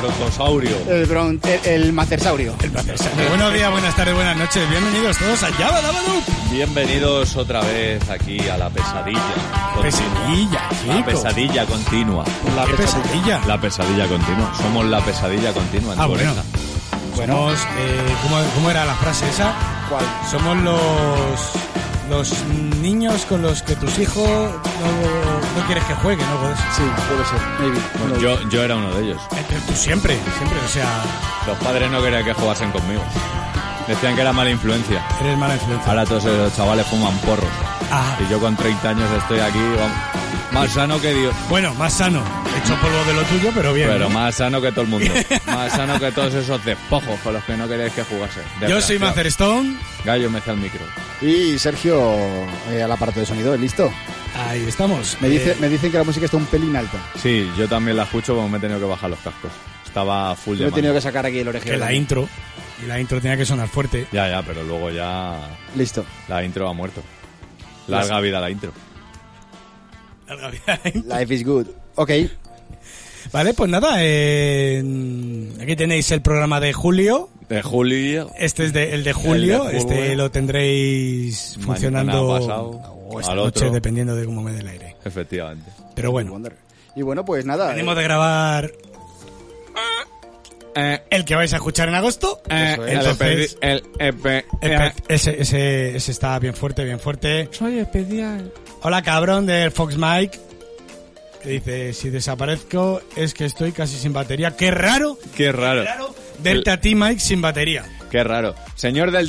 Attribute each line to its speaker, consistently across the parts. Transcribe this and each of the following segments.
Speaker 1: brontosaurio.
Speaker 2: El, bron- el, el macersaurio.
Speaker 3: Buenos días, buenas tardes, buenas noches. Bienvenidos todos a Java Dabadú.
Speaker 1: Bienvenidos otra vez aquí a la pesadilla. continua.
Speaker 3: Ah, Pesadilla,
Speaker 1: La
Speaker 3: chico.
Speaker 1: pesadilla continua.
Speaker 3: La ¿Qué pesadilla.
Speaker 1: La pesadilla continua. Somos la pesadilla continua.
Speaker 3: Ah, bueno.
Speaker 1: Antonieta.
Speaker 3: Bueno, eh, ¿cómo, cómo era la frase esa?
Speaker 2: ¿Cuál?
Speaker 3: Somos los los niños con los que tus hijos no, no quieres que jueguen, ¿no? Pues,
Speaker 2: Sí, puede ser. Maybe.
Speaker 1: Bueno, yo, yo era uno de ellos.
Speaker 3: eh, pero tú siempre, siempre, o sea,
Speaker 1: Los padres no querían que jugasen conmigo. Decían que era mala influencia.
Speaker 3: eres mala influencia.
Speaker 1: Ahora todos esos chavales fuman porros.
Speaker 3: Ah,
Speaker 1: Y yo con 30 años estoy aquí, vamos, más sano que Dios.
Speaker 3: bueno, más sano. Hecho polvo de lo tuyo, pero bien.
Speaker 1: Pero
Speaker 3: ¿no?
Speaker 1: más sano que todo el mundo. Más sano que todos esos despojos con los que no queréis que jugase.
Speaker 3: Yo soy
Speaker 1: Desgraciado.
Speaker 3: Macerstone.
Speaker 1: Gallo, me el micro.
Speaker 2: Y Sergio eh, al aparato de sonido, listo.
Speaker 3: Ahí estamos.
Speaker 2: Me,
Speaker 3: Eh,
Speaker 2: dice, me dicen que la música está un pelín alta.
Speaker 1: Sí, yo también la escucho, pero me he tenido que bajar los cascos. Estaba full
Speaker 2: Yo
Speaker 1: de
Speaker 2: he tenido
Speaker 1: mano.
Speaker 2: que sacar aquí el
Speaker 3: que
Speaker 2: orejero.
Speaker 3: la intro y la intro tenía que sonar fuerte.
Speaker 1: Ya, ya, pero luego ya
Speaker 2: Listo.
Speaker 1: la intro ha muerto. Larga vida la intro.
Speaker 3: Larga vida.
Speaker 2: Life is good. Ok.
Speaker 3: Vale, pues nada, eh, aquí tenéis el programa de julio.
Speaker 1: De julio,
Speaker 3: Este es de- el de julio,
Speaker 1: El de julio.
Speaker 3: este lo tendréis
Speaker 1: Mañana
Speaker 3: funcionando
Speaker 1: pasado,
Speaker 3: o esta
Speaker 1: al
Speaker 3: noche,
Speaker 1: otro.
Speaker 3: dependiendo de cómo me dé el aire.
Speaker 1: efectivamente.
Speaker 3: Pero bueno,
Speaker 2: Wonder. Y bueno, pues nada.
Speaker 3: venimos
Speaker 2: eh,
Speaker 3: de grabar el que vais a escuchar en agosto.
Speaker 2: Eso es.
Speaker 3: Entonces,
Speaker 1: el E EP.
Speaker 3: eh, ese, ese, ese está bien fuerte, bien fuerte.
Speaker 1: Soy especial.
Speaker 3: Hola cabrón del Fox Mike. Que dice, si desaparezco es que estoy casi sin batería. ¡Qué raro!
Speaker 1: Qué raro.
Speaker 3: Claro, Delta T Mike sin batería.
Speaker 1: Qué raro. Señor del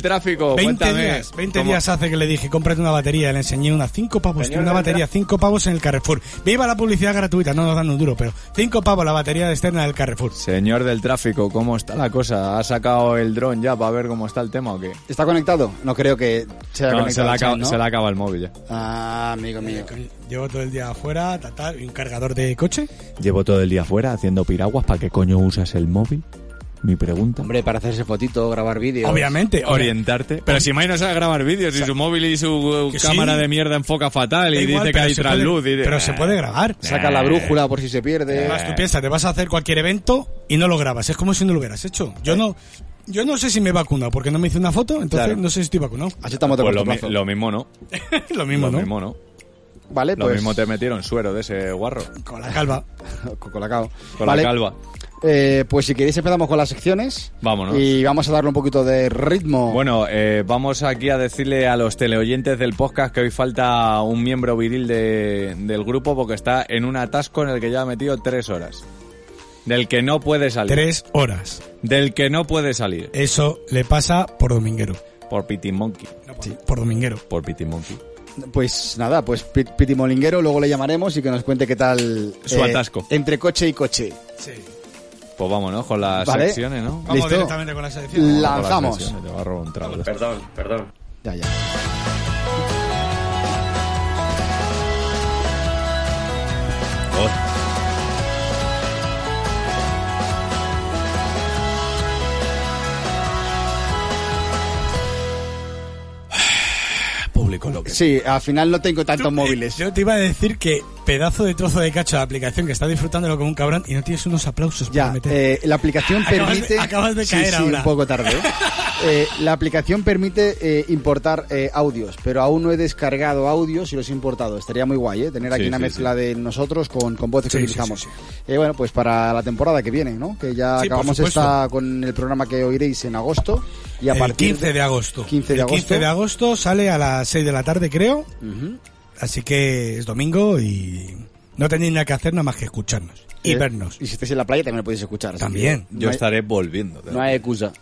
Speaker 3: 20
Speaker 1: tráfico, Pues cuéntame.
Speaker 3: días, 20
Speaker 1: ¿cómo-
Speaker 3: días hace que le dije, cómprate una batería, le enseñé unas 5 pavos,
Speaker 1: Señor
Speaker 3: una
Speaker 1: del
Speaker 3: batería, 5 pavos en el Carrefour. Viva la publicidad gratuita, no nos dan un duro, pero 5 pavos la batería externa del Carrefour.
Speaker 1: Señor del tráfico, ¿cómo está la cosa? ¿Ha sacado el dron ya para ver cómo está el tema o qué?
Speaker 2: eh, ¿Está conectado? No creo que se haya
Speaker 1: No, se
Speaker 2: conectado.
Speaker 1: le
Speaker 2: el chat,
Speaker 1: acaba,
Speaker 2: ¿no?
Speaker 1: se le acaba el móvil ya.
Speaker 2: Ah, amigo mío.
Speaker 3: Llevo todo el día afuera, tal, tal, y un cargador de coche.
Speaker 1: Llevo todo el día afuera haciendo piraguas. ¿Para qué coño usas el móvil? Mi pregunta.
Speaker 2: Hombre, para hacerse fotito, grabar vídeos.
Speaker 3: Obviamente, o sea,
Speaker 1: Orientarte. Pero si May no sabe grabar vídeos y su móvil y su
Speaker 3: que
Speaker 1: eh,
Speaker 3: sí.
Speaker 1: cámara de mierda enfoca fatal
Speaker 3: da
Speaker 1: y
Speaker 3: igual,
Speaker 1: dice que
Speaker 3: pero
Speaker 1: hay
Speaker 3: se puede-
Speaker 1: trasluz. y-
Speaker 3: Pero se puede grabar.
Speaker 2: Saca la brújula por si se pierde.
Speaker 3: Además, tú piensas, te vas a hacer cualquier evento y no lo grabas. Es como si no lo hubieras hecho. Yo
Speaker 2: Eh.
Speaker 3: no, yo no sé si me he vacunado porque no me hice una foto, entonces
Speaker 2: Claro.
Speaker 3: no sé si estoy vacunado.
Speaker 2: Así estamos de
Speaker 1: Pues lo,
Speaker 2: corto
Speaker 1: mi-
Speaker 2: plazo.
Speaker 1: lo mismo no.
Speaker 3: lo mismo,
Speaker 1: lo
Speaker 3: ¿no?
Speaker 1: mismo no.
Speaker 2: Vale,
Speaker 1: Lo
Speaker 2: pues.
Speaker 1: mismo te metieron suero de ese guarro.
Speaker 3: Con la calva.
Speaker 2: Con la cao.
Speaker 1: Con
Speaker 2: Vale,
Speaker 1: la calva.
Speaker 2: eh, pues si queréis empezamos con las secciones.
Speaker 1: Vámonos.
Speaker 2: Y vamos a darle un poquito de ritmo.
Speaker 1: Bueno, eh, vamos aquí a decirle a los teleoyentes del podcast que hoy falta un miembro viril de- del grupo porque está en un atasco en el que ya ha metido tres horas. Del que no puede salir.
Speaker 3: Tres horas.
Speaker 1: Del que no puede salir.
Speaker 3: Eso le pasa por dominguero.
Speaker 1: Por Pity Monkey.
Speaker 3: Sí, por dominguero.
Speaker 1: Por Pity Monkey.
Speaker 2: Pues nada, pues Pi- Piti Molinguero luego le llamaremos y que nos cuente qué tal... eh,
Speaker 1: Su atasco.
Speaker 2: Entre coche y coche.
Speaker 3: Sí.
Speaker 1: Pues vámonos con las
Speaker 2: Vale.
Speaker 1: secciones, ¿no?
Speaker 3: Vamos
Speaker 2: ¿Listo?
Speaker 3: directamente con la selección.
Speaker 2: La-
Speaker 1: Con las
Speaker 2: lanzamos.
Speaker 1: secciones, Te voy a robar un trago.
Speaker 4: Perdón, perdón.
Speaker 2: Ya, ya.
Speaker 3: Público lo
Speaker 2: Sí, al final no tengo tantos
Speaker 1: eh,
Speaker 2: móviles.
Speaker 3: Yo te iba a decir que pedazo de trozo de cacho de aplicación que está disfrutándolo como un cabrón y no tienes unos aplausos para
Speaker 2: Ya,
Speaker 3: meter.
Speaker 2: eh, la aplicación
Speaker 3: Acabas de-
Speaker 2: permite...
Speaker 3: acabas de
Speaker 2: Sí,
Speaker 3: caer
Speaker 2: sí,
Speaker 3: ahora.
Speaker 2: un poco tarde. ¿eh? Eh, la aplicación permite eh, importar eh, audios, pero aún no he descargado audios y los he importado. Estaría muy guay, ¿eh? Tener aquí
Speaker 1: Sí,
Speaker 2: una
Speaker 1: sí,
Speaker 2: mezcla de nosotros con, con voces
Speaker 3: Sí,
Speaker 2: que
Speaker 3: sí,
Speaker 2: utilizamos.
Speaker 3: sí,
Speaker 2: Eh, bueno, pues para la temporada que viene, ¿no? Que ya
Speaker 3: Sí, por
Speaker 2: acabamos
Speaker 3: supuesto.
Speaker 2: esta con el programa que oiréis en agosto. Y a
Speaker 3: el
Speaker 2: partir
Speaker 3: 15 de agosto.
Speaker 2: 15 de
Speaker 3: El 15 de
Speaker 2: agosto.
Speaker 3: agosto sale a las 6 de la tarde, creo.
Speaker 2: Ujú.
Speaker 3: Así que es domingo y no tenéis nada que hacer nada más que escucharnos y
Speaker 2: Eh,
Speaker 3: vernos.
Speaker 2: Y si estáis en la playa también lo podéis escuchar. así
Speaker 3: También.
Speaker 2: que
Speaker 1: Yo
Speaker 2: no, hay,
Speaker 1: estaré volviendo.
Speaker 2: no hay excusa.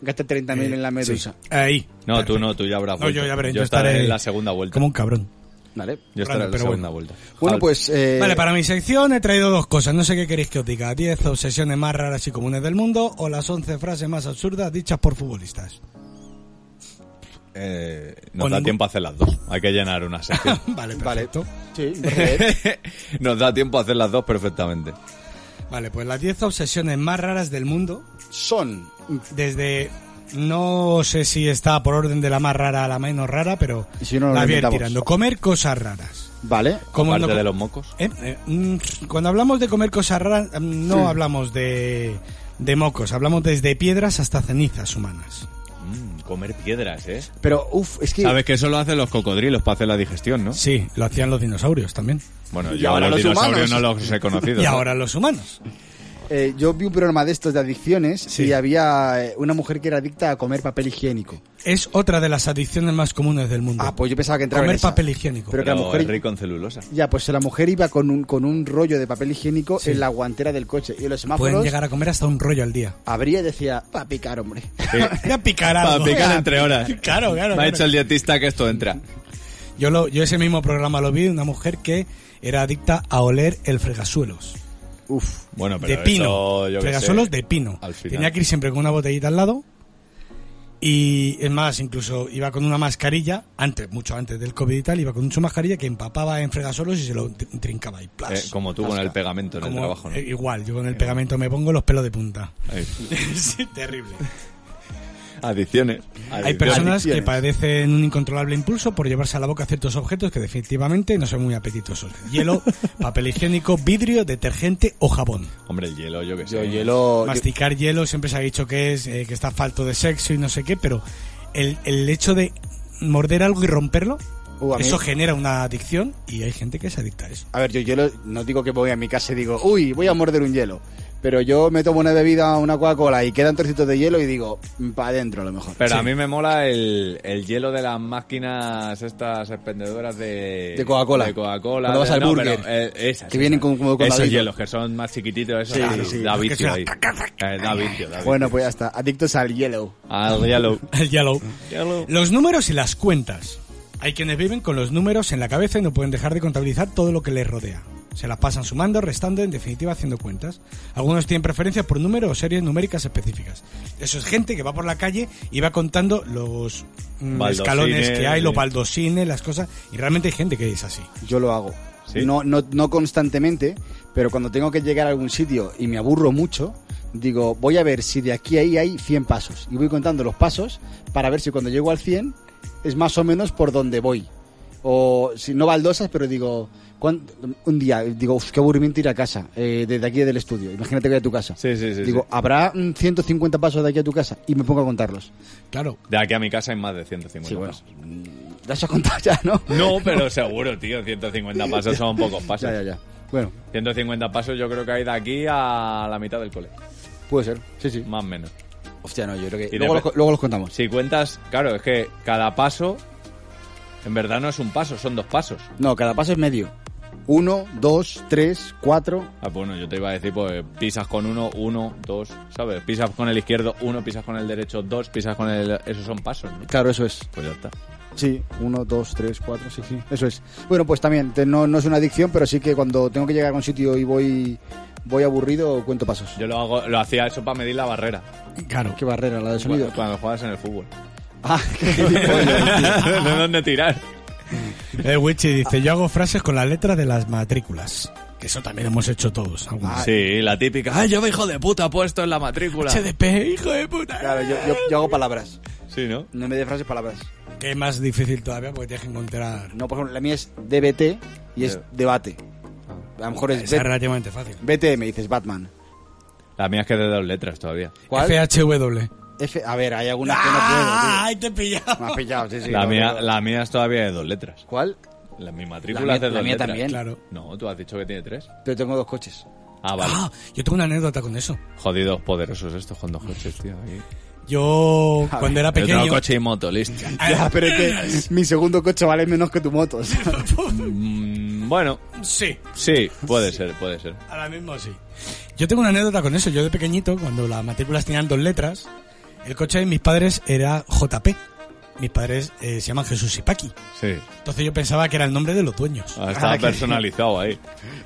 Speaker 2: Gasta 30.000 en la
Speaker 3: Eh, Sí.
Speaker 2: medusa.
Speaker 3: Ahí.
Speaker 1: No,
Speaker 3: Perfecto.
Speaker 1: tú no, tú ya habrás
Speaker 3: No,
Speaker 1: vuelto.
Speaker 3: yo ya veré.
Speaker 1: Yo estaré en la segunda vuelta.
Speaker 3: Como un cabrón.
Speaker 2: Vale.
Speaker 1: Yo estaré en la
Speaker 3: Pero
Speaker 1: segunda
Speaker 3: bueno.
Speaker 1: vuelta.
Speaker 2: Bueno,
Speaker 1: Al-
Speaker 2: pues. eh,
Speaker 3: Vale, para mi sección he traído dos cosas. No sé qué queréis que os diga. 10 obsesiones más raras y comunes del mundo o las 11 frases más absurdas dichas por futbolistas.
Speaker 1: Eh,
Speaker 3: O
Speaker 1: nos da
Speaker 3: ningún-
Speaker 1: tiempo a hacer las dos. Hay que llenar una sección.
Speaker 3: Vale,
Speaker 2: Vale.
Speaker 3: perfecto.
Speaker 2: Sí, perfecto.
Speaker 1: Nos da tiempo a hacer las dos perfectamente.
Speaker 3: Vale, pues las 10 obsesiones más raras del mundo.
Speaker 2: Son.
Speaker 3: Desde... No sé si está por orden de la más rara a la menos rara, pero
Speaker 2: Y si no, no lo
Speaker 3: las voy a ir
Speaker 2: inventamos.
Speaker 3: tirando. Comer cosas raras.
Speaker 2: Vale.
Speaker 3: Como
Speaker 1: Aparte
Speaker 3: no-
Speaker 1: de los mocos.
Speaker 3: Eh, eh, mm, cuando hablamos de comer cosas raras, mm, no hablamos de, de mocos, hablamos desde piedras hasta cenizas humanas.
Speaker 1: Mm, comer piedras, ¿eh?
Speaker 2: Pero, uff, es que...
Speaker 1: Sabes que eso lo hacen los cocodrilos para hacer la digestión, ¿no?
Speaker 3: Sí, lo hacían los dinosaurios también.
Speaker 1: Bueno,
Speaker 2: Y
Speaker 1: yo a
Speaker 2: ahora
Speaker 1: los,
Speaker 2: los
Speaker 1: dinosaurios
Speaker 2: humanos.
Speaker 1: no los he conocido.
Speaker 3: Y
Speaker 1: ¿no?
Speaker 3: ahora los humanos.
Speaker 2: Eh, yo vi un programa de estos de adicciones
Speaker 3: Sí.
Speaker 2: y había eh, una mujer que era adicta a comer papel higiénico.
Speaker 3: Es otra de las adicciones más comunes del mundo.
Speaker 2: Ah, pues yo pensaba que entraba
Speaker 3: comer
Speaker 2: en esa.
Speaker 3: papel higiénico.
Speaker 2: Pero que
Speaker 1: Pero
Speaker 2: la mujer-
Speaker 1: es rico en celulosa.
Speaker 2: Ya, pues la mujer iba con un, con un rollo de papel higiénico en la guantera del coche. Y en los
Speaker 3: Pueden
Speaker 2: semáforos
Speaker 3: llegar a comer hasta un rollo al día.
Speaker 2: abría y decía, va a picar, hombre.
Speaker 3: Ya picar
Speaker 1: Para
Speaker 3: algo.
Speaker 1: picar entre horas.
Speaker 3: Claro, claro.
Speaker 1: Me ha
Speaker 3: claro.
Speaker 1: dicho el dietista que esto entra.
Speaker 3: Yo, lo, yo ese mismo programa lo vi de una mujer que era adicta a oler el fregasuelos.
Speaker 2: Uf.
Speaker 1: Bueno, Ah, pero
Speaker 3: de pino.
Speaker 1: eso, yo qué
Speaker 3: fregasuelos
Speaker 1: sé. Eh,
Speaker 3: de pino.
Speaker 1: Al final.
Speaker 3: Tenía que ir siempre con una botellita al lado. Y es más, incluso iba con una mascarilla, antes, mucho antes del COVID y tal, iba con su mascarilla que empapaba en fregasuelos y se lo tr- trincaba y plas.
Speaker 1: Eh, como tú con el pegamento en
Speaker 3: Como-
Speaker 1: el trabajo, ¿no?
Speaker 3: eh, igual, yo con el pegamento me pongo los pelos de punta.
Speaker 1: Ahí.
Speaker 3: Sí, terrible.
Speaker 1: Adicciones.
Speaker 3: Hay
Speaker 1: Adicciones.
Speaker 3: personas que
Speaker 2: Adicciones.
Speaker 3: padecen un incontrolable impulso por llevarse a la boca ciertos objetos que definitivamente no son muy apetitosos. Hielo, papel higiénico, vidrio, detergente o jabón.
Speaker 1: Hombre, el hielo, yo qué sé.
Speaker 2: Yo hielo... yo-
Speaker 3: Masticar hielo siempre se ha dicho que es eh, que está falto de sexo y no sé qué, pero el, el hecho de morder algo y romperlo,
Speaker 2: Uh, a mí-
Speaker 3: eso genera una adicción y hay gente que se adicta a eso.
Speaker 2: A ver, yo hielo, no digo que voy a mi casa y digo, uy, voy a morder un hielo. Pero yo me tomo una bebida, una Coca-Cola y quedan trocitos de hielo y digo, para adentro a lo mejor.
Speaker 1: Pero
Speaker 3: Sí.
Speaker 1: a mí me mola el, el hielo de las máquinas estas expendedoras de...
Speaker 2: De Coca-Cola.
Speaker 1: De Coca-Cola.
Speaker 2: Cuando vas
Speaker 1: de-
Speaker 2: al
Speaker 1: no,
Speaker 2: burger.
Speaker 1: pero, eh, esas,
Speaker 2: Que vienen
Speaker 1: esas.
Speaker 2: con- como con
Speaker 1: Esos
Speaker 2: ladrillo.
Speaker 1: hielos que son más chiquititos, esos.
Speaker 2: Sí,
Speaker 1: da-
Speaker 2: sí.
Speaker 1: Da
Speaker 3: Los que
Speaker 1: vicio
Speaker 3: son-
Speaker 1: ahí. Eh, da vicio, da vicio.
Speaker 2: Bueno, pues ya está. Adictos al hielo.
Speaker 1: Al hielo.
Speaker 3: El hielo.
Speaker 1: Hielo.
Speaker 3: Los números y las cuentas. Hay quienes viven con los números en la cabeza y no pueden dejar de contabilizar todo lo que les rodea. Se las pasan sumando, restando, en definitiva haciendo cuentas. Algunos tienen preferencias por números o series numéricas específicas. Eso es gente que va por la calle y va contando los mm,
Speaker 1: Baldosines,
Speaker 3: escalones que hay, los
Speaker 1: sí.
Speaker 3: baldosines, las cosas. Y realmente hay gente que es así.
Speaker 2: Yo lo hago.
Speaker 1: ¿Sí?
Speaker 2: No, no, no constantemente, pero cuando tengo que llegar a algún sitio y me aburro mucho, digo, voy a ver si de aquí a ahí hay 100 pasos. Y voy contando los pasos para ver si cuando llego al 100 es más o menos por donde voy. O si no baldosas, pero digo, ¿cuán- un día, digo, "Uf, qué aburrimiento ir a casa, eh, desde aquí del estudio. Imagínate que voy a tu casa.
Speaker 1: Sí, sí, sí,
Speaker 2: digo,
Speaker 1: sí.
Speaker 2: ¿habrá mm, 150 pasos de aquí a tu casa? Y me pongo a contarlos.
Speaker 3: Claro.
Speaker 1: De aquí a mi casa hay más de 150
Speaker 2: Sí, bueno. mm,
Speaker 1: pasos.
Speaker 2: Ya has contado ya, ¿no?
Speaker 1: No, pero seguro, tío. 150 pasos son pocos pasos.
Speaker 2: Ya, ya, ya. Bueno,
Speaker 1: 150 pasos yo creo que hay de aquí a la mitad del cole.
Speaker 2: puede ser. Sí, sí.
Speaker 1: Más o menos.
Speaker 2: Hostia, no, yo creo que.
Speaker 1: Y
Speaker 2: Luego
Speaker 1: de-
Speaker 2: los, luego los contamos.
Speaker 1: Si cuentas, claro, es que cada paso, en verdad no es un paso, son dos pasos.
Speaker 2: No, cada paso es medio. Uno, dos, tres, cuatro.
Speaker 1: Ah, bueno, yo te iba a decir, pues pisas con uno, uno, dos, ¿sabes? Pisas con el izquierdo, uno, pisas con el derecho, dos, pisas con el... Esos son pasos, ¿no?
Speaker 2: Claro, eso es.
Speaker 1: Pues ya está.
Speaker 2: Sí, uno, dos, tres, cuatro, sí, sí. Eso es. Bueno, pues también, te- no, no es una adicción, pero sí que cuando tengo que llegar a un sitio y voy, voy aburrido, cuento pasos.
Speaker 1: Yo lo, hago, lo hacía eso para medir la barrera.
Speaker 3: Claro.
Speaker 2: Qué barrera, la del sonido.
Speaker 1: Cuando, cuando jugabas en el fútbol.
Speaker 2: Ah, qué
Speaker 1: ¿De dónde tirar?
Speaker 3: El Eh, Wichi dice, yo hago frases con las letras de las matrículas. Que eso también hemos hecho todos. Algunos.
Speaker 2: Ah.
Speaker 1: Sí, la típica. ¡Ay, yo me hijo de puta puesto en la matrícula!
Speaker 3: HDP, hijo de puta.
Speaker 2: Claro, yo, yo, yo hago palabras.
Speaker 1: Sí, ¿no?
Speaker 2: No me de frases, palabras.
Speaker 3: Que es más difícil todavía porque tienes que encontrar.
Speaker 2: No, por ejemplo, la mía es DBT y es
Speaker 1: Yeah.
Speaker 2: debate. A lo mejor es
Speaker 3: Esa es
Speaker 2: B-
Speaker 3: relativamente fácil.
Speaker 2: BTM, dices Batman.
Speaker 1: La mía es que es de dos letras todavía.
Speaker 2: ¿Cuál?
Speaker 3: FHW.
Speaker 2: F- a ver, hay algunas que no
Speaker 3: ¡Ah!
Speaker 2: puedo.
Speaker 3: ¡Ay, te he
Speaker 2: tío. Me has
Speaker 3: pillado!
Speaker 2: pillado, sí, sí.
Speaker 1: La
Speaker 2: no,
Speaker 1: mía,
Speaker 2: no.
Speaker 1: la mía es todavía de dos letras.
Speaker 2: ¿Cuál?
Speaker 1: La, mi
Speaker 2: La
Speaker 1: matrícula
Speaker 2: mía,
Speaker 1: es de dos
Speaker 2: la mía
Speaker 1: letras.
Speaker 2: también.
Speaker 3: Claro.
Speaker 1: No, tú has dicho que tiene tres.
Speaker 2: Pero tengo dos coches.
Speaker 1: Ah, vale.
Speaker 3: Ah, yo tengo una anécdota con eso.
Speaker 1: Jodidos poderosos estos con dos coches, tío. Aquí.
Speaker 3: Yo, cuando era
Speaker 1: Yo tengo
Speaker 3: pequeño.
Speaker 1: coche y moto, listo.
Speaker 3: Ah.
Speaker 2: Ya, pero es que mi segundo coche vale menos que tu moto.
Speaker 1: Mm, bueno,
Speaker 3: Sí,
Speaker 1: sí, puede ser, puede ser.
Speaker 3: ahora mismo sí. Yo tengo una anécdota con eso. Yo de pequeñito, cuando las matrículas tenían dos letras, el coche de mis padres era JP. Mis padres eh, se llaman Jesús y Paqui.
Speaker 1: Sí.
Speaker 3: Entonces yo pensaba que era el nombre de los dueños.
Speaker 1: Ah, Estaba
Speaker 2: Ah, que-
Speaker 1: personalizado ahí.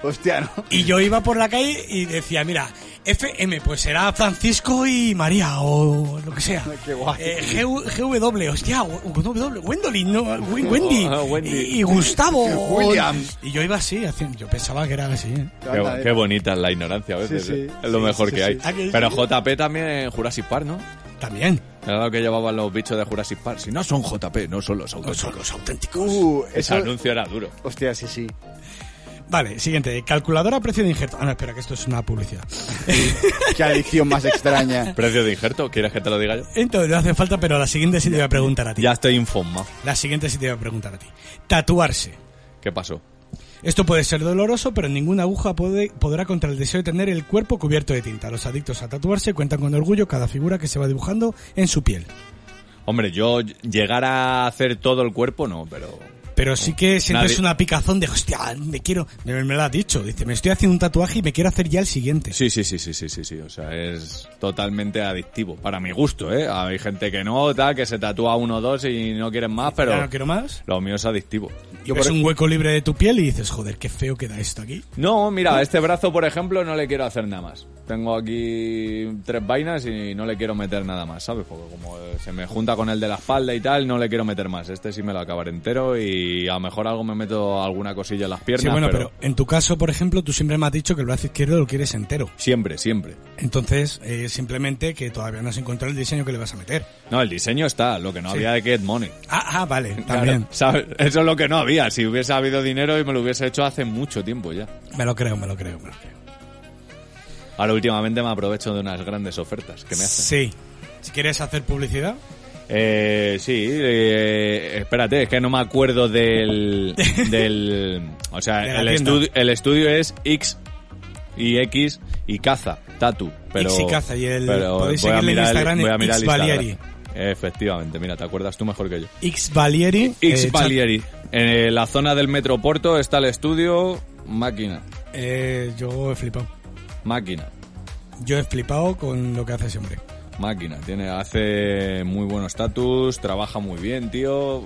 Speaker 2: Hostia, ¿no?
Speaker 3: Y yo iba por la calle y decía, mira, FM, pues será Francisco y María o lo que sea.
Speaker 2: Qué guay.
Speaker 3: Eh, G- GW, hostia, W, Wendy, no, Wen- Wendy,
Speaker 1: Ah, Wendy.
Speaker 3: Y, y Gustavo.
Speaker 2: Williams.
Speaker 3: Y yo iba así, haciendo, yo pensaba que era así. ¿eh?
Speaker 1: Qué, qué bonita es la ignorancia a veces.
Speaker 2: Sí, sí.
Speaker 1: eh. Es lo
Speaker 2: Sí,
Speaker 1: mejor
Speaker 2: sí,
Speaker 1: que
Speaker 2: sí.
Speaker 1: hay.
Speaker 3: Ah, que sí.
Speaker 1: Pero JP también en Jurassic Park, ¿no?
Speaker 3: También.
Speaker 1: Era lo que llevaban los bichos de Jurassic Park. Si no son JP, no son los
Speaker 3: No
Speaker 1: autos.
Speaker 3: son los auténticos.
Speaker 2: Uh,
Speaker 1: Ese
Speaker 2: eso...
Speaker 1: anuncio era duro.
Speaker 2: Hostia, sí, sí.
Speaker 3: Vale, siguiente. Calculadora precio de injerto. Ah, no, espera, que esto es una publicidad.
Speaker 2: Qué adicción más extraña.
Speaker 1: ¿Precio de injerto? ¿Quieres que te lo diga yo?
Speaker 3: Entonces, no hace falta, pero la siguiente sí te voy a preguntar a ti.
Speaker 1: Ya estoy informa.
Speaker 3: La siguiente sí te voy a preguntar a ti. Tatuarse.
Speaker 1: ¿Qué pasó?
Speaker 3: Esto puede ser doloroso, pero ninguna aguja puede- podrá contra el deseo de tener el cuerpo cubierto de tinta. Los adictos a tatuarse cuentan con orgullo cada figura que se va dibujando en su piel.
Speaker 1: Hombre, yo llegar a hacer todo el cuerpo, no, pero...
Speaker 3: Pero sí que sientes
Speaker 1: Oh, Nadie-
Speaker 3: una picazón de, hostia, me quiero... Me, me lo ha dicho, dice, me estoy haciendo un tatuaje y me quiero hacer ya el siguiente.
Speaker 1: Sí, sí, sí, sí, sí, sí, sí. O sea, es totalmente adictivo. Para mi gusto, ¿eh? Hay gente que no, tal, que se tatúa uno o dos y no quieren más, pero...
Speaker 3: Ya no quiero más.
Speaker 1: Lo mío es adictivo.
Speaker 2: Yo
Speaker 3: es
Speaker 2: por-
Speaker 3: un hueco libre de tu piel y dices, joder, qué feo queda esto aquí.
Speaker 1: No, mira, este brazo, por ejemplo, no le quiero hacer nada más. Tengo aquí tres vainas y no le quiero meter nada más, ¿sabes? Porque como eh, se me junta con el de la espalda y tal, no le quiero meter más. Este sí me lo acabaré entero y a lo mejor algo me meto alguna cosilla en las piernas,
Speaker 3: Sí, bueno, pero...
Speaker 1: pero,
Speaker 3: en tu caso, por ejemplo, tú siempre me has dicho que el brazo izquierdo lo quieres entero.
Speaker 1: siempre, siempre.
Speaker 3: Entonces, eh, simplemente que todavía no has encontrado el diseño que le vas a meter.
Speaker 1: No, el diseño está, lo que no había de Get Money.
Speaker 3: Ah, ah, vale, también.
Speaker 1: Claro, ¿sabes? Eso es lo que no había. Si hubiese habido dinero y me lo hubiese hecho hace mucho tiempo ya.
Speaker 3: Me lo creo, me lo creo, me lo creo.
Speaker 1: Ahora últimamente me aprovecho de unas grandes ofertas que me hacen.
Speaker 3: Sí. Si quieres hacer publicidad,
Speaker 1: Eh, sí, eh, espérate, es que no me acuerdo del. del o sea,
Speaker 3: De la
Speaker 1: el,
Speaker 3: tienda.
Speaker 1: estu- el estudio es X y X y Caza, Tatu. Pero,
Speaker 3: X y Caza, y el-
Speaker 1: pero
Speaker 3: podéis
Speaker 1: voy a
Speaker 3: seguirle en
Speaker 1: mirar el-
Speaker 3: Instagram en
Speaker 1: voy a mirar el Instagram.
Speaker 3: Xvalieri.
Speaker 1: Efectivamente, mira, te acuerdas tú mejor que yo.
Speaker 3: X Valieri.
Speaker 1: X
Speaker 3: eh,
Speaker 1: Valieri. En eh, la zona del Metroporto está el estudio Máquina.
Speaker 3: chat- eh, yo he flipado.
Speaker 1: Máquina.
Speaker 3: Yo he flipado con lo que hace ese hombre.
Speaker 1: Máquina, tiene, hace muy buenos tatus, trabaja muy bien, tío.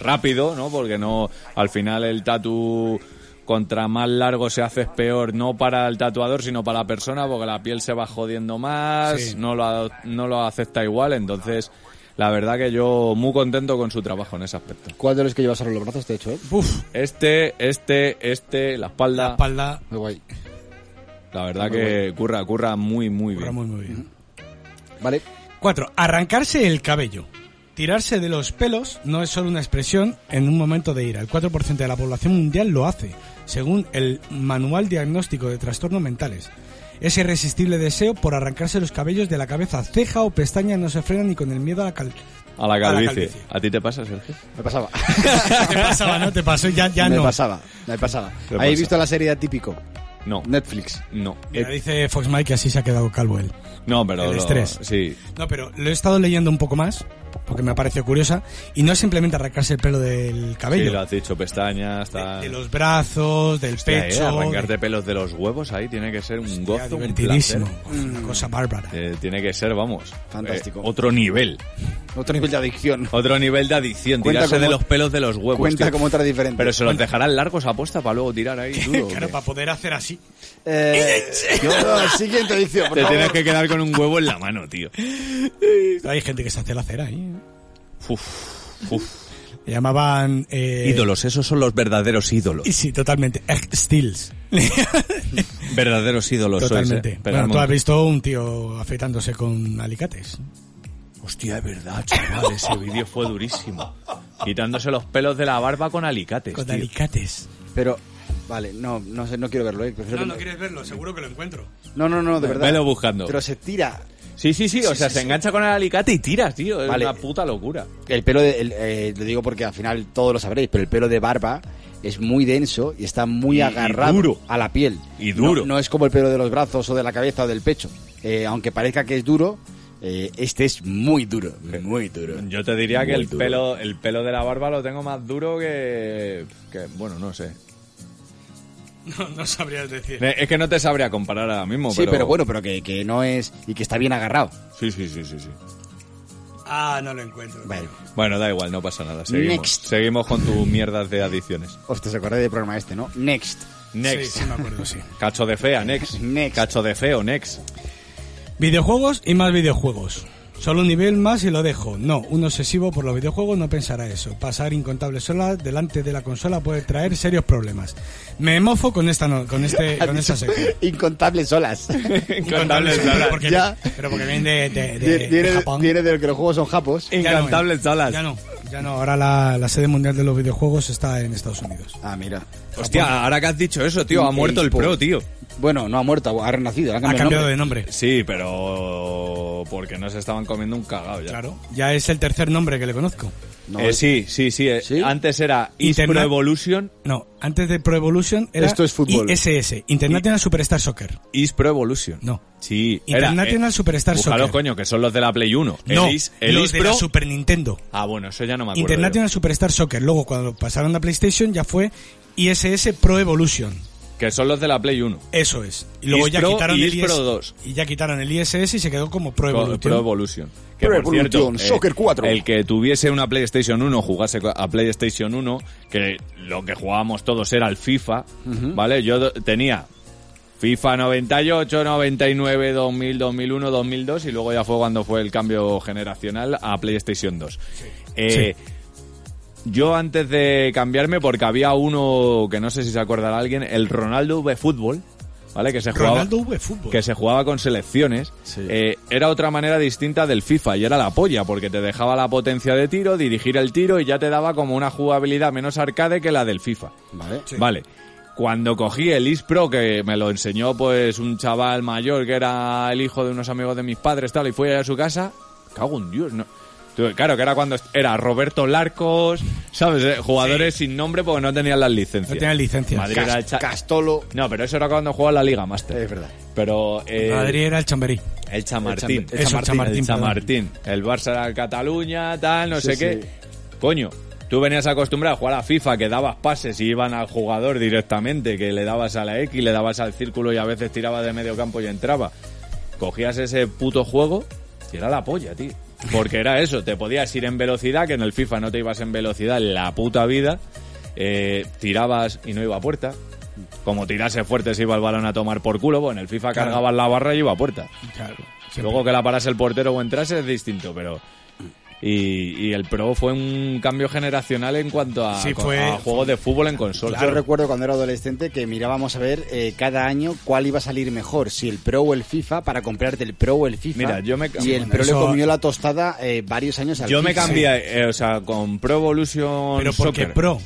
Speaker 1: Rápido, ¿no? Porque no, al final el tatu contra más largo se hace es peor, no para el tatuador, sino para la persona, porque la piel se va jodiendo más,
Speaker 3: Sí.
Speaker 1: no, lo, ad- no lo acepta igual, entonces la verdad que yo muy contento con su trabajo en ese aspecto.
Speaker 2: ¿Cuál de los que llevas ahora en los brazos, de hecho, eh?
Speaker 3: Uf,
Speaker 1: Este, este, este, la espalda,
Speaker 3: la
Speaker 1: la,
Speaker 3: espalda.
Speaker 2: Muy guay.
Speaker 1: verdad que curra, curra muy, muy
Speaker 3: curra
Speaker 1: bien.
Speaker 3: Muy, muy bien.
Speaker 2: Vale.
Speaker 3: 4. Arrancarse el cabello. Tirarse de los pelos no es solo una expresión en un momento de ira. El 4% de la población mundial lo hace, según el Manual Diagnóstico de Trastornos Mentales. Ese irresistible deseo por arrancarse los cabellos de la cabeza, ceja o pestaña no se frena ni con el miedo a la cal...
Speaker 1: A la
Speaker 3: la
Speaker 1: calvicie.
Speaker 3: calvicie.
Speaker 1: ¿A ti te pasa, Sergio?
Speaker 2: Me pasaba.
Speaker 3: te pasaba, no te pasó, ya, ya
Speaker 2: me
Speaker 3: no.
Speaker 2: pasaba. Me pasaba.
Speaker 1: Me
Speaker 2: ¿Habéis
Speaker 1: pasa.
Speaker 2: visto la serie de Atípico?
Speaker 1: No,
Speaker 2: Netflix.
Speaker 1: no. Eh,
Speaker 3: Mira, dice Fox Mike que así se ha quedado calvo él.
Speaker 1: No, pero...
Speaker 3: El
Speaker 1: lo-
Speaker 3: estrés.
Speaker 1: Sí,
Speaker 3: No, pero lo he estado leyendo un poco más, porque me ha parecido curiosa, y no es simplemente arrancarse el pelo del
Speaker 1: Sí,
Speaker 3: cabello.
Speaker 1: lo has dicho, pestañas, tal.
Speaker 3: de, de los brazos, del
Speaker 1: Hostia, eh,
Speaker 3: pecho.
Speaker 1: arrancarte
Speaker 3: de-
Speaker 1: pelos de los huevos ahí tiene que ser un
Speaker 3: Hostia,
Speaker 1: gozo, un
Speaker 3: divertidísimo.
Speaker 1: placer.
Speaker 3: Uf, Una cosa bárbara.
Speaker 1: Eh, tiene que ser, vamos.
Speaker 2: Fantástico.
Speaker 1: eh, otro nivel.
Speaker 2: Otro nivel de adicción.
Speaker 1: Otro nivel de adicción.
Speaker 2: Cuenta
Speaker 1: Tirarse
Speaker 2: como-
Speaker 1: de los pelos de los huevos.
Speaker 2: Cuenta
Speaker 1: tío.
Speaker 2: como otra diferente.
Speaker 1: Pero se los dejarán largos aposta para luego tirar ahí duro. ¿o
Speaker 3: claro,
Speaker 1: qué?
Speaker 3: para poder hacer así.
Speaker 2: Eh, no, no, siguiente adicción, por
Speaker 1: Te
Speaker 2: favor.
Speaker 1: tienes que quedar con un huevo en la mano, tío.
Speaker 3: Hay gente que se hace la cera ahí. ¿eh?
Speaker 1: Uf, uf.
Speaker 3: Le llamaban. eh,
Speaker 1: Ídolos, esos son los verdaderos ídolos.
Speaker 3: Y sí, totalmente. Egg Steels.
Speaker 1: Verdaderos ídolos sois,
Speaker 3: totalmente.
Speaker 1: eh.
Speaker 3: Bueno, tú
Speaker 1: Pegamonte.
Speaker 3: has visto un tío afeitándose con alicates.
Speaker 1: Hostia, es verdad, chaval, ese vídeo fue durísimo. Quitándose los pelos de la barba con alicates,
Speaker 3: Con
Speaker 1: tío.
Speaker 3: alicates.
Speaker 2: Pero, vale, no, no sé, no quiero verlo, eh. prefiero que me-
Speaker 3: verlo, seguro que lo encuentro.
Speaker 2: no, no, no, de verdad.
Speaker 1: Velo buscando.
Speaker 2: Pero se tira
Speaker 1: Sí, sí, sí, o sea, se engancha con el alicate y tiras, tío. Es
Speaker 2: Vale.
Speaker 1: una puta locura.
Speaker 2: El pelo, de, el, eh, lo digo porque al final todos lo sabréis, pero el pelo de barba es muy denso y está muy
Speaker 1: Y- y
Speaker 2: agarrado
Speaker 1: duro.
Speaker 2: a la piel.
Speaker 1: Y duro.
Speaker 2: No, no es como el pelo de los brazos o de la cabeza o del pecho. Eh, aunque parezca que es duro, eh, este es muy duro, muy duro.
Speaker 1: Yo te diría que
Speaker 2: Muy
Speaker 1: el
Speaker 2: duro.
Speaker 1: pelo, el pelo de la barba lo tengo más duro que, que- bueno, no sé. Eh,
Speaker 3: No, no sabrías decir.
Speaker 1: Es que no te sabría comparar ahora mismo,
Speaker 2: Sí, pero, bueno, pero que, que no es... y que está bien agarrado.
Speaker 1: Sí, sí, sí, sí, sí.
Speaker 3: Ah, no lo encuentro.
Speaker 2: Vale.
Speaker 1: Bueno, da igual, no pasa nada. Seguimos.
Speaker 2: Next.
Speaker 1: Seguimos con tus mierdas de adiciones.
Speaker 2: Hostia, se acordáis del programa este, ¿no? Next.
Speaker 1: Next.
Speaker 3: Sí, sí, me acuerdo, sí.
Speaker 1: Cacho de fea, next.
Speaker 2: Next.
Speaker 1: Cacho de feo, next.
Speaker 3: Videojuegos y más videojuegos. Solo un nivel más y lo dejo. No, un obsesivo por los videojuegos no pensará eso. Pasar incontables horas delante de la consola puede traer serios problemas. Me mofo con esta no- con este con esta sección.
Speaker 2: Incontables olas.
Speaker 1: Incontables
Speaker 3: Incontables,
Speaker 1: olas.
Speaker 3: porque,
Speaker 2: Ya.
Speaker 3: pero porque viene de, de- de- de
Speaker 2: Viene- Viene
Speaker 3: Japón.
Speaker 2: viene de que los juegos son japos.
Speaker 1: Eh,
Speaker 3: Ya no,
Speaker 1: Incantables olas.
Speaker 3: Ya no, ya no. Ahora la, la sede mundial de los videojuegos está en Estados Unidos.
Speaker 2: Ah, mira.
Speaker 1: Hostia, ahora que has dicho eso, tío, ha muerto el
Speaker 2: eSport.
Speaker 1: pro, tío.
Speaker 2: Bueno, no ha muerto, ha renacido. le han
Speaker 3: Ha
Speaker 2: cambiado
Speaker 3: cambiado
Speaker 2: el nombre.
Speaker 3: de nombre.
Speaker 1: Sí, pero porque no se estaban comiendo un cagado ya.
Speaker 3: Claro. Ya es el tercer nombre que le conozco.
Speaker 2: No,
Speaker 1: Eh, sí, sí, sí, eh,
Speaker 2: ¿Sí?
Speaker 1: Antes era
Speaker 3: Internet-
Speaker 1: Internet... Pro Evolution,
Speaker 3: No, antes de Pro Evolution era
Speaker 2: Esto es fútbol.
Speaker 3: ISS, International Superstar Soccer.
Speaker 1: Is Pro Evolution.
Speaker 3: No.
Speaker 1: Sí, era,
Speaker 3: International
Speaker 1: eh,
Speaker 3: Superstar
Speaker 1: búscalo,
Speaker 3: Soccer.
Speaker 1: coño, que son los de la Play 1.
Speaker 3: no,
Speaker 1: el Is, el
Speaker 3: los
Speaker 1: Is
Speaker 3: de
Speaker 1: Pro.
Speaker 3: la Super Nintendo.
Speaker 1: Ah, bueno, eso ya no me acuerdo.
Speaker 3: International Superstar Soccer. Luego, cuando pasaron a PlayStation, ya fue ISS Pro Evolution.
Speaker 1: yo. Que son los de la Play 1.
Speaker 3: Eso es. Y luego
Speaker 1: Is
Speaker 3: ya
Speaker 1: Pro
Speaker 3: quitaron
Speaker 1: y
Speaker 3: el
Speaker 1: Is
Speaker 3: ISS.
Speaker 1: Pro 2.
Speaker 3: Y ya quitaron el ISS y se quedó como Pro
Speaker 1: Pro,
Speaker 3: Evolution.
Speaker 1: Pro Evolution. Que,
Speaker 2: Pro
Speaker 1: por cierto, eh,
Speaker 2: Evolution Soccer 4.
Speaker 1: El que tuviese una PlayStation 1, jugase a PlayStation 1, que lo que jugábamos todos era el FIFA, ¿vale? Yo do- tenía FIFA 98, 99, 2000, 2001, 2002 y luego ya fue cuando fue el cambio generacional a PlayStation 2. Eh, Yo antes de cambiarme, porque había uno que no sé si se acordará alguien, el Ronaldo de fútbol, ¿vale? Que se jugaba
Speaker 3: Ronaldo V Fútbol.
Speaker 1: que se jugaba con selecciones, eh, era otra manera distinta del FIFA y era la polla, porque te dejaba la potencia de tiro, dirigir el tiro y ya te daba como una jugabilidad menos arcade que la del FIFA.
Speaker 2: Vale.
Speaker 3: Sí.
Speaker 1: Vale. Cuando cogí el ISPRO, que me lo enseñó pues un chaval mayor que era el hijo de unos amigos de mis padres, tal, y fui allá a su casa, cago en Dios, no. Tú, Claro, que era cuando est- era Roberto Larcos, ¿sabes? Eh, Jugadores sin nombre porque no tenían las licencias.
Speaker 3: No tenían licencias.
Speaker 1: Madrid era el cha-
Speaker 2: Castolo.
Speaker 1: No, pero eso era cuando jugaba la Liga Master.
Speaker 2: Es verdad.
Speaker 1: Pero eh,
Speaker 3: Madrid era el Chamberí.
Speaker 1: el Chamartín.
Speaker 2: El
Speaker 3: Eso, Chamartín,
Speaker 1: El
Speaker 3: perdón.
Speaker 1: Chamartín. El Barça era Cataluña, tal, no
Speaker 2: Sí,
Speaker 1: sé qué.
Speaker 2: sí.
Speaker 1: Coño, tú venías acostumbrado a jugar a FIFA, que dabas pases y iban al jugador directamente, que le dabas a la X, le dabas al círculo y a veces tiraba de medio campo y entraba. Cogías ese puto juego y era la polla, tío. Porque era eso, te podías ir en velocidad, que en el FIFA no te ibas en velocidad en la puta vida. Eh, tirabas y no iba a puerta. Como tirase fuerte se iba el balón a tomar por culo, pues en el FIFA
Speaker 3: Claro.
Speaker 1: cargabas la barra y iba a puerta.
Speaker 3: Claro. siempre.
Speaker 1: Luego que la parase el portero o entrase es distinto, pero... Y, y el Pro fue un cambio generacional en cuanto a,
Speaker 3: Sí,
Speaker 1: co-
Speaker 3: fue-
Speaker 1: a juegos de fútbol en consola.
Speaker 2: Yo recuerdo cuando era adolescente que mirábamos a ver eh, cada año cuál iba a salir mejor, si el Pro o el FIFA, para comprarte el Pro o el FIFA.
Speaker 1: Mira, yo me-
Speaker 2: Y el
Speaker 1: Bueno,
Speaker 2: Pro le
Speaker 3: eso-
Speaker 2: comió la tostada eh, varios años al
Speaker 1: Yo me
Speaker 2: FIFA.
Speaker 1: cambié, eh, o sea, con Pro Evolution
Speaker 3: Pero porque
Speaker 1: Soccer.
Speaker 3: Pro,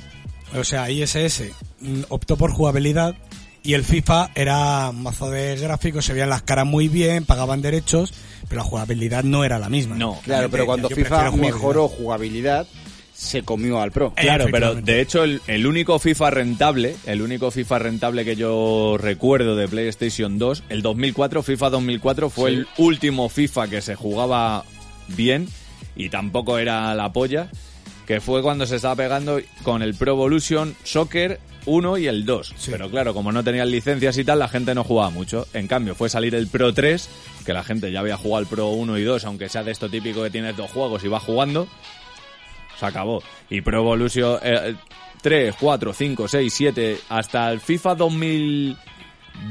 Speaker 3: o sea, ISS, mm, optó por jugabilidad y el FIFA era un mazo de gráficos, se veían las caras muy bien, pagaban derechos, pero la jugabilidad no era la misma.
Speaker 1: No.
Speaker 2: Claro, pero cuando
Speaker 3: Yo
Speaker 2: FIFA
Speaker 3: prefiero jugabilidad.
Speaker 2: mejoró jugabilidad, se comió al Pro.
Speaker 3: Eh,
Speaker 1: Claro, pero
Speaker 3: efectivamente.
Speaker 1: de hecho el, el único FIFA rentable, el único FIFA rentable que yo recuerdo de PlayStation 2, el 2004, FIFA 2004 fue el último FIFA que se jugaba bien y tampoco era la polla, que fue cuando se estaba pegando con el Pro Evolution Soccer 1 y el 2.
Speaker 3: Sí.
Speaker 1: Pero claro, como no tenían licencias y tal, la gente no jugaba mucho. En cambio, fue salir el Pro 3, que la gente ya había jugado el Pro 1 y 2, aunque sea de esto típico que tienes dos juegos y vas jugando se acabó. Y Pro Evolution eh, 3, 4, 5, 6, 7, hasta el FIFA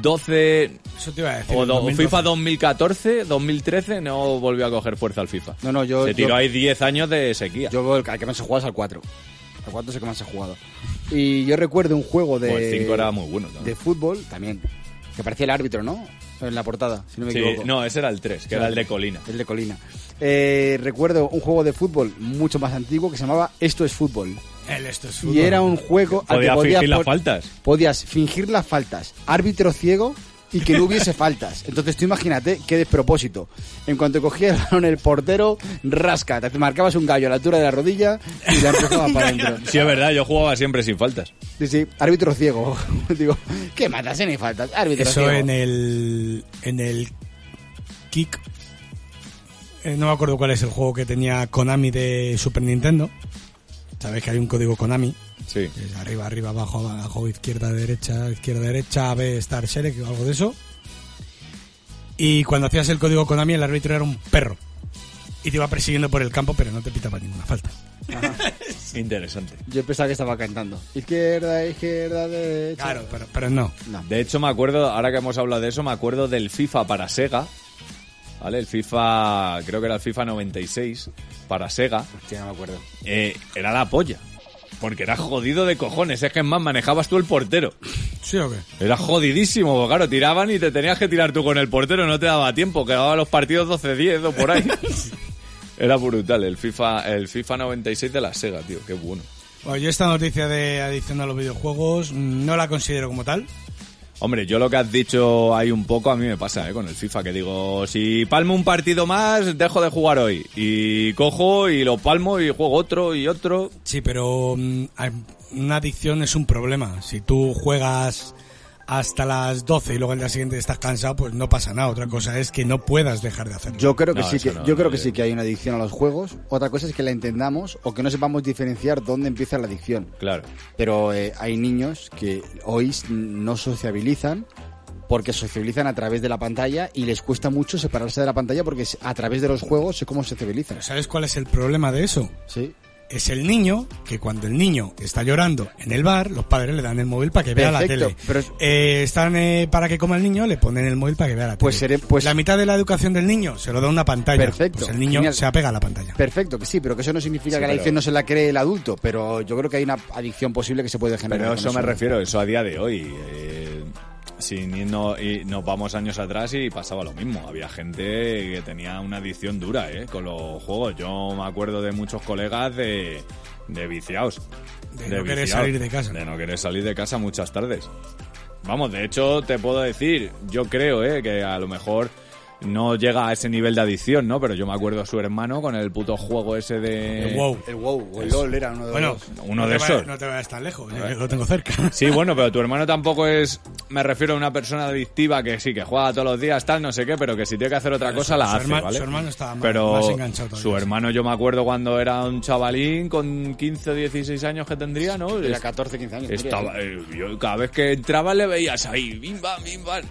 Speaker 1: 2012
Speaker 3: Eso te iba a decir.
Speaker 1: o
Speaker 3: en
Speaker 1: do-
Speaker 3: 2012.
Speaker 1: FIFA 2014, 2013, no volvió a coger fuerza al FIFA.
Speaker 2: No, no, yo-
Speaker 1: Se tiró
Speaker 2: yo-
Speaker 1: ahí 10 años de sequía.
Speaker 2: Yo veo el al que más he jugado es al 4. Al 4 es el que más he jugado. Y yo recuerdo un juego de.
Speaker 1: O el 5 era muy bueno. también.
Speaker 2: De fútbol también. Que parecía el árbitro, ¿no? En la portada, si no me
Speaker 1: Sí,
Speaker 2: equivoco.
Speaker 1: no, ese era el 3, que era el de Colina.
Speaker 2: El de Colina. Eh, recuerdo un juego de fútbol mucho más antiguo que se llamaba Esto es fútbol.
Speaker 3: El esto es fútbol.
Speaker 2: Y era un juego al que
Speaker 1: Podía
Speaker 2: podías
Speaker 1: fingir las
Speaker 2: pon-
Speaker 1: faltas.
Speaker 2: Podías fingir las faltas, árbitro ciego y que no hubiese faltas. Entonces tú imagínate qué despropósito. En cuanto cogía el balón el portero, rasca, te marcabas un gallo a la altura de la rodilla y la empujabas para adentro.
Speaker 1: Sí, es verdad, yo jugaba siempre sin faltas.
Speaker 2: Sí, sí, árbitro ciego. Digo, ¿qué matas en faltas? Árbitro
Speaker 3: Eso
Speaker 2: ciego.
Speaker 3: en el. En el. Kick. eh, no me acuerdo cuál es el juego que tenía Konami de Super Nintendo. Sabéis que hay un código Konami.
Speaker 1: Sí.
Speaker 3: que es Pues arriba, arriba, abajo, abajo, izquierda, derecha, izquierda, derecha, B, Star Select o algo de eso. Y cuando hacías el código Konami, el árbitro era un perro. Y te iba persiguiendo por el campo, pero no te pitaba ninguna falta.
Speaker 1: Interesante.
Speaker 2: Yo pensaba que estaba cantando. Izquierda, izquierda, derecha.
Speaker 3: Claro, pero, pero no.
Speaker 2: No.
Speaker 1: De hecho, me acuerdo, ahora que hemos hablado de eso, me acuerdo del FIFA para Sega. ¿vale? El FIFA, creo que era el FIFA 96 para Sega,
Speaker 2: Hostia, no me acuerdo.
Speaker 1: eh, era la polla. Porque era jodido de cojones, es que es más, manejabas tú el portero.
Speaker 3: ¿Sí o qué?
Speaker 1: Era jodidísimo, porque claro, tiraban y te tenías que tirar tú con el portero, no te daba tiempo, quedaban los partidos 12-10 o por ahí. Era brutal, el FIFA, el FIFA 96 de la Sega, tío, qué bueno.
Speaker 3: Bueno, yo esta noticia de adicción a los videojuegos mm, no la considero como tal.
Speaker 1: Hombre, yo lo que has dicho ahí un poco a mí me pasa, ¿eh? Con el FIFA, que digo, si palmo un partido más, dejo de jugar hoy. Y cojo y lo palmo y juego otro y otro.
Speaker 3: Sí, pero mm, hay- una adicción es un problema. Si tú juegas hasta las 12 y luego el día siguiente estás cansado, pues no pasa nada. Otra cosa es que no puedas dejar de hacerlo.
Speaker 2: Yo creo que
Speaker 1: No,
Speaker 2: sí
Speaker 1: eso
Speaker 2: que
Speaker 1: no,
Speaker 2: yo
Speaker 1: no,
Speaker 2: creo que
Speaker 1: yo-
Speaker 2: sí que hay una adicción a los juegos. Otra cosa es que la entendamos o que no sepamos diferenciar dónde empieza la adicción.
Speaker 1: Claro.
Speaker 2: Pero eh, hay niños que hoy s- no sociabilizan porque sociabilizan a través de la pantalla y les cuesta mucho separarse de la pantalla porque s- a través de los juegos es cómo sociabilizan.
Speaker 3: Pero ¿sabes cuál es el problema de eso?
Speaker 2: Sí.
Speaker 3: Es el niño que cuando el niño está llorando en el bar, los padres le dan el móvil para que vea
Speaker 2: Perfecto,
Speaker 3: la tele.
Speaker 2: pero es-
Speaker 3: Eh, están eh, para que coma el niño, le ponen el móvil para que vea la
Speaker 2: Pues
Speaker 3: tele.
Speaker 2: seré- pues-
Speaker 3: la mitad de la educación del niño se lo da una pantalla.
Speaker 2: Perfecto,
Speaker 3: Pues el niño
Speaker 2: genial.
Speaker 3: se apega a la pantalla.
Speaker 2: Perfecto, que sí, pero que eso no
Speaker 1: Sí,
Speaker 2: significa que la
Speaker 1: pero-
Speaker 2: adicción no se la cree el adulto, pero yo creo que hay una adicción posible que se puede generar.
Speaker 1: Pero
Speaker 2: con
Speaker 1: eso me refiero, eso a día de hoy. eh, si ni- no, y nos vamos años atrás y pasaba lo mismo. Había gente que tenía una adicción dura, ¿eh? Con los juegos. Yo me acuerdo de muchos colegas de, de viciados.
Speaker 3: De no querer
Speaker 1: viciados,
Speaker 3: salir de casa. Eh,
Speaker 1: De no querer salir de casa muchas tardes. Vamos, de hecho, te puedo decir, yo creo, ¿eh? Que a lo mejor no llega a ese nivel de adicción, ¿no? Pero yo me acuerdo a su hermano con el puto juego ese de...
Speaker 3: El wow.
Speaker 2: El WoW o el LOL era uno de
Speaker 3: Bueno,
Speaker 2: los...
Speaker 1: Eh, uno
Speaker 3: no
Speaker 1: de
Speaker 3: te va-
Speaker 1: esos.
Speaker 3: No te vayas tan lejos, yo lo tengo cerca.
Speaker 1: Sí, bueno, pero tu hermano tampoco es, me refiero a una persona adictiva que sí, que juega todos los días, tal, no sé qué, pero que si tiene que hacer otra
Speaker 3: Claro,
Speaker 1: cosa
Speaker 3: su-
Speaker 1: la
Speaker 3: su
Speaker 1: hace,
Speaker 3: herma-
Speaker 1: ¿vale?
Speaker 3: su hermano estaba más-
Speaker 1: pero
Speaker 3: más enganchado todavía,
Speaker 1: Su
Speaker 3: sí.
Speaker 1: hermano yo me acuerdo cuando era un chavalín con 15 o 16 años que tendría, ¿no?
Speaker 2: Era
Speaker 1: Es-
Speaker 2: 14, 15 años.
Speaker 1: Estaba, eh, yo cada vez que entraba le veías ahí, bim, bam, bim, bam.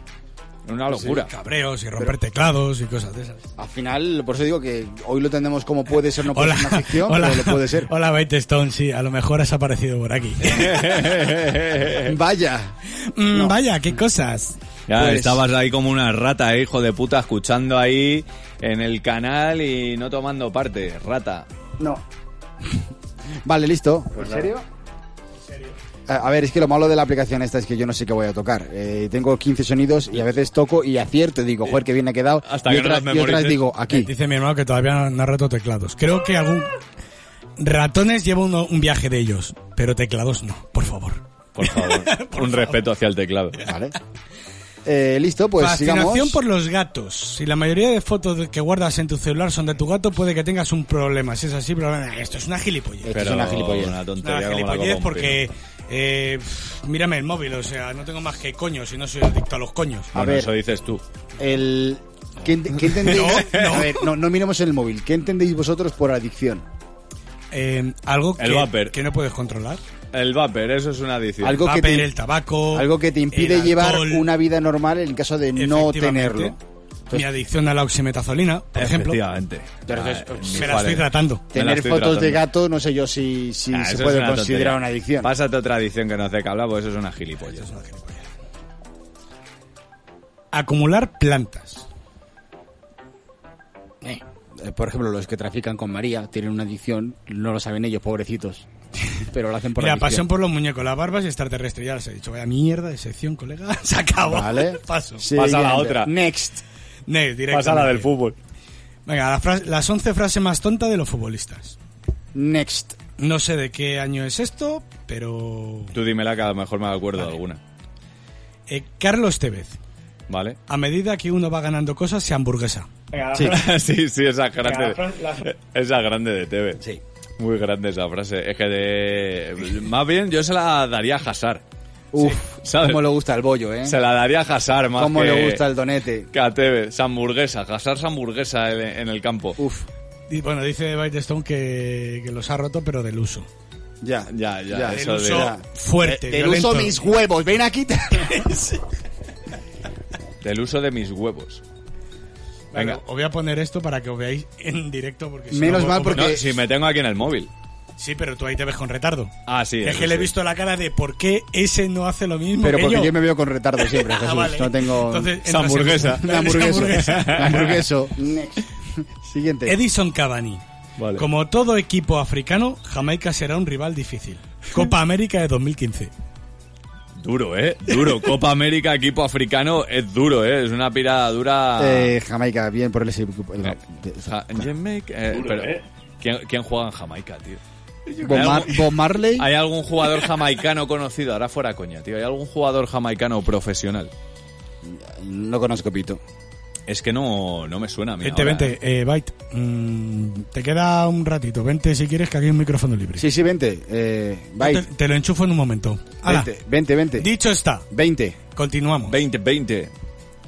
Speaker 1: Era Una locura.
Speaker 3: Cabreos y romper teclados y cosas de esas.
Speaker 2: Al final, por eso digo que hoy lo tendemos como puede ser, no puede ser pues, una ficción,
Speaker 3: hola,
Speaker 2: pero lo puede ser.
Speaker 3: hola, Byte Stone, sí, a lo mejor has aparecido por aquí.
Speaker 1: Eh.
Speaker 2: Vaya.
Speaker 3: Mm, Vaya, qué cosas.
Speaker 1: Ya
Speaker 2: Pues-
Speaker 1: estabas ahí como una rata, eh, hijo de puta, escuchando ahí en el canal y no tomando parte, rata.
Speaker 2: No. Vale, listo. ¿En serio? A a ver, es que lo malo de la aplicación esta es que yo no sé qué voy a tocar. Eh, tengo 15 sonidos y a veces toco y acierto y digo, joder, qué bien ha quedado.
Speaker 1: Hasta
Speaker 2: y,
Speaker 1: que no
Speaker 2: otras,
Speaker 1: las
Speaker 2: y otras
Speaker 1: memorices.
Speaker 2: digo, aquí.
Speaker 3: Dice mi hermano que todavía no ha roto teclados. Creo que algún ratones lleva uno- un viaje de ellos, pero teclados no, por favor.
Speaker 1: Por favor, un respeto hacia el teclado.
Speaker 2: Vale. Eh, listo, pues
Speaker 3: Fascinación
Speaker 2: sigamos.
Speaker 3: por los gatos. Si la mayoría de fotos de- que guardas en tu celular son de tu gato, puede que tengas un problema. Si es así, pero bueno, esto es una gilipollez.
Speaker 2: Esto es una gilipollez.
Speaker 1: una tontería
Speaker 3: Nada,
Speaker 1: como la
Speaker 3: gilipollez
Speaker 1: copa de un
Speaker 3: porque eh, pff, mírame el móvil, o sea, no tengo más que coños y no soy adicto a los coños.
Speaker 1: pino. Bueno,
Speaker 2: ver.
Speaker 1: eso dices tú.
Speaker 2: El... ¿Qué, ent- qué entendéis?
Speaker 3: No, no.
Speaker 2: A ver, no, no miremos en el móvil. ¿Qué entendéis vosotros por adicción?
Speaker 3: Eh, algo
Speaker 1: El
Speaker 3: que,
Speaker 1: vapor.
Speaker 3: que no puedes controlar.
Speaker 1: El vapor, eso es una adicción.
Speaker 2: Algo que
Speaker 3: vapor,
Speaker 2: te,
Speaker 3: el
Speaker 1: Oh,
Speaker 3: tabaco.
Speaker 2: algo que te impide
Speaker 3: el
Speaker 2: llevar
Speaker 3: alcohol,
Speaker 2: una vida normal en caso de no
Speaker 3: efectivamente.
Speaker 2: tenerlo.
Speaker 3: Mi adicción a la oximetazolina, por ejemplo.
Speaker 1: Efectivamente.
Speaker 2: Pero
Speaker 1: Ah,
Speaker 2: es-
Speaker 3: Me
Speaker 1: ni
Speaker 3: la estoy
Speaker 1: Juárez.
Speaker 3: tratando.
Speaker 1: Me la
Speaker 2: Tener
Speaker 1: estoy
Speaker 2: fotos de
Speaker 1: tratando.
Speaker 2: gato, no sé yo si, si
Speaker 1: Ah, eso
Speaker 2: Mm, se
Speaker 1: es
Speaker 2: puede
Speaker 1: una
Speaker 2: considerar
Speaker 1: tontería.
Speaker 2: una adicción.
Speaker 1: Pásate otra adicción que no hace que hablar, pues eso es una gilipollas.
Speaker 3: Acumular plantas.
Speaker 2: Eh, eh, Por ejemplo, los que trafican con María tienen una adicción, no lo saben ellos, pobrecitos. Pero lo hacen por
Speaker 3: la
Speaker 2: adicción.
Speaker 3: pasión por los muñecos, las barbas y extraterrestre. Ya les he dicho, vaya mierda de sección, colega. Se acabó.
Speaker 2: Vale.
Speaker 3: Paso.
Speaker 1: Pasa a la
Speaker 2: Siguiente.
Speaker 1: otra.
Speaker 2: Next.
Speaker 3: Next, directamente.
Speaker 1: Pasa la del fútbol.
Speaker 3: Venga, la fra- las 11 frases más tontas de los futbolistas.
Speaker 2: Next.
Speaker 3: No sé de qué año es esto, pero...
Speaker 1: Tú dímela que a lo mejor me acuerdo de alguna.
Speaker 3: Eh, Carlos Tevez.
Speaker 1: ¿Vale?
Speaker 3: A medida que uno va ganando cosas, se hamburguesa.
Speaker 2: Sí.
Speaker 1: sí, sí, esa es grande. Esa es grande de TV. Sí. Muy grande esa frase. Es que de. Más bien yo se la daría a Hazard.
Speaker 2: Uf,
Speaker 1: ¿sabes?
Speaker 2: cómo le gusta el bollo, ¿eh?
Speaker 1: Se la daría a Hazard más
Speaker 2: Cómo
Speaker 1: que.
Speaker 2: le gusta el donete.
Speaker 1: Que a TV. Hamburguesa. Hazard hamburguesa en, en el campo.
Speaker 2: Uf,
Speaker 3: Y bueno, dice Byte Stone que, que los ha roto, pero del uso.
Speaker 2: ya.
Speaker 1: Ya, ya,
Speaker 2: Ya,
Speaker 3: Del
Speaker 1: eso de-
Speaker 3: uso
Speaker 2: ya.
Speaker 3: fuerte,
Speaker 2: Te
Speaker 3: violento.
Speaker 2: uso mis huevos, ven aquí.
Speaker 1: Del uso de mis huevos.
Speaker 3: Venga,
Speaker 1: Venga.
Speaker 3: os voy a poner esto para que os veáis en directo. Porque si
Speaker 2: Menos
Speaker 3: no,
Speaker 2: mal
Speaker 3: os-
Speaker 2: porque-
Speaker 1: No, si me tengo aquí en el móvil.
Speaker 3: Sí, pero tú ahí te ves con retardo.
Speaker 1: Ah, sí.
Speaker 3: es
Speaker 1: eso
Speaker 3: que le he
Speaker 1: sí.
Speaker 3: visto la cara de por qué ese no hace lo mismo
Speaker 2: Pero
Speaker 3: que
Speaker 2: porque
Speaker 3: yo.
Speaker 2: yo me veo con retardo siempre,
Speaker 3: Ah,
Speaker 2: Jesús.
Speaker 3: vale.
Speaker 2: No tengo.
Speaker 3: Entonces,
Speaker 1: Esa
Speaker 3: entras en-
Speaker 1: hamburguesa.
Speaker 2: Una hamburguesa. Una hamburguesa. Next. Eh, Siguiente.
Speaker 3: Edison Cavani.
Speaker 1: Vale.
Speaker 3: Como todo equipo africano, Jamaica será un rival difícil. Copa América de 2015.
Speaker 1: Duro, ¿eh? Duro. Copa América, equipo africano, es duro, ¿eh? Es una pirada dura.
Speaker 2: Eh, Jamaica, bien por el ese equipo. El-
Speaker 1: Eh, Ja- Jamaica, eh,
Speaker 4: Duro,
Speaker 1: pero-
Speaker 4: ¿eh?
Speaker 1: ¿quién, quién juega en Jamaica, tío?
Speaker 2: Bob, Mar- Bob Marley.
Speaker 1: ¿Hay algún jugador jamaicano conocido? Ahora fuera coña, tío. ¿Hay algún jugador jamaicano profesional?
Speaker 2: No conozco Pito.
Speaker 1: Es que no, no me suena a mí.
Speaker 3: Vente,
Speaker 1: ahora.
Speaker 3: vente, eh, Byte. Mm, te queda un ratito. Vente si quieres, que aquí hay un micrófono libre.
Speaker 2: Sí, sí, 20. Eh,
Speaker 3: Te,
Speaker 2: Byte.
Speaker 3: te lo enchufo en un momento. Ala,
Speaker 2: 20, 20, 20.
Speaker 3: dicho está,
Speaker 2: 20.
Speaker 3: continuamos.
Speaker 1: 20, 20.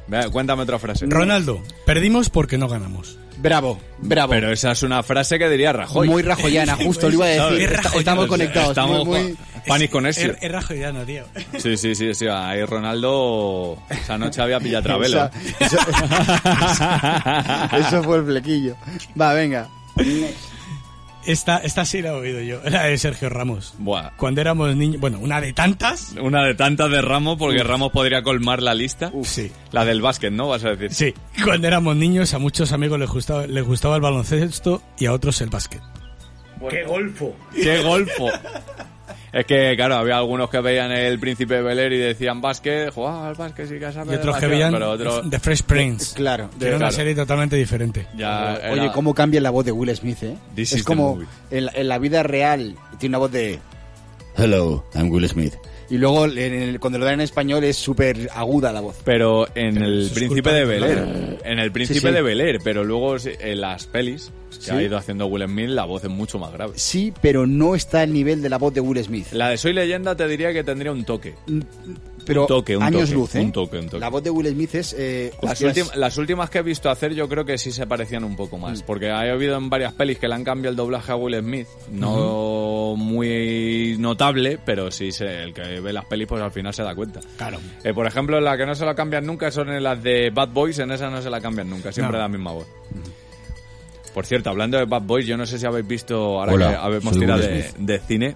Speaker 1: Ve, Cuéntame otra frase.
Speaker 3: Ronaldo, perdimos porque no ganamos.
Speaker 2: Bravo, bravo.
Speaker 1: Pero esa es una frase que diría Rajoy.
Speaker 2: Muy rajoyana, justo lo iba a decir.
Speaker 3: Es
Speaker 2: Está-
Speaker 3: rajoyano,
Speaker 2: estamos
Speaker 3: sí.
Speaker 2: conectados.
Speaker 1: Estamos
Speaker 2: muy, muy-
Speaker 1: pa- panis con
Speaker 3: Es,
Speaker 1: eso.
Speaker 3: es rajoyano, tío.
Speaker 1: Sí, sí, sí, sí. Ahí Ronaldo esa noche había
Speaker 2: O
Speaker 1: pillatravelo.
Speaker 2: sea, eso, eso fue el flequillo. Va, venga.
Speaker 3: Esta, esta sí la he oído yo. La de Sergio Ramos.
Speaker 1: Buah.
Speaker 3: Cuando éramos niños. Bueno, una de tantas.
Speaker 1: Una de tantas de Ramos, porque Ramos podría colmar la lista.
Speaker 3: Sí.
Speaker 1: La del básquet, ¿no? Vas a decir.
Speaker 3: Sí, cuando éramos niños a muchos amigos les gustaba, les gustaba el baloncesto y a otros el básquet.
Speaker 1: Ah,
Speaker 4: ¡Qué golfo!
Speaker 1: ¡Qué golfo! Es que, claro, había algunos que veían el príncipe Beler y decían básquet, jugaba al básquet, sí que sabe
Speaker 3: Y otros
Speaker 1: de
Speaker 3: que
Speaker 1: básquet",
Speaker 3: veían
Speaker 1: Pero otros.
Speaker 3: The Fresh Prince,
Speaker 2: Claro.
Speaker 3: que era una
Speaker 1: claro.
Speaker 3: serie totalmente diferente.
Speaker 1: Ya era-
Speaker 2: Oye, ¿cómo cambia la voz de Will Smith, eh?
Speaker 1: This is
Speaker 2: es
Speaker 1: the
Speaker 2: como
Speaker 1: movie.
Speaker 2: en, en la vida real tiene una voz de Hello, I'm Will Smith. Y luego en el- cuando lo dan en español es súper aguda la voz.
Speaker 1: Pero en el
Speaker 3: es
Speaker 1: príncipe
Speaker 3: culpa
Speaker 1: de
Speaker 3: de
Speaker 1: Beler. En el príncipe
Speaker 2: sí.
Speaker 1: de Beler, pero luego sí, en las pelis que
Speaker 2: Sí.
Speaker 1: ha ido haciendo Will Smith, la voz es mucho más grave.
Speaker 2: Sí, pero no está al nivel de la voz de Will Smith.
Speaker 1: La de Soy Leyenda te diría que tendría un toque.
Speaker 2: Pero
Speaker 1: un toque, un
Speaker 2: años
Speaker 1: toque,
Speaker 2: luz, ¿eh?
Speaker 1: un toque, un toque. este
Speaker 2: La voz de Will Smith es... eh,
Speaker 1: Las,
Speaker 2: hostias,
Speaker 1: últim- las últimas que he visto hacer yo creo que sí se parecían un poco más, porque ha habido en varias pelis que le han cambiado el doblaje a Will Smith, no muy notable, pero sí se- el que ve las pelis pues al final se da cuenta.
Speaker 3: Claro.
Speaker 1: Eh, por ejemplo, la que no se la cambian nunca son en las de Bad Boys, en esa no se la cambian nunca, siempre
Speaker 3: No.
Speaker 1: la misma voz. Por cierto, hablando de Bad Boys, yo no sé si habéis visto, ahora
Speaker 2: Hola,
Speaker 1: que habemos
Speaker 2: soy
Speaker 1: tirado
Speaker 2: Will
Speaker 1: de,
Speaker 2: Smith.
Speaker 1: de cine,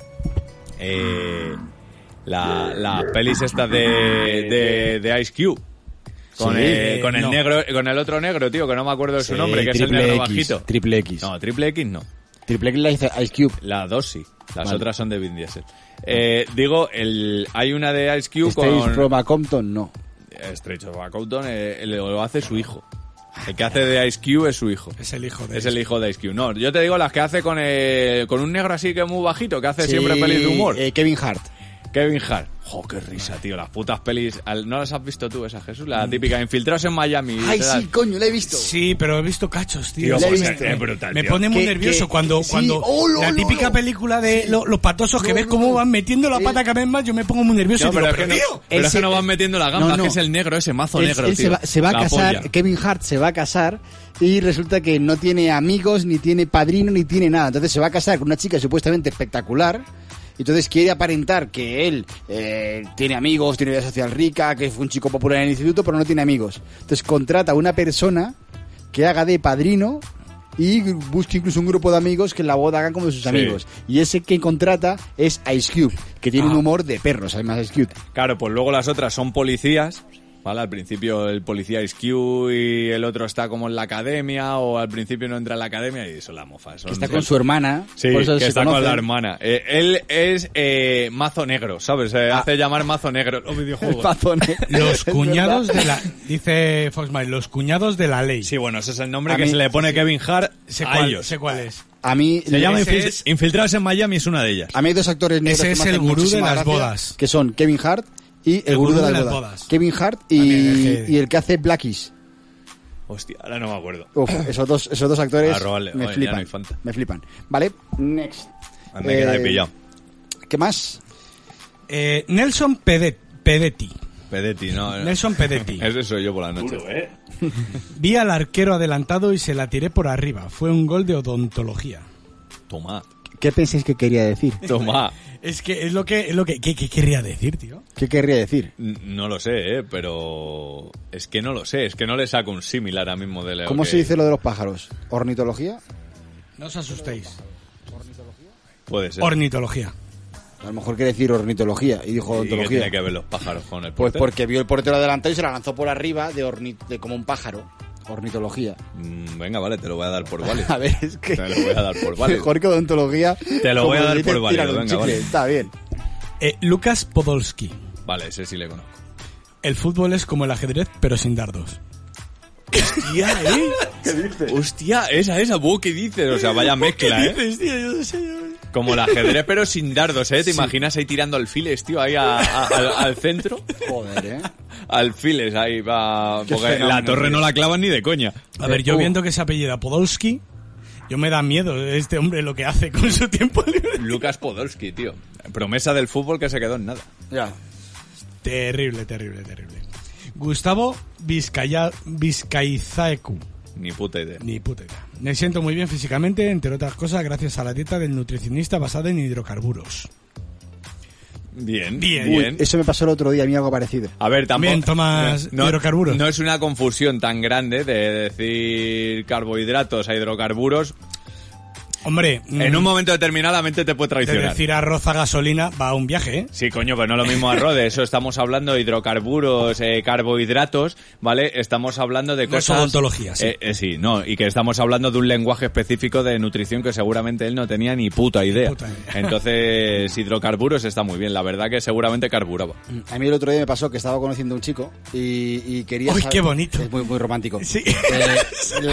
Speaker 1: eh, la- las pelis estas de, de, de Ice Cube. Con,
Speaker 2: Sí.
Speaker 1: el, con el
Speaker 3: No.
Speaker 1: negro, con el otro negro, tío, que no me acuerdo de su
Speaker 2: Sí,
Speaker 1: nombre, que es el
Speaker 2: Triple
Speaker 1: negro
Speaker 2: X,
Speaker 1: bajito.
Speaker 2: Triple X.
Speaker 1: No, triple X no.
Speaker 2: Triple X la hizo Ice Cube.
Speaker 1: La dos sí. Las
Speaker 2: Vale.
Speaker 1: otras son de Vin Diesel. Eh, digo, el, hay una de Ice Cube
Speaker 2: Stace
Speaker 1: con...
Speaker 2: Roma Compton, no.
Speaker 1: Estrecho Bacauton eh, lo hace su hijo. El que hace de Ice Cube es su hijo.
Speaker 3: Es el hijo de
Speaker 1: Es el hijo de Ice Cube. No, yo te digo las que hace con, eh, con un negro así que es muy bajito, que hace siempre
Speaker 2: Sí,
Speaker 1: pelis de humor.
Speaker 2: eh, Kevin Hart.
Speaker 1: Kevin Hart. Jo, qué risa, tío. Las putas pelis. al- ¿No las has visto tú esas, Jesús? La típica, infiltrados en Miami.
Speaker 2: Mm. Ay,
Speaker 1: ¿verdad?
Speaker 2: sí, coño, la he visto.
Speaker 3: Sí, pero he visto cachos, tío.
Speaker 1: Tío,
Speaker 2: la he
Speaker 1: pues,
Speaker 2: visto.
Speaker 1: es brutal,
Speaker 3: Me
Speaker 1: tío.
Speaker 3: pone muy
Speaker 2: Que-
Speaker 3: nervioso
Speaker 2: que-
Speaker 3: cuando,
Speaker 2: sí,
Speaker 3: cuando
Speaker 2: oh, lo,
Speaker 3: la
Speaker 2: lo,
Speaker 3: típica
Speaker 2: lo.
Speaker 3: película de lo- los patosos que
Speaker 2: No,
Speaker 3: ves
Speaker 2: no,
Speaker 3: cómo
Speaker 2: no.
Speaker 3: van metiendo la
Speaker 2: Sí.
Speaker 3: pata cada vez más, yo me pongo muy nervioso y
Speaker 1: No,
Speaker 3: digo,
Speaker 1: pero es que
Speaker 3: pero,
Speaker 1: no,
Speaker 3: tío,
Speaker 1: pero es que
Speaker 2: Ese-
Speaker 1: no van metiendo la gamba,
Speaker 2: No, no.
Speaker 1: que es el negro, ese mazo
Speaker 2: Él-
Speaker 1: negro,
Speaker 2: él se
Speaker 1: tío.
Speaker 2: va, se va a
Speaker 1: La
Speaker 2: casar,
Speaker 1: polla.
Speaker 2: Kevin Hart se va a casar y resulta que no tiene amigos, ni tiene padrino, ni tiene nada. Entonces se va a casar con una chica supuestamente espectacular. Entonces quiere aparentar que él eh, tiene amigos, tiene vida social rica, que fue un chico popular en el instituto, pero no tiene amigos. Entonces contrata a una persona que haga de padrino y busca incluso un grupo de amigos que en la boda hagan como sus amigos. Y ese que contrata es Ice Cube, que
Speaker 1: Ah.
Speaker 2: tiene un humor de perros, además Ice Cube.
Speaker 1: Claro, pues luego las otras son policías. ¿Vale? Al principio el policía es Q y el otro está como en la academia o al principio no entra en la academia y son la mofa. son-
Speaker 2: Que está con su hermana.
Speaker 1: Sí,
Speaker 2: por eso
Speaker 1: que
Speaker 2: se
Speaker 1: está con la
Speaker 2: conocen.
Speaker 1: hermana. Eh, él es eh, mazo negro, ¿sabes? Se
Speaker 2: Ah.
Speaker 1: hace llamar mazo negro los videojuegos.
Speaker 2: ¿eh?
Speaker 3: los cuñados de la... Dice Foxman, los cuñados de la ley.
Speaker 1: Sí, bueno, ese es el nombre
Speaker 2: A
Speaker 1: que
Speaker 2: mí-
Speaker 1: se le pone Kevin Hart
Speaker 3: Sé
Speaker 1: a
Speaker 3: cuál-
Speaker 1: ellos.
Speaker 3: sé cuál es.
Speaker 2: A mí,
Speaker 1: Se llama
Speaker 3: Ese
Speaker 1: Infil-
Speaker 3: es-
Speaker 1: Infiltrados en Miami, es una de ellas.
Speaker 2: a mí hay dos actores negros
Speaker 3: Ese
Speaker 2: que
Speaker 3: es
Speaker 2: me
Speaker 3: el
Speaker 2: hacen
Speaker 3: gurú de
Speaker 2: muchísima
Speaker 3: las
Speaker 2: gracia,
Speaker 3: bodas.
Speaker 2: Que son Kevin Hart y el, gurú de las, bodas. Kevin Hart y,
Speaker 3: También es que-
Speaker 2: y el que hace Blackies.
Speaker 1: Hostia, ahora no me acuerdo.
Speaker 2: Uf, esos dos, esos dos actores
Speaker 1: Ah, róbale, oye, ya
Speaker 2: me
Speaker 1: no
Speaker 2: flipan.
Speaker 1: hay falta.
Speaker 2: me flipan. Vale, next.
Speaker 1: Me quedé
Speaker 2: Eh,
Speaker 1: pillado.
Speaker 2: ¿Qué más?
Speaker 3: Eh, Nelson Pedet- Pedetti.
Speaker 1: Pedetti, no. no.
Speaker 3: Nelson Pedetti.
Speaker 1: Ese soy yo por la noche.
Speaker 4: Duro, ¿eh?
Speaker 3: Vi al arquero adelantado y se la tiré por arriba. Fue un gol de odontología.
Speaker 1: Toma,
Speaker 2: ¿Qué pensáis que quería decir?
Speaker 1: toma.
Speaker 3: Es que es lo que es lo que, ¿qué- qué querría decir, tío.
Speaker 2: ¿Qué querría decir?
Speaker 1: N- No lo sé, ¿eh? pero es que no lo sé, es que no le saco un similar ahora mismo de Leo.
Speaker 2: ¿Cómo
Speaker 1: que-
Speaker 2: se dice lo de los pájaros? ¿Ornitología?
Speaker 3: No os asustéis.
Speaker 1: Puede ser.
Speaker 3: Ornitología.
Speaker 2: A lo mejor quiere decir ornitología y
Speaker 1: ¿Y
Speaker 2: dijo
Speaker 1: qué
Speaker 2: odontología.
Speaker 1: tiene que ver los pájaros con el
Speaker 2: Pues
Speaker 1: portero?
Speaker 2: porque vio el portero adelantado y se la lanzó por arriba de, orni- de como un pájaro. Ornitología.
Speaker 1: Mm, venga, vale, te lo voy a dar por válido.
Speaker 2: A ver, es que.
Speaker 1: Te lo voy a dar por válido.
Speaker 2: Mejor que odontología.
Speaker 1: Te lo voy a
Speaker 2: como
Speaker 1: dar
Speaker 2: dices,
Speaker 1: por válido,
Speaker 2: tíralo un
Speaker 1: venga,
Speaker 2: chicle.
Speaker 1: vale.
Speaker 2: Está bien.
Speaker 3: Eh, Lucas Podolski.
Speaker 1: Vale, ese sí le conozco.
Speaker 3: El fútbol es como el ajedrez, pero sin dardos.
Speaker 1: Hostia, ¿eh?
Speaker 4: ¿Qué dices?
Speaker 1: Hostia, esa, esa, buh, ¿qué dices? O sea, vaya mezcla, ¿eh? Como el ajedrez, pero sin dardos, ¿eh? ¿Te imaginas ahí tirando alfiles, tío, ahí a- a- al, al centro?
Speaker 2: Joder, eh.
Speaker 1: Alfiles, ahí va...
Speaker 2: Qué
Speaker 1: Porque la
Speaker 2: fenómeno,
Speaker 1: torre
Speaker 2: tío.
Speaker 1: no la clavan ni de coña.
Speaker 3: A ver, yo
Speaker 2: Uh.
Speaker 3: viendo que se apellida Podolski, yo me da miedo este hombre lo que hace con su tiempo libre.
Speaker 1: Lucas Podolski, tío. Promesa del fútbol que se quedó en nada.
Speaker 2: Ya.
Speaker 3: Terrible, terrible, terrible. Gustavo Vizcaya, Vizcaizaecu.
Speaker 1: Ni puta idea.
Speaker 3: Ni puta idea. Me siento muy bien físicamente, entre otras cosas, gracias a la dieta del nutricionista basada en hidrocarburos.
Speaker 1: Bien,
Speaker 3: Bien.
Speaker 1: bien.
Speaker 2: Uy, eso me pasó el otro día, a mí algo parecido.
Speaker 1: A ver, tampoco.
Speaker 3: Bien, tomas hidrocarburos.
Speaker 1: No es una confusión tan grande de decir carbohidratos a hidrocarburos.
Speaker 3: Hombre,
Speaker 1: En
Speaker 3: mm,
Speaker 1: un momento determinado la mente te puede
Speaker 3: de
Speaker 1: traicionar.
Speaker 3: decir arroz a gasolina va a un viaje, ¿eh?
Speaker 1: Sí, coño, pero no lo mismo arroz, de eso estamos hablando de hidrocarburos, eh, carbohidratos, ¿vale? Estamos hablando de
Speaker 3: No es
Speaker 1: cosas...
Speaker 3: odontología, sí.
Speaker 1: Eh, eh, sí, no, y que estamos hablando de un lenguaje específico de nutrición que seguramente él no tenía ni puta idea.
Speaker 3: Puta idea.
Speaker 1: Entonces, hidrocarburos está muy bien, la verdad que seguramente carburaba.
Speaker 2: Mm, A mí el otro día me pasó que estaba conociendo a un chico y, y quería.
Speaker 3: Uy,
Speaker 2: saber-
Speaker 3: qué bonito.
Speaker 2: Es muy, muy romántico.
Speaker 3: Sí.
Speaker 2: Eh,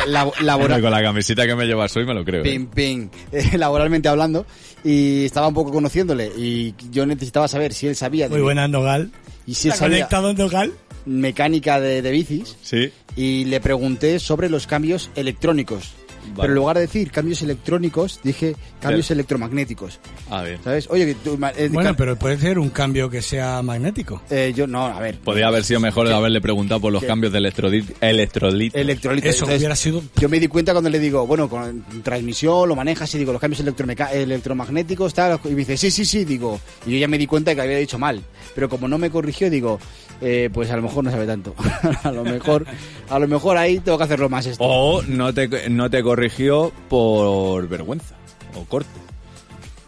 Speaker 2: la- labora-
Speaker 1: Hombre, Con la camiseta que me llevas hoy me lo creo. ¿eh?
Speaker 2: Ping, ping, eh, laboralmente hablando, y estaba un poco conociéndole, y yo necesitaba saber si él sabía de
Speaker 3: Muy buena Nogal.
Speaker 2: y si él
Speaker 3: ¿Está
Speaker 2: sabía
Speaker 3: conectado Nogal?
Speaker 2: mecánica de, de bicis,
Speaker 1: Sí.
Speaker 2: y le pregunté sobre los cambios electrónicos.
Speaker 1: Vale.
Speaker 2: Pero en lugar de decir cambios electrónicos, dije cambios
Speaker 1: Claro.
Speaker 2: electromagnéticos.
Speaker 1: A ver.
Speaker 2: ¿Sabes? Oye, que tú, ma- eh,
Speaker 3: Bueno,
Speaker 2: ca-
Speaker 3: pero puede ser un cambio que sea magnético.
Speaker 2: eh, yo no, a ver.
Speaker 1: Podría haber sido mejor de haberle preguntado por los
Speaker 2: ¿Qué?
Speaker 1: cambios de electrodi- electrolitos.
Speaker 2: Electrolito.
Speaker 3: Eso
Speaker 2: Entonces,
Speaker 3: hubiera sido...
Speaker 2: Yo me di cuenta cuando le digo, bueno, con transmisión lo manejas y digo, los cambios electromeca- electromagnéticos, tal, y me dice, sí, sí, sí, digo, y yo ya me di cuenta que había dicho mal, pero como no me corrigió, digo, eh, pues a lo mejor no sabe tanto, a lo mejor, a lo mejor ahí tengo que hacerlo más esto.
Speaker 1: O no te, no te corrigió por vergüenza o corte.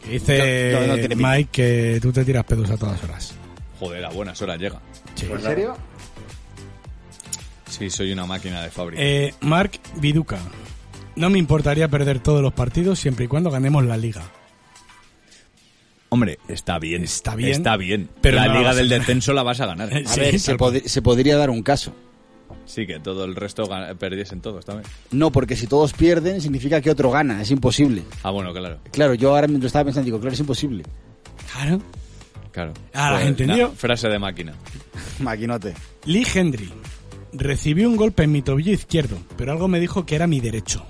Speaker 3: que Dice
Speaker 2: No, no, no tiene pinta.
Speaker 3: Mike que tú te tiras pedos a todas horas.
Speaker 1: Joder, a buenas horas llega. pues
Speaker 2: ¿En serio?
Speaker 1: Sí, soy una máquina de fábrica.
Speaker 3: Eh, Mark Viduca. No me importaría perder todos los partidos siempre y cuando ganemos la liga.
Speaker 1: Hombre, está bien.
Speaker 3: Está bien.
Speaker 1: Está bien.
Speaker 3: Pero
Speaker 1: la
Speaker 3: no la
Speaker 1: liga
Speaker 3: vas a
Speaker 1: del
Speaker 3: ganar.
Speaker 1: descenso la vas a ganar.
Speaker 2: A
Speaker 3: Sí,
Speaker 2: ver,
Speaker 3: tal
Speaker 2: se,
Speaker 3: cual.
Speaker 2: pod- se podría dar un caso.
Speaker 1: Sí, que todo el resto gan- perdiesen todos también.
Speaker 2: No, porque si todos pierden, significa que otro gana, es imposible.
Speaker 1: Ah, bueno, claro.
Speaker 2: Claro, yo ahora lo estaba pensando, digo, claro, es imposible.
Speaker 3: Claro.
Speaker 1: Claro. Pues,
Speaker 3: Ah, ¿la has entendido?
Speaker 1: na, frase de máquina.
Speaker 2: Maquinote.
Speaker 3: Lee Hendry. Recibí un golpe en mi tobillo izquierdo, pero algo me dijo que era mi derecho.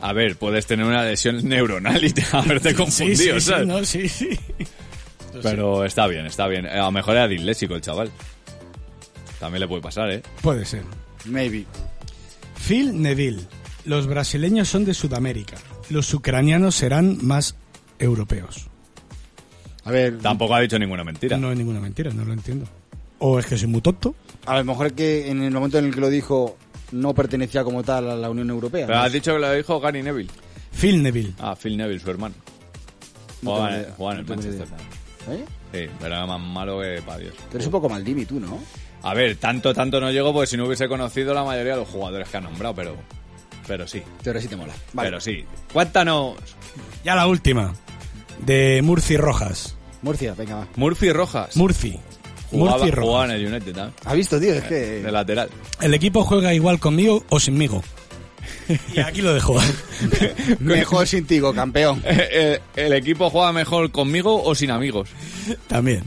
Speaker 1: A ver, puedes tener una lesión neuronal y te, haberte confundido,
Speaker 3: sí, sí,
Speaker 1: ¿sabes?
Speaker 3: no, sí, sí.
Speaker 1: Pero está bien, está bien. Eh, A lo mejor era disléxico el chaval. También le puede pasar, ¿eh?
Speaker 3: Puede ser.
Speaker 2: Maybe.
Speaker 3: Phil Neville. Los brasileños son de Sudamérica. Los ucranianos serán más europeos.
Speaker 2: A ver,
Speaker 1: Tampoco ha dicho ninguna mentira.
Speaker 3: No es ninguna mentira, no lo entiendo. O es que soy muy tonto.
Speaker 2: A lo mejor que en el momento en el que lo dijo no pertenecía como tal a la Unión Europea.
Speaker 1: Pero
Speaker 2: ¿no?
Speaker 1: has dicho que lo dijo Gary Neville.
Speaker 3: Phil Neville.
Speaker 1: Ah, Phil Neville, su hermano.
Speaker 2: No
Speaker 1: Juega
Speaker 2: tengo
Speaker 1: en-
Speaker 2: idea,
Speaker 1: juega en
Speaker 2: no
Speaker 1: el
Speaker 2: tengo
Speaker 1: Manchester.
Speaker 2: idea. ¿Eh?
Speaker 1: Sí, pero era más malo que para Dios.
Speaker 2: Pero es un poco Maldini tú, ¿no?
Speaker 1: A ver, tanto, tanto no llego porque si no hubiese conocido la mayoría de los jugadores que ha nombrado, pero. Pero sí.
Speaker 2: Pero ahora sí te mola.
Speaker 1: Pero sí. Cuéntanos.
Speaker 3: Ya la última. De Murphy Rojas.
Speaker 2: Murcia, venga, va.
Speaker 1: Murphy Rojas.
Speaker 3: Murphy.
Speaker 1: jugaba,
Speaker 3: Murphy
Speaker 1: jugaba
Speaker 3: Rojas.
Speaker 1: en el United también.
Speaker 2: ¿Has visto, tío? Es que...
Speaker 1: Eh, De lateral.
Speaker 3: El equipo juega igual conmigo o sinmigo. Y aquí lo dejo.
Speaker 2: Mejor sin tigo, campeón.
Speaker 1: Eh, eh, ¿El equipo juega mejor conmigo o sin amigos?
Speaker 3: También.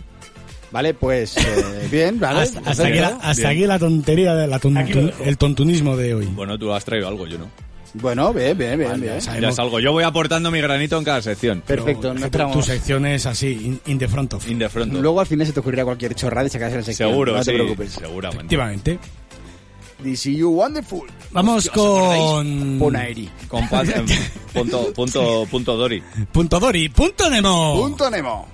Speaker 2: Vale, pues eh, bien, vale.
Speaker 3: Hasta, hasta aquí, la, hasta
Speaker 1: Bien.
Speaker 3: aquí la tontería, de la tontu- el tontunismo de hoy.
Speaker 1: Bueno, tú has traído algo, yo no.
Speaker 2: Bueno, bien, bien, bien.
Speaker 3: o
Speaker 2: bien.
Speaker 3: sea,
Speaker 1: Ya
Speaker 3: Sabemos-
Speaker 1: salgo. Yo voy aportando mi granito en cada sección.
Speaker 2: Perfecto,
Speaker 3: es
Speaker 2: no
Speaker 3: que tu, tu
Speaker 2: esperamos.
Speaker 3: sección es así, in, in the front of.
Speaker 1: In the front.
Speaker 2: Luego al final se te ocurrirá cualquier chorrada y sacarás la sección.
Speaker 1: Seguro,
Speaker 2: no te
Speaker 1: sí,
Speaker 2: preocupes.
Speaker 1: Seguramente.
Speaker 3: Efectivamente.
Speaker 2: DCU Wonderful.
Speaker 3: Vamos
Speaker 2: Mm.
Speaker 3: con...
Speaker 2: Ponaeri.
Speaker 1: Con pa- eh, punto, punto, punto Dori.
Speaker 3: Punto Dori, punto Nemo.
Speaker 2: Punto Nemo.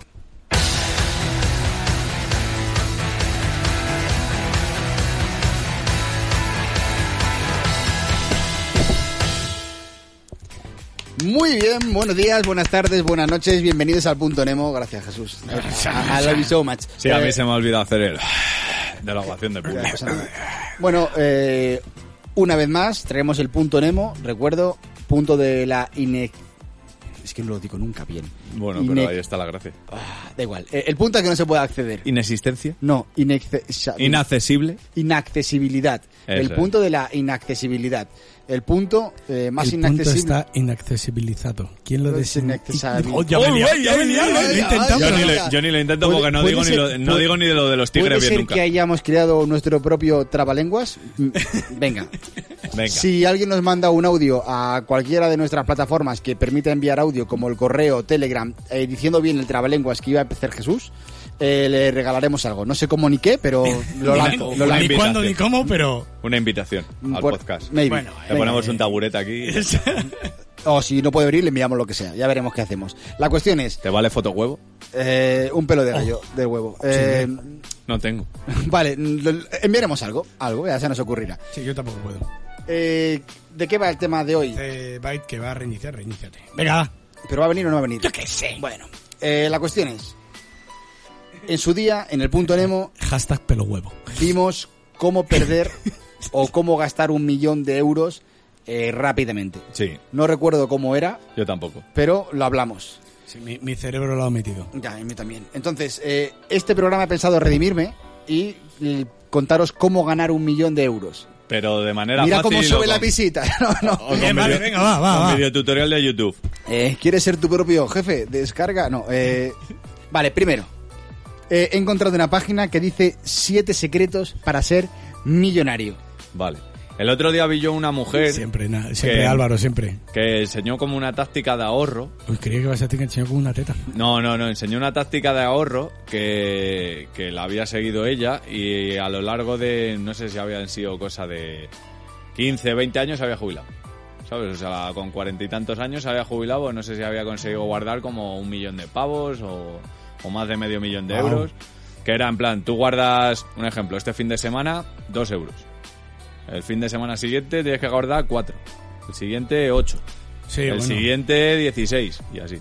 Speaker 2: Muy bien, buenos días, buenas tardes, buenas noches, bienvenidos al Punto Nemo. Gracias, Jesús. A love you so much.
Speaker 1: Sí, a
Speaker 2: Eh,
Speaker 1: mí se me ha olvidado hacer el... De la ovación de
Speaker 2: ya,
Speaker 1: público.
Speaker 2: no pasa nada. Bueno, eh, una vez más, traemos el Punto Nemo. Recuerdo, punto de la INEC. Es que no lo digo nunca bien.
Speaker 1: Bueno,
Speaker 2: Inec-
Speaker 1: pero ahí está la gracia.
Speaker 2: Ah, Da igual. Eh, El punto a que no se puede acceder.
Speaker 1: Inexistencia.
Speaker 2: No, inacce-
Speaker 1: Inaccesible.
Speaker 2: inaccesibilidad.
Speaker 1: Eso
Speaker 2: el punto de la inaccesibilidad. El punto eh, más
Speaker 3: el punto
Speaker 2: inaccesible.
Speaker 3: está inaccesibilizado. ¿quién lo
Speaker 2: Lo
Speaker 3: desin...
Speaker 2: desinaccesabil-
Speaker 3: Oh, ya me he liado,
Speaker 1: Oh,
Speaker 3: ya me he liado,
Speaker 2: ya,
Speaker 3: lo he
Speaker 2: ya,
Speaker 3: intentado,
Speaker 1: Yo
Speaker 2: ya,
Speaker 3: pero-
Speaker 1: ni,
Speaker 2: ya.
Speaker 1: le, yo ni lo intento
Speaker 2: Puede-
Speaker 1: porque no,
Speaker 2: puede
Speaker 1: digo, ni
Speaker 2: ser-
Speaker 1: lo, no
Speaker 2: puede-
Speaker 1: digo ni de lo de los
Speaker 2: ¿Puede
Speaker 1: tigres bien
Speaker 2: ser
Speaker 1: nunca.
Speaker 2: que hayamos creado nuestro propio trabalenguas? Mm, Venga.
Speaker 1: Venga.
Speaker 2: Si alguien nos manda un audio a cualquiera de nuestras plataformas que permita enviar audio, como el correo, Telegram, eh, diciendo bien el trabalenguas que iba a hacer Jesús, eh, le regalaremos algo. No sé cómo ni qué, pero lo
Speaker 1: Una-
Speaker 2: lanzo.
Speaker 1: una
Speaker 2: Lo lanzo.
Speaker 3: ni
Speaker 1: invitación.
Speaker 3: cuándo ni cómo, pero
Speaker 1: Una invitación al
Speaker 2: Por-
Speaker 1: podcast.
Speaker 2: maybe.
Speaker 3: Bueno,
Speaker 1: Le
Speaker 2: Venga.
Speaker 1: ponemos un taburete aquí.
Speaker 2: O si no puede abrir, le enviamos lo que sea. Ya veremos qué hacemos. La cuestión es,
Speaker 1: ¿Te vale fotohuevo?
Speaker 2: eh, un pelo de gallo,
Speaker 3: Oh.
Speaker 2: de huevo. Eh,
Speaker 1: No tengo.
Speaker 2: vale, lo- enviaremos algo, algo, ya se nos ocurrirá.
Speaker 3: sí, yo tampoco puedo.
Speaker 2: Eh, ¿De qué va el tema de hoy?
Speaker 3: Eh, Byte que va a reiniciar, reiníciate. Venga,
Speaker 2: ¿Pero va a venir o no va a venir?
Speaker 3: yo qué sé.
Speaker 2: Bueno, eh, la cuestión es, en su día, en el punto Nemo,
Speaker 3: Hashtag pelo huevo.
Speaker 2: vimos cómo perder o cómo gastar un millón de euros eh, rápidamente.
Speaker 1: Sí,
Speaker 2: No recuerdo cómo era,
Speaker 1: yo tampoco.
Speaker 2: pero lo hablamos.
Speaker 3: Sí, mi, mi cerebro lo ha omitido.
Speaker 2: Ya, en mí también. Entonces, eh, este programa he pensado redimirme y l- contaros cómo ganar un millón de euros.
Speaker 1: Pero de manera
Speaker 2: Mira
Speaker 1: fácil.
Speaker 2: cómo
Speaker 1: o
Speaker 2: sube
Speaker 1: con-
Speaker 2: la visita. No, no.
Speaker 1: o con
Speaker 3: Bien, vale,
Speaker 1: video-
Speaker 3: venga, va, va,
Speaker 1: con
Speaker 3: va.
Speaker 1: videotutorial de YouTube.
Speaker 2: Eh, ¿Quieres ser tu propio jefe? Descarga. No. eh, vale, primero. eh, he encontrado una página que dice siete secretos para ser millonario.
Speaker 1: Vale. El otro día vi yo una mujer
Speaker 3: Siempre, na- siempre
Speaker 1: que-
Speaker 3: Álvaro, siempre.
Speaker 1: que enseñó como una táctica de ahorro.
Speaker 3: Uy, creía que vas a tener que enseñar con una teta.
Speaker 1: No, no, no, enseñó una táctica de ahorro que, que la había seguido ella y a lo largo de, no sé si habían sido cosa de 15, 20 años se había jubilado. ¿Sabes? O sea, con cuarenta y tantos años se había jubilado, pues no sé si había conseguido guardar como un millón de pavos o, o más de medio millón de
Speaker 3: Wow.
Speaker 1: euros. Que era en plan, tú guardas, un ejemplo, este fin de semana, dos euros. El fin de semana siguiente tienes que guardar cuatro. El siguiente, ocho.
Speaker 3: Sí,
Speaker 1: El
Speaker 3: bueno.
Speaker 1: siguiente 16 y así.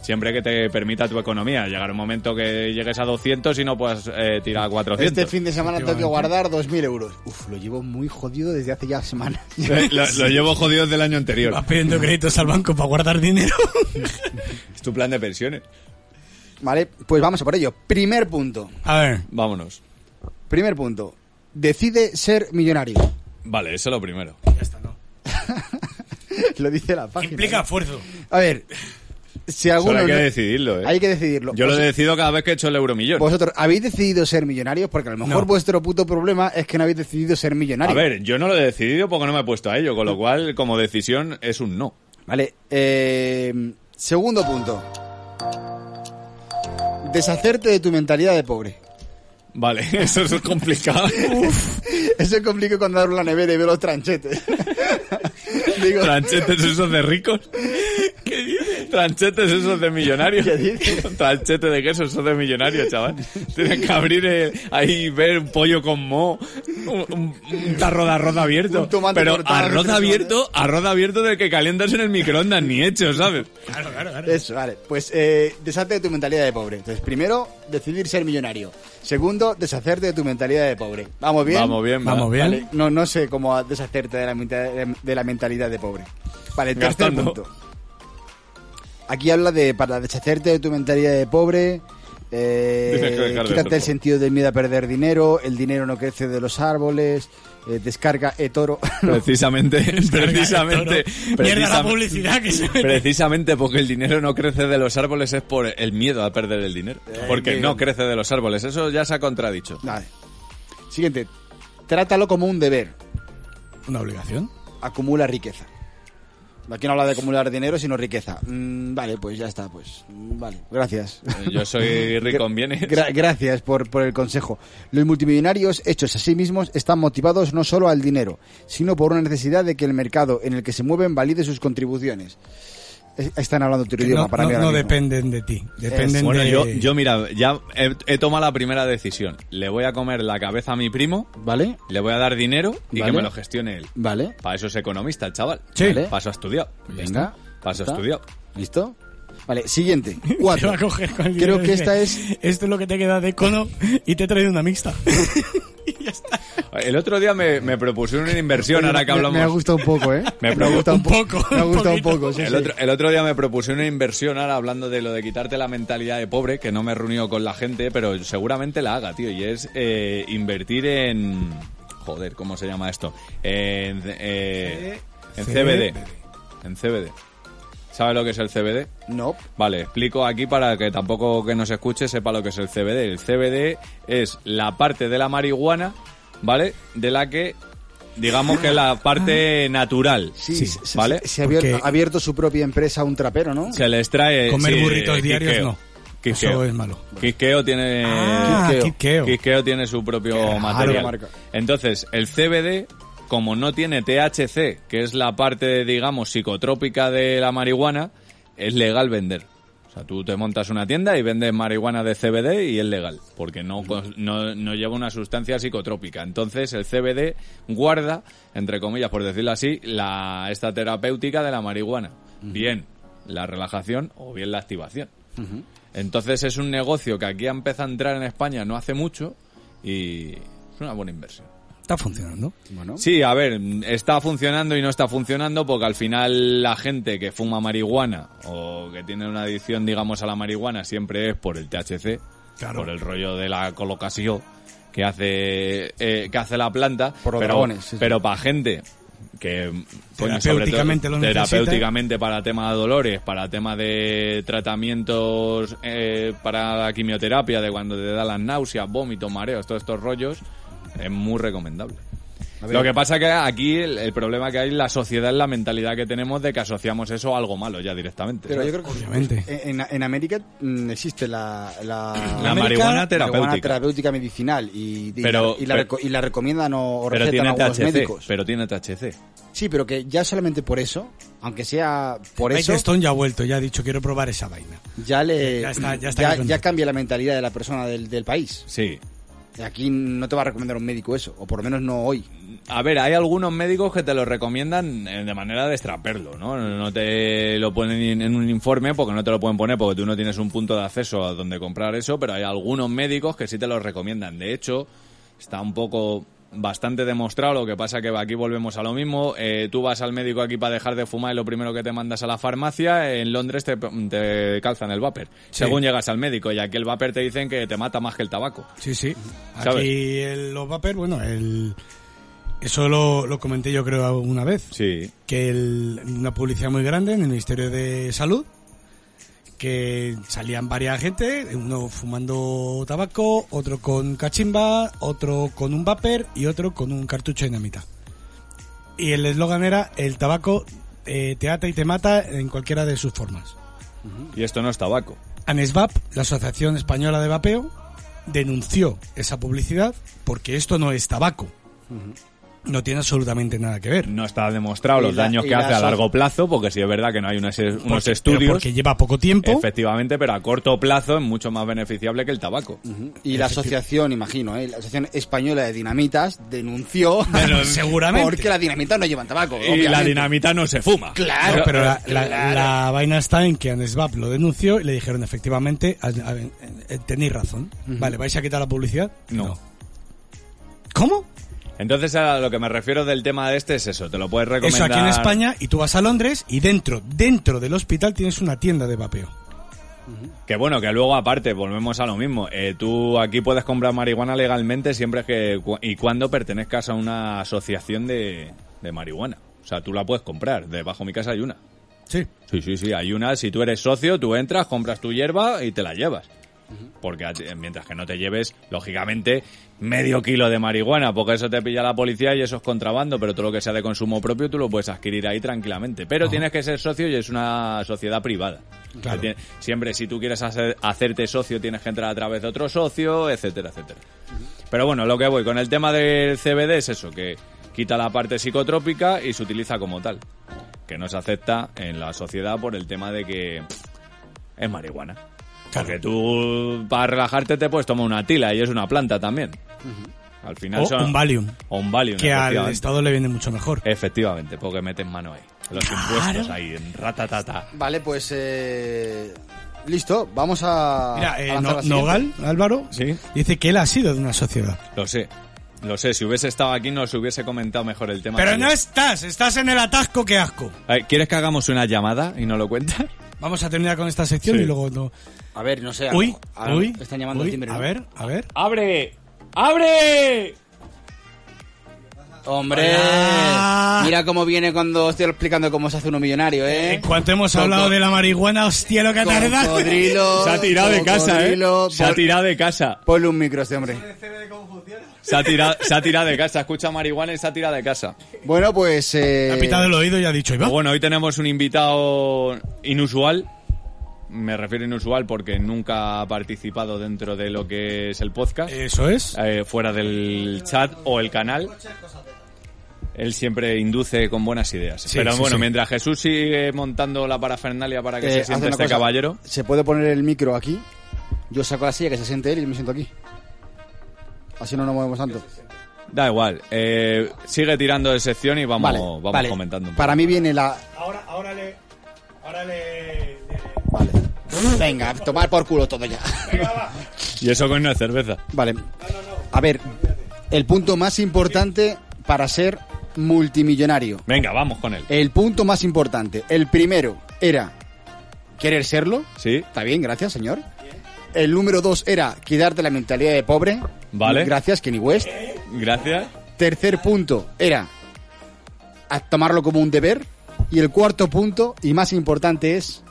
Speaker 1: Siempre que te permita tu economía. Llegar un momento que llegues a 200 y no puedas eh, tirar a 400.
Speaker 2: Este fin de semana tengo que
Speaker 3: Efectivamente.
Speaker 2: guardar 2.000 euros. Uf, lo llevo muy jodido desde hace ya semanas.
Speaker 1: Eh, lo, lo llevo jodido del año anterior.
Speaker 3: Vas pidiendo créditos al banco para guardar dinero.
Speaker 1: Es tu plan de pensiones.
Speaker 2: Vale, pues vamos a por ello. Primer punto.
Speaker 3: a ver,
Speaker 1: Vámonos.
Speaker 2: Primer punto. Decide ser millonario.
Speaker 1: Vale, eso es lo primero.
Speaker 3: ya está, ¿no?
Speaker 2: Lo dice la página.
Speaker 3: Implica esfuerzo.
Speaker 2: A ver, si alguno...
Speaker 1: Solo hay que
Speaker 2: no-
Speaker 1: decidirlo, ¿eh?
Speaker 2: hay que decidirlo.
Speaker 1: Yo lo
Speaker 2: Vos-
Speaker 1: decido cada vez que he hecho el euromillón.
Speaker 2: Vosotros habéis decidido ser millonarios porque a lo mejor
Speaker 3: No.
Speaker 2: vuestro puto problema es que no habéis decidido ser
Speaker 1: A
Speaker 2: millonarios.
Speaker 1: ver, yo no lo he decidido porque no me he puesto a ello, con lo cual, como decisión, es un no.
Speaker 2: Vale, eh, segundo punto. Deshacerte de tu mentalidad de pobre.
Speaker 1: Vale, eso es complicado.
Speaker 2: Eso es complicado cuando abro la nevera y veo los tranchetes. Digo,
Speaker 1: Tranchetes esos de ricos. ¿Qué dices? Tranchetes esos de millonarios.
Speaker 2: ¿Qué dices?
Speaker 1: Tranchete de queso esos de millonarios, chaval. Tienen que abrir el- ahí ver un pollo con mo, un, un- un tarro de arroz abierto.
Speaker 2: Un tomate
Speaker 1: Pero
Speaker 2: cortado en
Speaker 1: arroz
Speaker 2: tres
Speaker 1: abierto, arroz abierto del que calientas en el microondas, ni hecho, ¿sabes?
Speaker 3: Claro, claro, claro.
Speaker 2: eso, vale. Pues eh, deshazte de tu mentalidad de pobre. Entonces, primero, decidir ser millonario. Segundo, deshacerte de tu mentalidad de pobre. ¿Vamos bien?
Speaker 1: Vamos bien, va.
Speaker 3: Vamos bien.
Speaker 2: Vale, no, no sé cómo deshacerte de la, menta- de la mentalidad de pobre. Vale, tercer
Speaker 1: Gastando.
Speaker 2: punto. Aquí habla de para deshacerte de tu mentalidad de pobre, eh,
Speaker 1: Tienes que dejar de ser
Speaker 2: quítate el
Speaker 1: pobre.
Speaker 2: sentido del miedo a perder dinero, el dinero no crece de los árboles, eh, descarga e-toro.
Speaker 1: Precisamente, precisamente,
Speaker 3: Mierda la
Speaker 1: precisam-
Speaker 3: publicidad que se mete.
Speaker 1: Precisamente porque el dinero no crece de los árboles es por el miedo a perder el dinero. Porque
Speaker 2: bien.
Speaker 1: no crece de los árboles, eso ya se ha contradicho.
Speaker 2: Vale. Siguiente, trátalo como un deber,
Speaker 3: ¿Una obligación?
Speaker 2: acumula riqueza. Aquí no habla de acumular dinero, sino riqueza. Mm, vale, pues ya está, pues. mm, Vale, gracias.
Speaker 1: Yo soy rico en bienes.
Speaker 2: Gra- gracias por, por el consejo. Los multimillonarios hechos a sí mismos están motivados no solo al dinero, sino por una necesidad de que el mercado en el que se mueven valide sus contribuciones. Es- Están hablando otro
Speaker 3: Que
Speaker 2: idioma
Speaker 3: no
Speaker 2: para
Speaker 3: no-
Speaker 2: mí. ahora
Speaker 3: no
Speaker 2: mismo.
Speaker 3: dependen de ti. Dependen
Speaker 1: Bueno,
Speaker 3: de...
Speaker 1: yo, yo mira, ya he, he tomado la primera decisión. Le voy a comer la cabeza a mi primo,
Speaker 2: ¿Vale?
Speaker 1: le voy a dar dinero y
Speaker 2: Vale.
Speaker 1: que me lo gestione él.
Speaker 2: Vale.
Speaker 1: Para eso es economista, el chaval.
Speaker 3: Sí.
Speaker 1: Paso a estudiar.
Speaker 2: Venga.
Speaker 1: Paso
Speaker 2: ¿Está?
Speaker 1: estudiado.
Speaker 2: ¿Listo? Vale, siguiente.
Speaker 3: Te
Speaker 2: Cuatro.
Speaker 3: va a coger con el
Speaker 2: Creo
Speaker 3: libro y
Speaker 2: que
Speaker 3: dice,
Speaker 2: esta es-
Speaker 3: Esto es lo que te queda de cono y te he traído una mixta. y ya está.
Speaker 1: El otro día me, me propusieron una inversión, ahora que
Speaker 2: Me-
Speaker 1: hablamos.
Speaker 2: Me, ha gustado un poco, ¿eh?
Speaker 1: Me
Speaker 2: ha gustado
Speaker 3: un poco,
Speaker 2: Me ha
Speaker 3: un
Speaker 2: gustado un
Speaker 3: poquito.
Speaker 2: poco, sí,
Speaker 1: El
Speaker 2: sí.
Speaker 1: otro, el otro día me propuse una inversión ahora hablando de lo de quitarte la mentalidad de pobre, que no me he reunido con la gente, pero seguramente la haga, tío, y es eh, invertir en... Joder, ¿cómo se llama esto? En, eh, en CBD. En CBD. ¿Sabes lo que es el CBD?
Speaker 2: No.
Speaker 1: Vale, explico aquí para que tampoco que nos escuche sepa lo que es el CBD. El CBD es la parte de la marihuana, ¿vale? De la que, digamos que la parte natural.
Speaker 2: Ah. Sí,
Speaker 3: Sí,
Speaker 2: se- se,
Speaker 1: ¿vale?
Speaker 2: se, ha abierto,
Speaker 3: Porque-
Speaker 2: ha abierto su propia empresa un trapero, ¿no?
Speaker 1: Se les trae...
Speaker 3: Comer
Speaker 1: sí, eh,
Speaker 3: burritos diarios
Speaker 1: quisqueo.
Speaker 3: no.
Speaker 1: Quisqueo.
Speaker 3: Eso es malo.
Speaker 1: Quisqueo tiene...
Speaker 3: Ah,
Speaker 2: Quisqueo.
Speaker 3: Kikeo.
Speaker 1: Quisqueo tiene su propio
Speaker 3: raro.
Speaker 1: material.
Speaker 2: Marca.
Speaker 1: Entonces, el CBD, como no tiene THC, que es la parte, digamos, psicotrópica de la marihuana, es legal vender. O sea, tú te montas una tienda y vendes marihuana de CBD y es legal, porque no, cons- no, no lleva una sustancia psicotrópica. Entonces, el CBD guarda, entre comillas, por decirlo así, la, esta terapéutica de la marihuana. Bien la relajación o bien la activación. Entonces es un negocio que aquí ha empezado a entrar en España no hace mucho y es una buena inversión.
Speaker 3: Está funcionando.
Speaker 2: Bueno,
Speaker 1: Sí, a ver, está funcionando y no está funcionando porque al final la gente que fuma marihuana o que tiene una adicción, digamos, a la marihuana siempre es por el THC,
Speaker 3: Claro.
Speaker 1: por el rollo de la colocación que hace eh, que hace la planta,
Speaker 2: Por los
Speaker 1: pero,
Speaker 2: dragones, sí, sí.
Speaker 1: pero para gente que coño, sobre todo,
Speaker 3: Terapéuticamente lo necesita.
Speaker 1: terapéuticamente para temas de dolores, para temas de tratamientos eh, para la quimioterapia, de cuando te da las náuseas, vómitos, mareos, todos estos rollos, es muy recomendable.
Speaker 2: A ver.
Speaker 1: Lo que pasa que aquí el, el problema que hay la sociedad es la mentalidad que tenemos de que asociamos eso a algo malo ya directamente.
Speaker 2: pero
Speaker 1: ¿sabes?
Speaker 2: yo creo que
Speaker 3: Obviamente.
Speaker 2: en, en América mm, existe la, la,
Speaker 1: La marihuana terapéutica.
Speaker 2: terapéutica medicinal y, y-
Speaker 1: Pero-
Speaker 2: y la,
Speaker 1: pero-
Speaker 2: reco- y la recomiendan o, o
Speaker 1: pero
Speaker 2: recetan
Speaker 1: tiene
Speaker 2: algunos
Speaker 1: THC,
Speaker 2: médicos.
Speaker 1: pero tiene THC.
Speaker 2: Sí, pero que ya solamente por eso, aunque sea por
Speaker 3: Mike
Speaker 2: eso,
Speaker 3: Stone ya ha vuelto, ya ha dicho quiero probar esa vaina.
Speaker 2: ya le
Speaker 3: Ya está- ya está
Speaker 2: ya-
Speaker 3: contento.
Speaker 2: ya cambia la mentalidad de la persona del, del país.
Speaker 1: Sí.
Speaker 2: Aquí no te va a recomendar un médico eso, o por lo menos no hoy.
Speaker 1: A ver, hay algunos médicos que te lo recomiendan eh, de manera de extraperlo, ¿no? No te lo ponen en un informe porque no te lo pueden poner porque tú no tienes un punto de acceso a donde comprar eso, pero hay algunos médicos que sí te lo recomiendan. De hecho, está un poco bastante demostrado, lo que pasa que aquí volvemos a lo mismo. Eh, tú vas al médico aquí para dejar de fumar y lo primero que te mandas a la farmacia, en Londres te, te calzan el vapor, según llegas al médico, y aquí el vapor te dicen que te mata más que el tabaco.
Speaker 3: Sí, sí.
Speaker 1: ¿Sabes?
Speaker 3: Aquí el- los vapers, bueno, el, eso lo, lo comenté yo creo una vez.
Speaker 1: Sí,
Speaker 3: que el- una publicidad muy grande en el Ministerio de Salud que salían varias gente, uno fumando tabaco, otro con cachimba, otro con un vapor y otro con un cartucho de dinamita. Y el eslogan era el tabaco eh, te ata y te mata en cualquiera de sus formas.
Speaker 1: y esto no es tabaco.
Speaker 3: ANESVAP, la Asociación Española de Vapeo, denunció esa publicidad porque esto no es tabaco. No tiene absolutamente nada que ver.
Speaker 1: no está demostrado
Speaker 2: Y
Speaker 1: los
Speaker 2: la-
Speaker 1: daños
Speaker 2: y
Speaker 1: que
Speaker 2: la
Speaker 1: hace a
Speaker 2: aso-
Speaker 1: largo plazo, porque sí es verdad que no hay unas- unos
Speaker 3: Porque- pero
Speaker 1: estudios,
Speaker 3: Porque lleva poco tiempo.
Speaker 1: efectivamente, pero a corto plazo es mucho más beneficiable que el tabaco.
Speaker 3: Mm.
Speaker 2: Y la asociación, imagino, ¿eh? la Asociación Española de Dinamitas denunció
Speaker 3: Pero seguramente.
Speaker 2: porque las dinamitas no llevan tabaco.
Speaker 1: Y la
Speaker 2: obviamente.
Speaker 1: dinamita no se fuma.
Speaker 2: Claro,
Speaker 3: No, pero la, la-
Speaker 2: claro.
Speaker 3: la vaina está en que Anesvap lo denunció y le dijeron efectivamente, a- a- eh, tenéis razón. Vale, ¿vais a quitar la publicidad?
Speaker 1: No.
Speaker 3: ¿Cómo?
Speaker 1: Entonces a lo que me refiero del tema de este es eso, te lo puedes
Speaker 3: Eso
Speaker 1: recomendar.
Speaker 3: aquí en España y tú vas a Londres y dentro, dentro del hospital tienes una tienda de vapeo.
Speaker 1: Que bueno, que luego aparte, volvemos a lo mismo. Eh, tú aquí puedes comprar marihuana legalmente siempre que cu- y cuando pertenezcas a una asociación de, de marihuana. O sea, tú la puedes comprar. Debajo de mi casa hay una.
Speaker 3: Sí.
Speaker 1: Sí, sí, sí, hay una, si tú eres socio, tú entras, compras tu hierba y te la llevas. Porque a ti- mientras que no te lleves, lógicamente, medio kilo de marihuana, porque eso te pilla la policía y eso es contrabando, pero todo lo que sea de consumo propio tú lo puedes adquirir ahí tranquilamente. Pero tienes que ser socio y es una sociedad privada.
Speaker 3: Claro.
Speaker 1: Que tiene- Siempre, si tú quieres hacer- hacerte socio, tienes que entrar a través de otro socio, etcétera, etcétera. Pero bueno, lo que voy con el tema del CBD es eso, que quita la parte psicotrópica y se utiliza como tal. Que no se acepta en la sociedad por el tema de que pff, es marihuana. Porque tú, para relajarte, te puedes tomar una tila y es una planta también. Al final
Speaker 3: O
Speaker 1: son-
Speaker 3: un Valium,
Speaker 1: O un Valium,
Speaker 3: que al
Speaker 1: efectivamente. Eh,
Speaker 3: Estado le viene mucho mejor.
Speaker 1: Efectivamente, porque meten mano ahí. Los impuestos ahí, en ratatata.
Speaker 2: Vale, pues eh, listo, vamos a.
Speaker 3: Mira, eh,
Speaker 2: a lanzar
Speaker 3: No-
Speaker 2: la siguiente.
Speaker 3: Nogal, Álvaro,
Speaker 1: Sí.
Speaker 3: dice que él ha sido de una sociedad.
Speaker 1: Lo sé. Lo sé, si hubiese estado aquí nos hubiese comentado mejor el tema.
Speaker 3: Pero
Speaker 1: que
Speaker 3: no
Speaker 1: yo.
Speaker 3: estás, estás en el atasco, qué asco.
Speaker 1: Ay, ¿Quieres que hagamos una llamada y no lo cuentas?
Speaker 3: Vamos a terminar con esta sección
Speaker 1: Sí.
Speaker 3: y luego... no-
Speaker 2: A ver, no sé. a-
Speaker 3: Uy,
Speaker 2: a-
Speaker 3: uy,
Speaker 2: Están llamando
Speaker 3: uy,
Speaker 2: al timbre.
Speaker 3: a
Speaker 2: ¿no?
Speaker 3: ver, a ver.
Speaker 1: ¡Abre! ¡Abre!
Speaker 2: Hombre,
Speaker 3: Hola.
Speaker 2: mira cómo viene cuando estoy explicando cómo se hace uno millonario, ¿eh?
Speaker 3: En cuanto hemos
Speaker 2: Con-
Speaker 3: hablado
Speaker 2: con-
Speaker 3: de la marihuana, hostia, lo que ha tardado.
Speaker 2: Cocodrilo.
Speaker 1: Se ha tirado de casa, ¿eh?
Speaker 2: cocodrilo,
Speaker 1: Se ha
Speaker 2: pon-
Speaker 1: tirado de casa.
Speaker 2: Ponle un micro a este hombre.
Speaker 1: Se ha tirado, se ha tirado de casa. Escucha marihuana y se ha tirado de casa.
Speaker 2: Bueno, pues. eh,
Speaker 3: Ha pitado el oído y ha dicho, Iván.
Speaker 1: Bueno, hoy tenemos un invitado inusual. Me refiero a inusual porque nunca ha participado dentro de lo que es el podcast,
Speaker 3: Eso es.
Speaker 1: eh, fuera del chat o el canal. Él siempre induce con buenas ideas.
Speaker 3: Sí,
Speaker 1: Pero
Speaker 3: sí,
Speaker 1: bueno,
Speaker 3: sí.
Speaker 1: mientras Jesús sigue montando la parafernalia para que
Speaker 2: eh,
Speaker 1: se
Speaker 2: hace
Speaker 1: siente
Speaker 2: una
Speaker 1: este
Speaker 2: cosa.
Speaker 1: caballero,
Speaker 2: Se puede poner el micro aquí. Yo saco la silla que se siente él y me siento aquí. Así no nos movemos tanto.
Speaker 1: da igual. Eh, sigue tirando de sección y vamos,
Speaker 2: vale,
Speaker 1: vamos
Speaker 2: vale.
Speaker 1: comentando. un poco.
Speaker 2: Para mí viene la.
Speaker 3: Ahora, ahora le... Ahora le...
Speaker 2: Vale. Venga, tomar por culo todo ya.
Speaker 1: Y eso con una cerveza.
Speaker 2: Vale. A ver, el punto más importante para ser multimillonario.
Speaker 1: Venga, vamos con él.
Speaker 2: El punto más importante. El primero era querer serlo.
Speaker 1: Sí.
Speaker 2: Está bien, gracias, señor. El número dos era quitarte la mentalidad de pobre.
Speaker 1: Vale.
Speaker 2: Gracias, Kenny West.
Speaker 1: Gracias.
Speaker 2: Tercer punto era a tomarlo como un deber. Y el cuarto punto, y más importante, es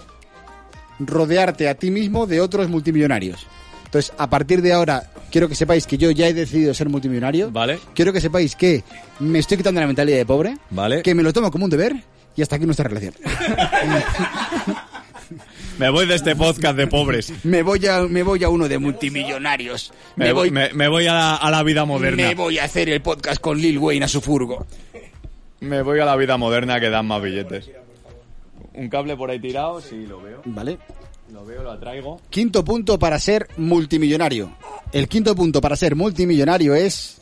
Speaker 2: rodearte a ti mismo de otros multimillonarios. Entonces, a partir de ahora, quiero que sepáis que yo ya he decidido ser multimillonario.
Speaker 1: Vale.
Speaker 2: Quiero que sepáis que me estoy quitando la mentalidad de pobre.
Speaker 1: Vale.
Speaker 2: Que me lo tomo como un deber. Y hasta aquí nuestra relación.
Speaker 1: Me voy de este podcast de pobres.
Speaker 2: Me voy a, me voy a uno de multimillonarios.
Speaker 1: Me, voy, me, me voy a, la, a la vida moderna.
Speaker 2: Me voy a hacer el podcast con Lil Wayne a su furgo.
Speaker 1: Me voy a la vida moderna que dan más billetes. Un cable por ahí tirado, sí, lo veo.
Speaker 2: Vale.
Speaker 1: Lo veo, lo atraigo.
Speaker 2: Quinto punto para ser multimillonario. El quinto punto para ser multimillonario es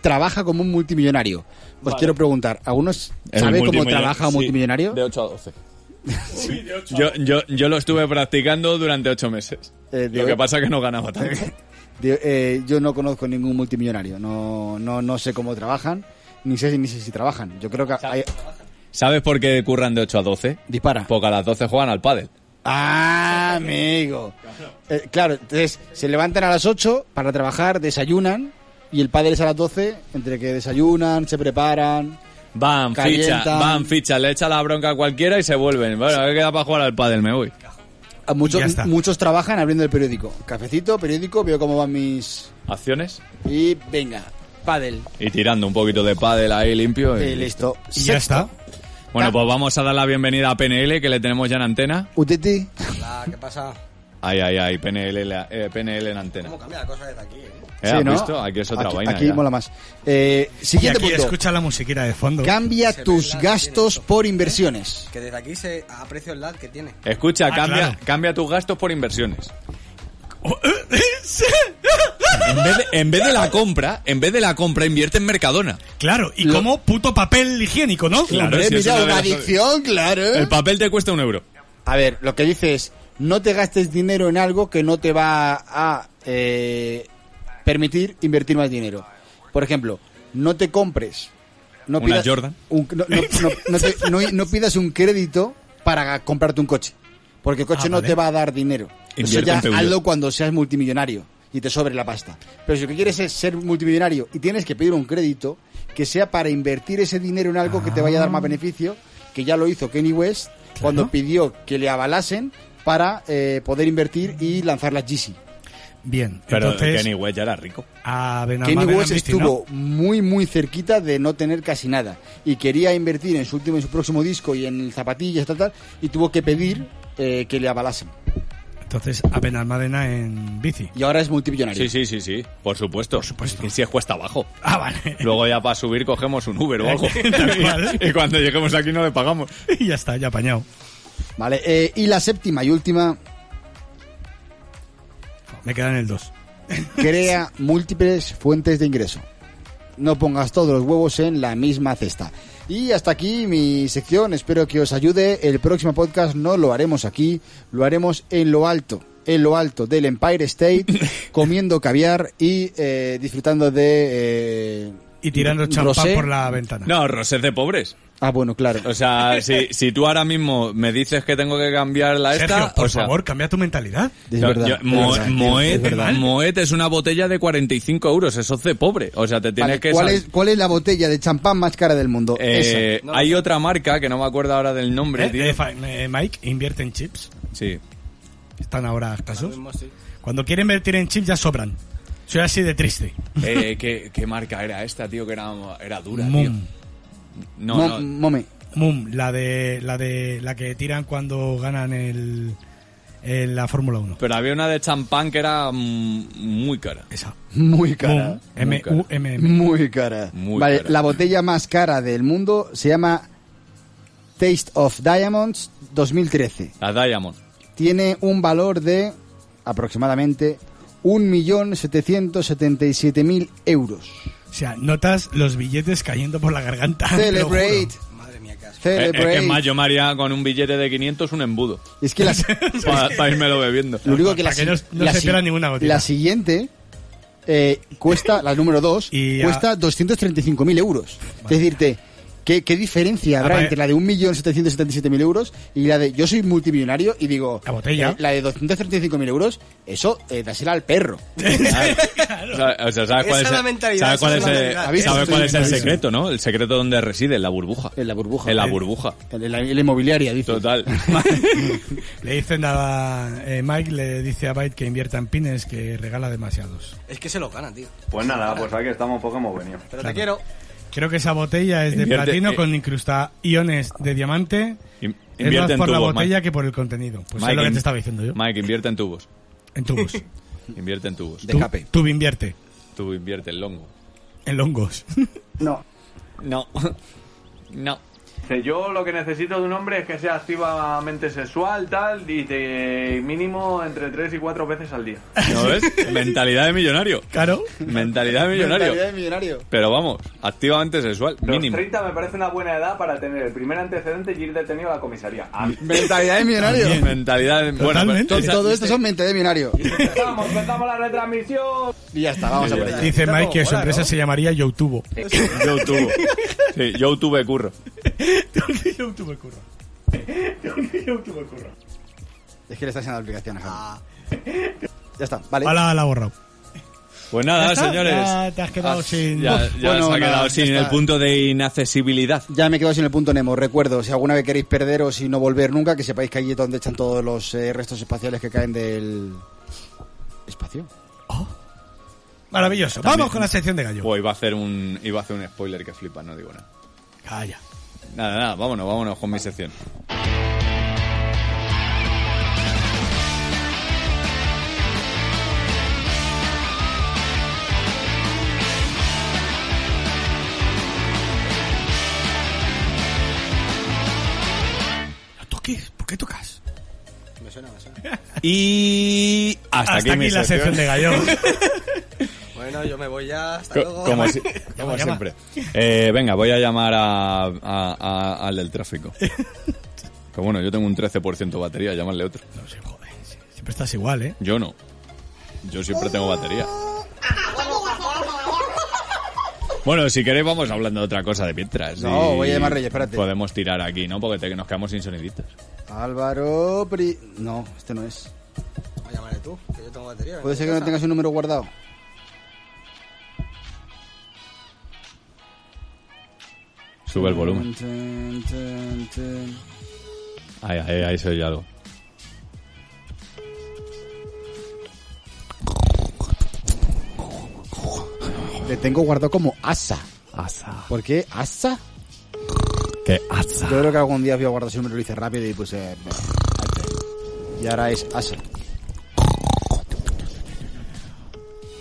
Speaker 2: trabaja como un multimillonario. Os quiero preguntar, ¿algunos sabe cómo trabaja un multimillonario?
Speaker 1: De 8 a 12. yo, yo, yo lo estuve practicando durante 8 meses.
Speaker 2: Eh, de
Speaker 1: lo que
Speaker 2: ocho-
Speaker 1: pasa es que no ganaba tanto.
Speaker 2: De- eh, yo no conozco ningún multimillonario, no, no, no sé cómo trabajan, ni sé, ni sé si trabajan. Yo creo que hay-
Speaker 1: ¿Sabes por qué curran de 8 a 12?
Speaker 2: dispara.
Speaker 1: Porque a las 12 juegan al pádel.
Speaker 2: Ah, amigo. Eh, claro, entonces se levantan a las 8 para trabajar, desayunan y el padre es a las 12, entre que desayunan, se preparan.
Speaker 1: Van,
Speaker 2: Calientan.
Speaker 1: ficha, van, ficha, le echa la bronca a cualquiera y se vuelven. Bueno, ¿qué queda para jugar al pádel? Me voy.
Speaker 2: A Muchos,
Speaker 3: Ya está.
Speaker 2: muchos trabajan abriendo el periódico. Cafecito, periódico, veo cómo van mis...
Speaker 1: Acciones.
Speaker 2: Y venga, pádel.
Speaker 1: Y tirando un poquito de pádel ahí limpio. y
Speaker 2: Eh, listo. Ah.
Speaker 3: Y ya está.
Speaker 2: Sexto.
Speaker 1: Bueno, pues vamos a dar la bienvenida a PNL, que le tenemos ya en antena.
Speaker 2: UTT.
Speaker 1: Eh,
Speaker 5: Hola, ¿qué pasa?
Speaker 1: Ay, ay, ay, PNL, la- eh, PNL en antena.
Speaker 5: ¿Cómo cambia la cosa desde aquí? eh?
Speaker 1: ¿Eh?
Speaker 2: Sí,
Speaker 1: ¿Has
Speaker 2: ¿no?
Speaker 1: visto? Aquí es otra
Speaker 2: Aquí-
Speaker 1: vaina.
Speaker 2: Aquí
Speaker 1: ya.
Speaker 2: mola más. Eh,
Speaker 3: Y
Speaker 2: siguiente
Speaker 3: aquí
Speaker 2: punto.
Speaker 3: escucha la musiquita de fondo.
Speaker 2: Cambia
Speaker 5: Se
Speaker 2: tus
Speaker 5: ve la-
Speaker 2: gastos
Speaker 5: tiene-
Speaker 2: por inversiones.
Speaker 5: Que desde aquí se aprecia el lag que tiene.
Speaker 1: Escucha,
Speaker 3: Ah,
Speaker 1: cambia,
Speaker 3: claro.
Speaker 1: cambia tus gastos por inversiones. En vez, de, en vez de la compra, en vez de la compra, invierte en Mercadona.
Speaker 3: Claro, y
Speaker 2: Lo-
Speaker 3: como puto papel higiénico, ¿no?
Speaker 1: Claro.
Speaker 2: Hombre,
Speaker 1: sí, es
Speaker 2: mira,
Speaker 1: una de
Speaker 2: una
Speaker 1: las-
Speaker 2: adicción, claro.
Speaker 1: El papel te cuesta un euro.
Speaker 2: A ver, lo que dice es, no te gastes dinero en algo que no te va a eh, permitir invertir más dinero. Por ejemplo, no te compres... No
Speaker 1: Una Jordan.
Speaker 2: un- no, no- no- no te- no- no pidas un crédito para comprarte un coche. Porque el coche
Speaker 3: Ah,
Speaker 2: no
Speaker 3: vale.
Speaker 2: te va a dar dinero. Eso
Speaker 1: Invierte
Speaker 2: ya
Speaker 1: en PVO.
Speaker 2: hazlo cuando seas multimillonario y te sobre la pasta. Pero si lo que quieres es ser multimillonario y tienes que pedir un crédito, que sea para invertir ese dinero en algo que te vaya a
Speaker 1: Ah.
Speaker 2: dar más beneficio, que ya lo hizo Kenny West cuando pidió que le avalasen para eh, poder invertir y lanzar las GC.
Speaker 3: Bien,
Speaker 1: Pero
Speaker 3: entonces...
Speaker 1: Kenny West ya era rico.
Speaker 3: A Benamar,
Speaker 2: Kenny
Speaker 3: Benamar,
Speaker 2: West
Speaker 3: Misty, ¿no?
Speaker 2: estuvo muy, muy cerquita de no tener casi nada. Y quería invertir en su último, en su próximo disco y en zapatillas, tal, tal. Y tuvo que pedir eh, que le avalasen.
Speaker 3: Entonces, a Benalmádena en bici.
Speaker 2: Y ahora es multimillonario.
Speaker 1: Sí, sí, sí, sí. Por supuesto. Por supuesto. Y si es cuesta abajo.
Speaker 3: Ah, vale.
Speaker 1: Luego ya para subir cogemos un Uber o algo.
Speaker 3: Tal cual.
Speaker 1: y cuando lleguemos aquí no le pagamos.
Speaker 3: y ya está, ya apañado.
Speaker 2: Vale. eh, y la séptima y última,
Speaker 3: Me quedan el 2.
Speaker 2: crea múltiples fuentes de ingreso. no pongas todos los huevos en la misma cesta. Y hasta aquí mi sección, espero que os ayude. El próximo podcast no lo haremos aquí, lo haremos en lo alto, en lo alto del Empire State, comiendo caviar y eh, disfrutando de... eh,
Speaker 3: Y tirando champán
Speaker 2: rosé.
Speaker 3: por la ventana.
Speaker 1: No, Rosés de pobres.
Speaker 2: Ah, bueno, claro.
Speaker 1: O sea, si, si tú ahora mismo me dices que tengo que cambiar la esta,
Speaker 3: Sergio, por
Speaker 1: o sea,
Speaker 3: favor, cambia tu mentalidad.
Speaker 2: Es
Speaker 1: yo-
Speaker 2: verdad,
Speaker 1: yo-
Speaker 2: es
Speaker 1: Mo-
Speaker 2: verdad,
Speaker 1: Moet-
Speaker 2: es verdad.
Speaker 1: Moet es una botella de 45 euros, eso es de pobre. O sea, te tienes
Speaker 2: Vale,
Speaker 1: que...
Speaker 2: ¿cuál,
Speaker 1: sal-
Speaker 2: es, ¿Cuál es la botella de champán más cara del mundo?
Speaker 1: Eh,
Speaker 2: Esa.
Speaker 5: No lo
Speaker 1: hay
Speaker 5: sé.
Speaker 1: otra marca que no me acuerdo ahora del nombre,
Speaker 3: Eh,
Speaker 1: tío.
Speaker 3: eh, fa- eh, Mike, invierte en chips.
Speaker 1: Sí.
Speaker 3: Están ahora escasos.
Speaker 5: Mismo sí.
Speaker 3: Cuando quiere invertir en chips ya sobran. Soy así de triste.
Speaker 1: Eh, ¿qué, qué marca era esta, tío? Que era, era dura, tío.
Speaker 3: Mum.
Speaker 1: No,
Speaker 2: Mo-
Speaker 1: no.
Speaker 2: Mome.
Speaker 3: Mum, la de la de la que tiran cuando ganan el, el- la Fórmula 1.
Speaker 1: Pero había una de champán que era mm, muy cara.
Speaker 3: Esa.
Speaker 2: Muy cara.
Speaker 3: Mum, M U M M.
Speaker 2: Muy cara.
Speaker 1: Muy
Speaker 2: vale,
Speaker 1: cara.
Speaker 2: la botella más cara del mundo se llama Taste of Diamonds 2013.
Speaker 1: La Diamond.
Speaker 2: Tiene un valor de aproximadamente 1.777.000 euros.
Speaker 3: O sea, notas los billetes cayendo por la garganta. Ah, te lo juro.
Speaker 2: Celebrate,
Speaker 5: Madre mía, qué asco.
Speaker 1: Eh, Es,
Speaker 2: celebrate.
Speaker 1: que es más, yo me haría con un billete de 500 un embudo.
Speaker 2: Es que las-
Speaker 1: Para irmelo bebiendo.
Speaker 2: lo único que la,
Speaker 3: Para que no-
Speaker 2: si-
Speaker 3: no
Speaker 2: la
Speaker 3: se
Speaker 2: si-
Speaker 3: pierda ninguna botella.
Speaker 2: La siguiente eh, cuesta, la número 2,
Speaker 3: Y a-
Speaker 2: cuesta 235.000 euros.
Speaker 3: Vale.
Speaker 2: Es decirte, ¿qué, qué diferencia habrá
Speaker 3: Apare-
Speaker 2: entre la de 1.777.000 euros y la de yo soy multimillonario y digo,
Speaker 3: La botella.
Speaker 2: eh, la de 235.000 euros, eso, eh, dásela al perro.
Speaker 1: O sea, o sea, ¿sabes cuál
Speaker 5: Esa
Speaker 1: es,
Speaker 5: es la
Speaker 1: el-
Speaker 5: mentalidad,
Speaker 1: ¿sabes cuál
Speaker 5: esa es
Speaker 1: es
Speaker 5: la
Speaker 1: el-
Speaker 5: mentalidad.
Speaker 1: ¿sabes
Speaker 2: Eso
Speaker 1: cuál
Speaker 2: estoy
Speaker 1: es el
Speaker 2: claro.
Speaker 1: secreto, no? El secreto donde reside, en la burbuja.
Speaker 2: En la burbuja.
Speaker 1: En
Speaker 3: eh.
Speaker 1: la burbuja.
Speaker 2: En la, en la inmobiliaria, dice.
Speaker 1: Total.
Speaker 3: Le dicen a eh, Mike, le dice a Byte que invierta en pines, que regala demasiados.
Speaker 5: Es que se lo ganan, tío.
Speaker 6: Pues nada, pues aquí estamos un poco hemos venido.
Speaker 5: Pero te quiero.
Speaker 3: Creo que esa botella es de
Speaker 1: Invierte-
Speaker 3: platino
Speaker 1: eh.
Speaker 3: con incrusta iones de diamante.
Speaker 1: In-
Speaker 3: Es más
Speaker 1: Invierte en
Speaker 3: por la
Speaker 1: tubos,
Speaker 3: botella
Speaker 1: Mike.
Speaker 3: que por el contenido. Pues
Speaker 1: Mike,
Speaker 3: es lo que
Speaker 1: in-
Speaker 3: te estaba diciendo yo.
Speaker 1: Mike, invierte en tubos.
Speaker 3: En tubos.
Speaker 1: Invierte en tubos.
Speaker 2: De escape.
Speaker 3: Tú invierte
Speaker 1: Tú invierte en longo.
Speaker 3: en hongos.
Speaker 6: No.
Speaker 1: No. No.
Speaker 6: Dice, Yo lo que necesito de un hombre es que sea activamente sexual, tal, y te mínimo entre 3 y 4 veces al día.
Speaker 1: ¿No ves? Mentalidad de millonario.
Speaker 3: claro.
Speaker 1: Mentalidad de millonario.
Speaker 2: Mentalidad de millonario.
Speaker 1: Pero vamos, activamente sexual,
Speaker 6: Los
Speaker 1: mínimo.
Speaker 6: 30 me parece una buena edad para tener el primer antecedente y ir detenido a la comisaría. A
Speaker 1: Ah.
Speaker 6: mí.
Speaker 2: Mentalidad de millonario.
Speaker 1: Mentalidad de... Bueno, pero-
Speaker 3: Totalmente.
Speaker 1: entonces-
Speaker 2: Todo esto son mentalidad de millonario.
Speaker 6: empezamos, empezamos la retransmisión.
Speaker 2: Y ya está, vamos a por ello.
Speaker 3: Dice
Speaker 5: Está
Speaker 3: Mike
Speaker 5: como
Speaker 3: que su
Speaker 5: mola,
Speaker 3: empresa
Speaker 5: ¿no?
Speaker 3: se llamaría Youtubo.
Speaker 1: Yo tuve. Sí, yo tuve curro.
Speaker 3: Youtubo curro. Youtubo curro.
Speaker 2: Es que le estás haciendo la aplicación a Javi. Ya está, vale.
Speaker 3: Hola, la ha borrado.
Speaker 1: Pues nada,
Speaker 3: ¿Ya está?
Speaker 1: señores.
Speaker 3: Ya te has quedado
Speaker 1: Ah,
Speaker 3: sin-
Speaker 1: Ya,
Speaker 2: Uf,
Speaker 1: ya
Speaker 2: bueno,
Speaker 1: se ha quedado
Speaker 2: nada, ya
Speaker 1: sin el
Speaker 2: está.
Speaker 1: punto de inaccesibilidad.
Speaker 2: Ya me quedo sin el punto Nemo. Recuerdo, si alguna vez queréis perderos y no volver nunca, que sepáis que allí es donde están todos los eh, restos espaciales que caen del espacio.
Speaker 3: Oh. Maravilloso. Vamos con la sección de gallo.
Speaker 1: Pues iba a hacer un iba a hacer un spoiler que flipa, no digo nada.
Speaker 3: Calla.
Speaker 1: Nada, nada, vámonos, vámonos con mi sección.
Speaker 3: No toques. ¿Por qué tocas?
Speaker 5: Me suena, me suena.
Speaker 1: Y hasta,
Speaker 3: Hasta,
Speaker 1: aquí, mi
Speaker 3: aquí la sección de gallo.
Speaker 5: Bueno, yo me voy ya. Hasta
Speaker 1: Co-
Speaker 5: luego.
Speaker 1: Como, si-
Speaker 3: Llama,
Speaker 1: como
Speaker 3: llama.
Speaker 1: siempre. Eh, venga, voy a llamar a, a- a- al del tráfico. Que bueno, yo tengo un 13% batería, llamarle otro.
Speaker 3: no sé, joder. sí, Siempre estás igual, ¿eh?
Speaker 1: Yo no. Yo siempre tengo batería. Bueno, si queréis vamos hablando de otra cosa de mientras.
Speaker 2: No,
Speaker 1: y
Speaker 2: voy a llamar a Reyes, espérate.
Speaker 1: Podemos tirar aquí, ¿no? Porque te- nos quedamos sin soniditos.
Speaker 2: Álvaro Pri... No, este no es.
Speaker 5: Voy a llamarle tú, que yo tengo batería. ven
Speaker 2: Puede
Speaker 5: a
Speaker 2: ser
Speaker 5: mi
Speaker 2: que no
Speaker 5: casa.
Speaker 2: tengas un número guardado.
Speaker 1: Sube
Speaker 2: Mm.
Speaker 1: el volumen.
Speaker 2: Tun, tun, tun.
Speaker 1: Ahí, ahí, ahí se oye algo.
Speaker 2: Le tengo guardado como asa. Asa. ¿Por qué? ¿Asa?
Speaker 1: Que asa.
Speaker 2: Yo creo que algún día voy a guardar ese número, lo hice rápido y pues... eh, y ahora es asa.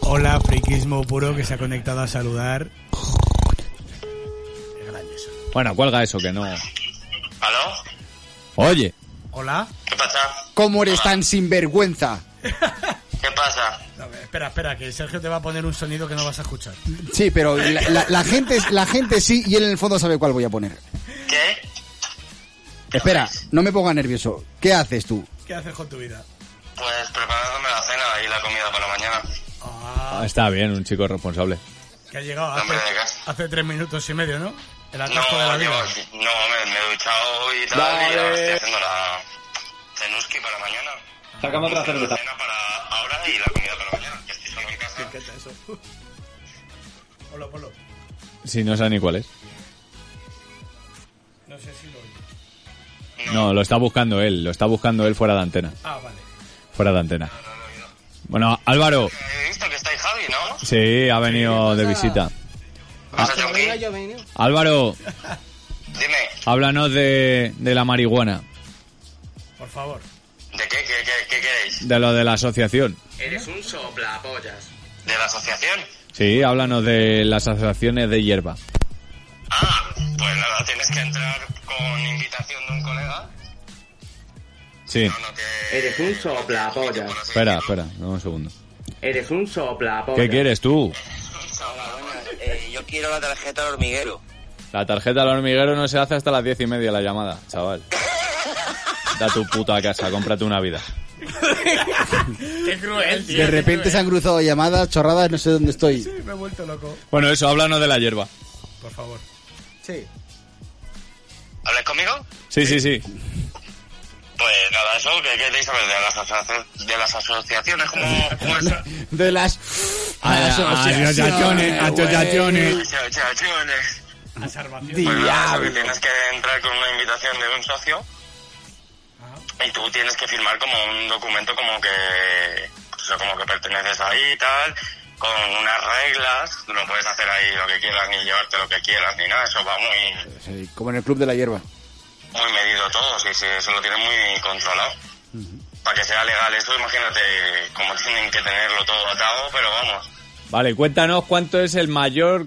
Speaker 3: Hola, friquismo puro que se ha conectado a saludar. Qué grande eso.
Speaker 1: Bueno, cuelga eso que no.
Speaker 7: ¿Aló?
Speaker 1: Oye,
Speaker 3: Hola.
Speaker 7: ¿Qué pasa?
Speaker 2: ¿Cómo eres tan sinvergüenza?
Speaker 7: ¿Qué pasa?
Speaker 3: A ver, espera, espera, que Sergio te va a poner un sonido que no vas a escuchar.
Speaker 2: Sí, pero la, la- la gente, la gente sí y él en el fondo sabe cuál voy a poner.
Speaker 7: ¿Qué?
Speaker 2: Espera, no me ponga nervioso. ¿Qué haces tú?
Speaker 3: ¿Qué haces con tu vida?
Speaker 7: Pues preparándome la cena y la comida para la mañana.
Speaker 3: Ah,
Speaker 1: Ah, Está bien, un chico responsable.
Speaker 3: que ha llegado hace,
Speaker 7: Hombre, de casa.
Speaker 3: hace tres minutos y medio, ¿no? El atasco de la
Speaker 7: No,
Speaker 3: vida.
Speaker 7: llevo- no, me, me he duchado y tal, y ahora estoy haciendo la cenuski para mañana.
Speaker 8: Sacamos otra cerveza.
Speaker 7: La cena para ahora y la comida para mañana. Ya estoy solo en
Speaker 3: Me
Speaker 7: casa.
Speaker 3: encanta eso. Polo, polo.
Speaker 1: Si no sabe ni cuál es.
Speaker 3: No sé si lo oigo.
Speaker 1: No, lo está buscando él, lo está buscando él fuera de antena.
Speaker 3: Ah, vale.
Speaker 1: Fuera de antena. Bueno, Álvaro,
Speaker 7: He visto que estáis Javi, ¿no?
Speaker 1: sí, ha venido de visita.
Speaker 7: ¿Vas a
Speaker 5: Que
Speaker 7: Yonki?
Speaker 5: venga yo, venga.
Speaker 1: Álvaro,
Speaker 7: Dime,
Speaker 1: háblanos de, de la marihuana,
Speaker 3: Por favor.
Speaker 7: ¿de qué, qué, qué, qué queréis?
Speaker 1: de lo de la asociación.
Speaker 8: Eres un soplapollas.
Speaker 7: ¿De la asociación?
Speaker 1: Sí, háblanos de las asociaciones de hierba.
Speaker 7: Ah, pues nada, tienes que entrar con invitación de un colega.
Speaker 1: Sí,
Speaker 7: No, no te...
Speaker 8: Eres un soplapollas.
Speaker 7: Por así
Speaker 1: espera,
Speaker 7: decirlo.
Speaker 1: espera, dame un segundo.
Speaker 8: Eres un soplapollas.
Speaker 1: ¿Qué quieres tú?
Speaker 7: Eh, yo quiero la tarjeta del hormiguero.
Speaker 1: La tarjeta del hormiguero no se hace hasta las diez y media la llamada, chaval. Da tu puta casa, cómprate una vida.
Speaker 8: Qué cruel, tío.
Speaker 2: De repente se han cruzado llamadas, chorradas, no sé dónde estoy.
Speaker 3: Sí, me he vuelto loco.
Speaker 1: Bueno, eso, háblanos de la hierba.
Speaker 3: Por favor.
Speaker 5: Sí.
Speaker 7: ¿Hablas conmigo?
Speaker 1: Sí, sí, sí.
Speaker 7: Pues nada, eso, ¿qué queréis saber de las, asoci- de las asociaciones? ¿Cómo, cómo es?
Speaker 2: De las
Speaker 1: Asociaciones, asociaciones.
Speaker 7: Asociaciones.
Speaker 3: A salvación.
Speaker 7: Pues nada, eso, que tienes que entrar con una invitación de un socio y tú tienes que firmar como un documento como que, pues eso, como que perteneces ahí y tal, con unas reglas. Tú no puedes hacer ahí lo que quieras ni llevarte lo que quieras ni nada, eso va muy,
Speaker 2: Sí, como en el club de la hierba.
Speaker 7: muy medido todo, sí, sí, eso lo tienen muy controlado. Para que sea legal eso, imagínate como tienen que tenerlo todo atado, pero vamos.
Speaker 1: Vale, cuéntanos cuánto es el mayor,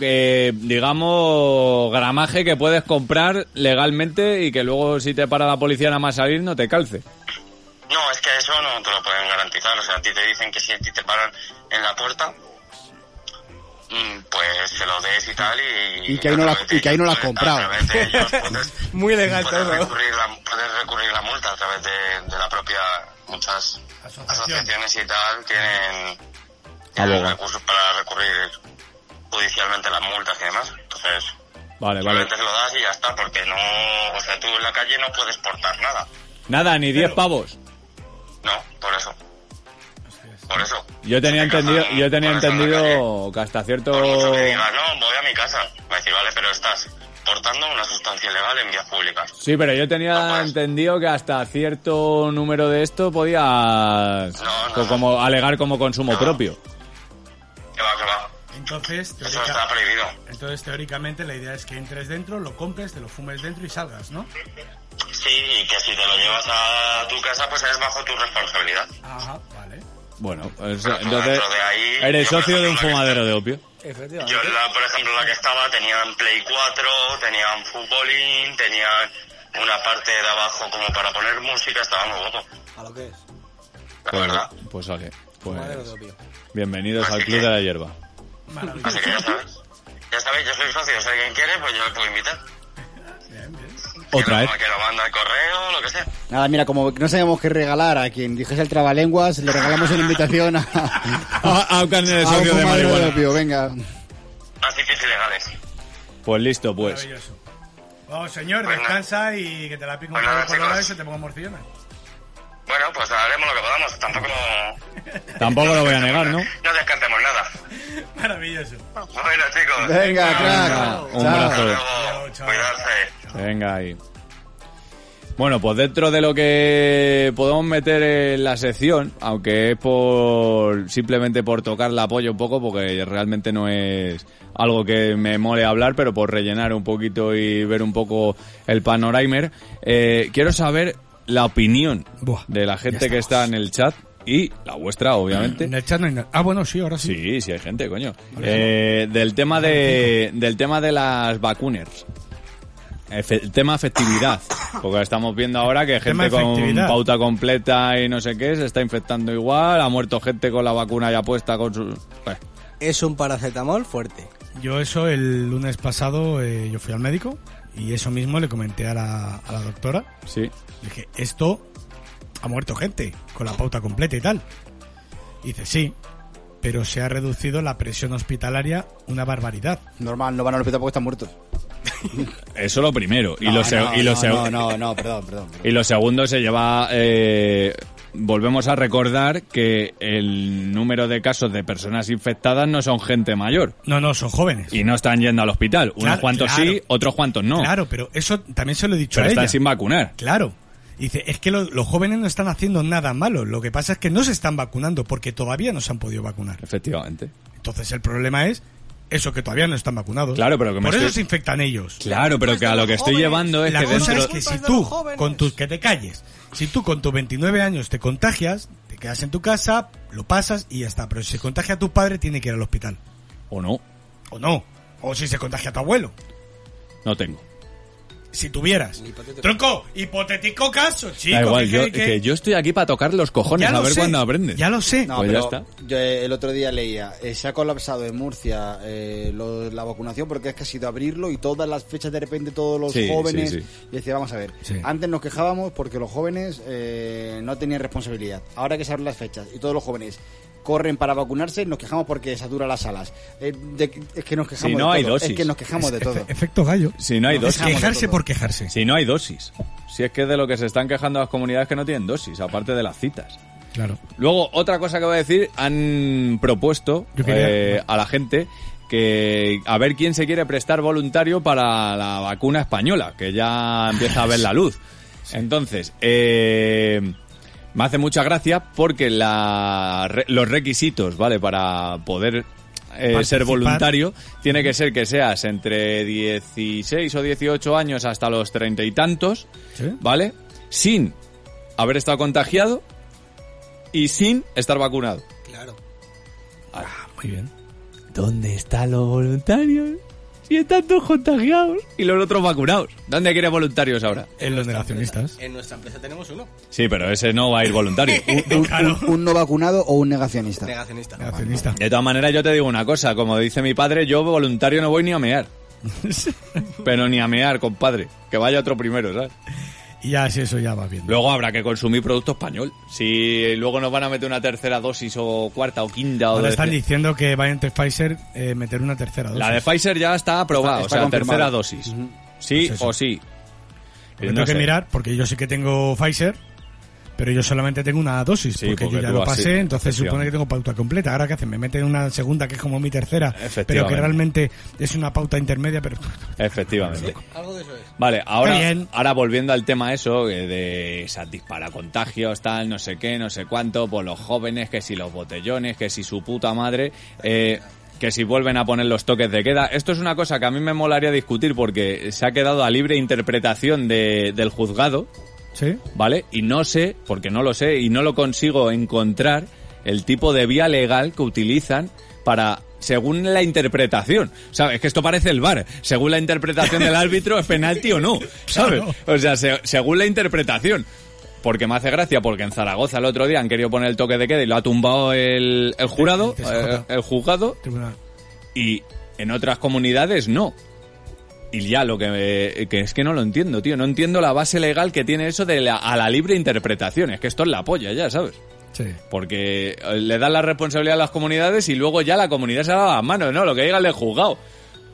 Speaker 1: eh, digamos, gramaje que puedes comprar legalmente y que luego si te para la policía nada más salir no te calce.
Speaker 7: No, es que eso no te lo pueden garantizar. O sea, a ti te dicen que si a ti te paran en la puerta, mm, pues se lo des y tal. Y,
Speaker 2: Y que ahí no la- y que ahí no la has comprado.
Speaker 5: Muy legal
Speaker 7: puedes,
Speaker 5: todo.
Speaker 7: recurrir la, puedes recurrir la multa a través de, de la propia. Muchas
Speaker 3: Asociación.
Speaker 7: asociaciones y tal tienen,
Speaker 2: Ah,
Speaker 7: tienen
Speaker 1: Abogado.
Speaker 7: recursos para recurrir judicialmente las multas y demás. Entonces,
Speaker 1: Vale, vale.
Speaker 7: solamente se lo das y ya está, porque no. O sea, tú en la calle no puedes portar nada.
Speaker 1: Nada, ni 10 pavos.
Speaker 7: No, por eso. Por eso.
Speaker 1: Yo tenía
Speaker 7: En casa,
Speaker 1: entendido, yo tenía
Speaker 7: por eso en la calle.
Speaker 1: entendido que hasta cierto...
Speaker 7: Por mucho que digas, no, voy a mi casa. Me decís, vale, pero estás portando una sustancia ilegal en vías públicas.
Speaker 1: Sí, pero yo tenía entendido que hasta cierto número de esto podías
Speaker 7: No, no,
Speaker 1: co-
Speaker 7: no.
Speaker 1: como alegar como consumo propio.
Speaker 7: Que va, que va.
Speaker 3: Entonces,
Speaker 7: Eso
Speaker 3: teórica-
Speaker 7: está prohibido.
Speaker 3: entonces, teóricamente, la idea es que entres dentro, lo compres, te lo fumes dentro y salgas, ¿no?
Speaker 7: Sí, y que si te lo llevas a tu casa, pues es bajo tu responsabilidad.
Speaker 3: Ajá, vale.
Speaker 1: Bueno, pues,
Speaker 7: Pero tú
Speaker 1: entonces
Speaker 7: dentro de ahí-
Speaker 1: eres
Speaker 7: yo, por
Speaker 1: socio de un
Speaker 7: ejemplo, la que-
Speaker 1: fumadero de opio.
Speaker 5: Efectivamente.
Speaker 7: Yo, en la, por ejemplo, la que estaba, tenían Play 4, tenían futbolín, tenían una parte de abajo como para poner música, estaba muy guapo.
Speaker 5: A lo que es.
Speaker 7: La verdad. Pues
Speaker 1: Pues oye, pues
Speaker 5: Madre de opio.
Speaker 1: bienvenidos al Club de la Hierba.
Speaker 7: Así que ya sabes. Ya sabéis, yo soy socio. Si alguien quiere, pues yo le puedo invitar.
Speaker 1: Otra
Speaker 7: que
Speaker 1: vez.
Speaker 7: Lo, que lo manda al correo, lo que sea.
Speaker 2: Nada, mira, como no sabíamos qué regalar a quien dijese el trabalenguas, le regalamos una invitación a, a
Speaker 1: A, a un carnet de
Speaker 2: un
Speaker 1: socio de
Speaker 2: fumadero de
Speaker 1: marihuana.
Speaker 2: opio, venga.
Speaker 7: Así que es ilegales.
Speaker 1: Pues listo, pues.
Speaker 3: Maravilloso. Vamos, señor,
Speaker 7: Bueno.
Speaker 3: descansa y que te la pico un
Speaker 7: Bueno,
Speaker 3: poco colorada y
Speaker 7: Pues chicos.
Speaker 3: se te ponga morcillona.
Speaker 7: Bueno, pues haremos lo que podamos. Tampoco
Speaker 1: Tampoco lo voy a negar, ¿no?
Speaker 7: no descartemos nada.
Speaker 3: Maravilloso.
Speaker 7: Bueno, chicos.
Speaker 2: Venga,
Speaker 1: Venga,
Speaker 2: crack.
Speaker 1: un
Speaker 2: Chao.
Speaker 7: Hasta
Speaker 1: brazo.
Speaker 7: luego.
Speaker 3: Chao, chao.
Speaker 7: Cuidarse.
Speaker 1: Venga ahí. Bueno, pues dentro de lo que podemos meter en la sección, aunque es por simplemente por tocar la polla un poco, porque realmente no es algo que me mole hablar, pero por rellenar un poquito y ver un poco el panoraimer, eh, quiero saber la opinión
Speaker 3: Buah,
Speaker 1: de la
Speaker 3: ya
Speaker 1: gente que
Speaker 3: estamos.
Speaker 1: está en el chat y la vuestra, obviamente.
Speaker 3: En el chat no hay nada. Ah, bueno, sí, ahora sí.
Speaker 1: Sí, sí hay gente, coño. Eh, del tema de del tema de las vacunas. Efe- el tema afectividad. Porque estamos viendo ahora que
Speaker 3: Tema
Speaker 1: gente con
Speaker 3: afectividad.
Speaker 1: pauta completa y no sé qué se está infectando igual. Ha muerto gente con la vacuna ya puesta con su. pues, Bueno,
Speaker 5: Es un paracetamol fuerte.
Speaker 3: Yo eso el lunes pasado eh, yo fui al médico y eso mismo le comenté a la, a la doctora.
Speaker 1: sí.
Speaker 3: Le dije, esto ha muerto gente con la pauta completa y tal. Y dice, sí, pero se ha reducido la presión hospitalaria una barbaridad.
Speaker 2: Normal, no van al hospital porque están muertos.
Speaker 1: Eso lo primero. Y
Speaker 2: No,
Speaker 1: lo, se-
Speaker 2: no,
Speaker 1: y lo
Speaker 2: no,
Speaker 1: se-
Speaker 2: no, no, no, perdón, perdón. perdón.
Speaker 1: Y lo segundo se lleva. eh, volvemos a recordar que el número de casos de personas infectadas no son gente mayor.
Speaker 3: No, no, son jóvenes.
Speaker 1: Y no están yendo al hospital. Unos
Speaker 3: Claro,
Speaker 1: cuantos sí,
Speaker 3: claro.
Speaker 1: otros cuantos no.
Speaker 3: Claro, pero eso también se lo he dicho
Speaker 1: pero
Speaker 3: a
Speaker 1: están
Speaker 3: ella.
Speaker 1: sin vacunar.
Speaker 3: Claro. Dice, es que lo- los jóvenes no están haciendo nada malo. Lo que pasa es que no se están vacunando porque todavía no se han podido vacunar.
Speaker 1: Efectivamente.
Speaker 3: Entonces el problema es eso que todavía no están vacunados.
Speaker 1: Claro, pero que me
Speaker 3: Por eso
Speaker 1: estoy-
Speaker 3: se infectan ellos.
Speaker 1: Claro, pero que a lo que estoy llevando es
Speaker 3: La
Speaker 1: que
Speaker 3: cosa
Speaker 1: dentro.
Speaker 3: es que si tú, con tus que te calles, si tú con tus 29 años te contagias, te quedas en tu casa, lo pasas y ya está. Pero si se contagia a tu padre, tiene que ir al hospital.
Speaker 1: O no,
Speaker 3: O no. O si se contagia a tu abuelo.
Speaker 1: no tengo.
Speaker 3: Si tuvieras. Tronco, hipotético caso, chico.
Speaker 1: da igual,
Speaker 3: que-
Speaker 1: yo,
Speaker 3: que-
Speaker 1: que yo estoy aquí para tocar los cojones,
Speaker 3: Ya
Speaker 1: a
Speaker 3: lo
Speaker 1: ver
Speaker 3: sé,
Speaker 1: cuándo aprendes.
Speaker 3: Ya lo sé.
Speaker 2: No,
Speaker 1: Pues ya
Speaker 2: pero
Speaker 1: está.
Speaker 2: yo eh, el otro día leía, eh, se ha colapsado en Murcia eh, lo- la vacunación porque es que ha sido abrirlo y todas las fechas de repente todos los
Speaker 1: Sí,
Speaker 2: jóvenes...
Speaker 1: sí, sí.
Speaker 2: Y decía, vamos a ver,
Speaker 3: Sí.
Speaker 2: antes nos quejábamos porque los jóvenes eh, no tenían responsabilidad. Ahora que se abren las fechas y todos los jóvenes corren para vacunarse, nos quejamos porque satura las salas. Eh, de- es que nos quejamos
Speaker 1: Si no
Speaker 2: de
Speaker 1: hay
Speaker 2: todo.
Speaker 1: dosis.
Speaker 2: Es que nos quejamos de todo.
Speaker 3: Efe- efecto gallo.
Speaker 1: Si no hay
Speaker 3: Es
Speaker 1: dosis.
Speaker 3: quejarse por quejarse.
Speaker 1: Si no hay dosis. Si es que de lo que se están quejando las comunidades que no tienen dosis, aparte de las citas.
Speaker 3: Claro.
Speaker 1: Luego, otra cosa que voy a decir, han propuesto
Speaker 3: Yo quería-
Speaker 1: eh, a la gente que a ver quién se quiere prestar voluntario para la vacuna española, que ya empieza a ver la luz. Entonces, eh, me hace mucha gracia porque la, re- los requisitos, ¿vale? Para poder eh, ser
Speaker 3: Participar.
Speaker 1: voluntario, tiene que ser que seas entre 16 o 18 años hasta los treinta y tantos,
Speaker 3: Sí.
Speaker 1: ¿vale? Sin haber estado contagiado y sin estar vacunado.
Speaker 5: Claro.
Speaker 3: Muy bien.
Speaker 1: ¿Dónde están los voluntarios? Si están todos contagiados y los otros vacunados. ¿Dónde quiere voluntarios ahora?
Speaker 3: En los negacionistas.
Speaker 5: En nuestra empresa tenemos uno.
Speaker 1: Sí, pero ese no va a ir voluntario.
Speaker 2: Un- un- un no vacunado o un negacionista.
Speaker 5: Negacionista.
Speaker 3: Negacionista.
Speaker 1: De todas maneras, yo te digo una cosa. Como dice mi padre, yo voluntario no voy ni a mear. Pero ni a mear, compadre. Que vaya otro primero, ¿sabes?
Speaker 3: Y ya, si eso ya va bien.
Speaker 1: Luego habrá que consumir producto español. Si luego nos van a meter una tercera dosis o cuarta o quinta o...
Speaker 3: Ahora
Speaker 1: de- este,
Speaker 3: están diciendo que va entre Pfizer eh, meter una tercera dosis.
Speaker 1: La de Pfizer ya está aprobada,
Speaker 2: Está- está
Speaker 1: o sea,
Speaker 2: confirmada.
Speaker 1: tercera dosis. Sí
Speaker 3: Pues eso.
Speaker 1: o sí.
Speaker 3: Porque
Speaker 1: No
Speaker 3: Pues tengo que
Speaker 1: sé.
Speaker 3: mirar, porque yo sí que tengo Pfizer, pero yo solamente tengo una dosis,
Speaker 1: Sí,
Speaker 3: porque,
Speaker 1: porque
Speaker 3: yo ya
Speaker 1: tú
Speaker 3: lo
Speaker 1: has
Speaker 3: pasé,
Speaker 1: sido,
Speaker 3: entonces se supone que tengo pauta completa. Ahora que hacen, me meten una segunda que es como mi tercera, pero que
Speaker 1: Efectivamente.
Speaker 3: realmente es una pauta intermedia, pero
Speaker 1: Efectivamente.
Speaker 5: Algo de eso es.
Speaker 1: Vale, ahora,
Speaker 3: Está bien.
Speaker 1: ahora volviendo al tema eso, eh, de esas dispara contagios, tal, no sé qué, no sé cuánto, por los jóvenes, que si los botellones, que si su puta madre, eh, que si vuelven a poner los toques de queda. Esto es una cosa que a mí me molaría discutir porque se ha quedado a libre interpretación de- del juzgado,
Speaker 3: sí,
Speaker 1: ¿vale? Y no sé, porque no lo sé, y no lo consigo encontrar, el tipo de vía legal que utilizan para según la interpretación, ¿sabes? Que esto parece el bar. Según la interpretación del árbitro, ¿es penalti o no? ¿Sabes? O sea, se- según la interpretación. Porque me hace gracia, porque en Zaragoza el otro día han querido poner el toque de queda y lo ha tumbado el, el jurado,
Speaker 3: El TSJ.
Speaker 1: eh, el juzgado,
Speaker 3: tribunal.
Speaker 1: y en otras comunidades no. Y ya lo que, que es que no lo entiendo, tío. No entiendo la base legal que tiene eso de la, a la libre interpretación. Es que esto es la polla, ya, ¿sabes?
Speaker 3: Sí.
Speaker 1: Porque eh, le dan la responsabilidad a las comunidades y luego ya la comunidad se lava las manos, ¿no? Lo que diga el del juzgado.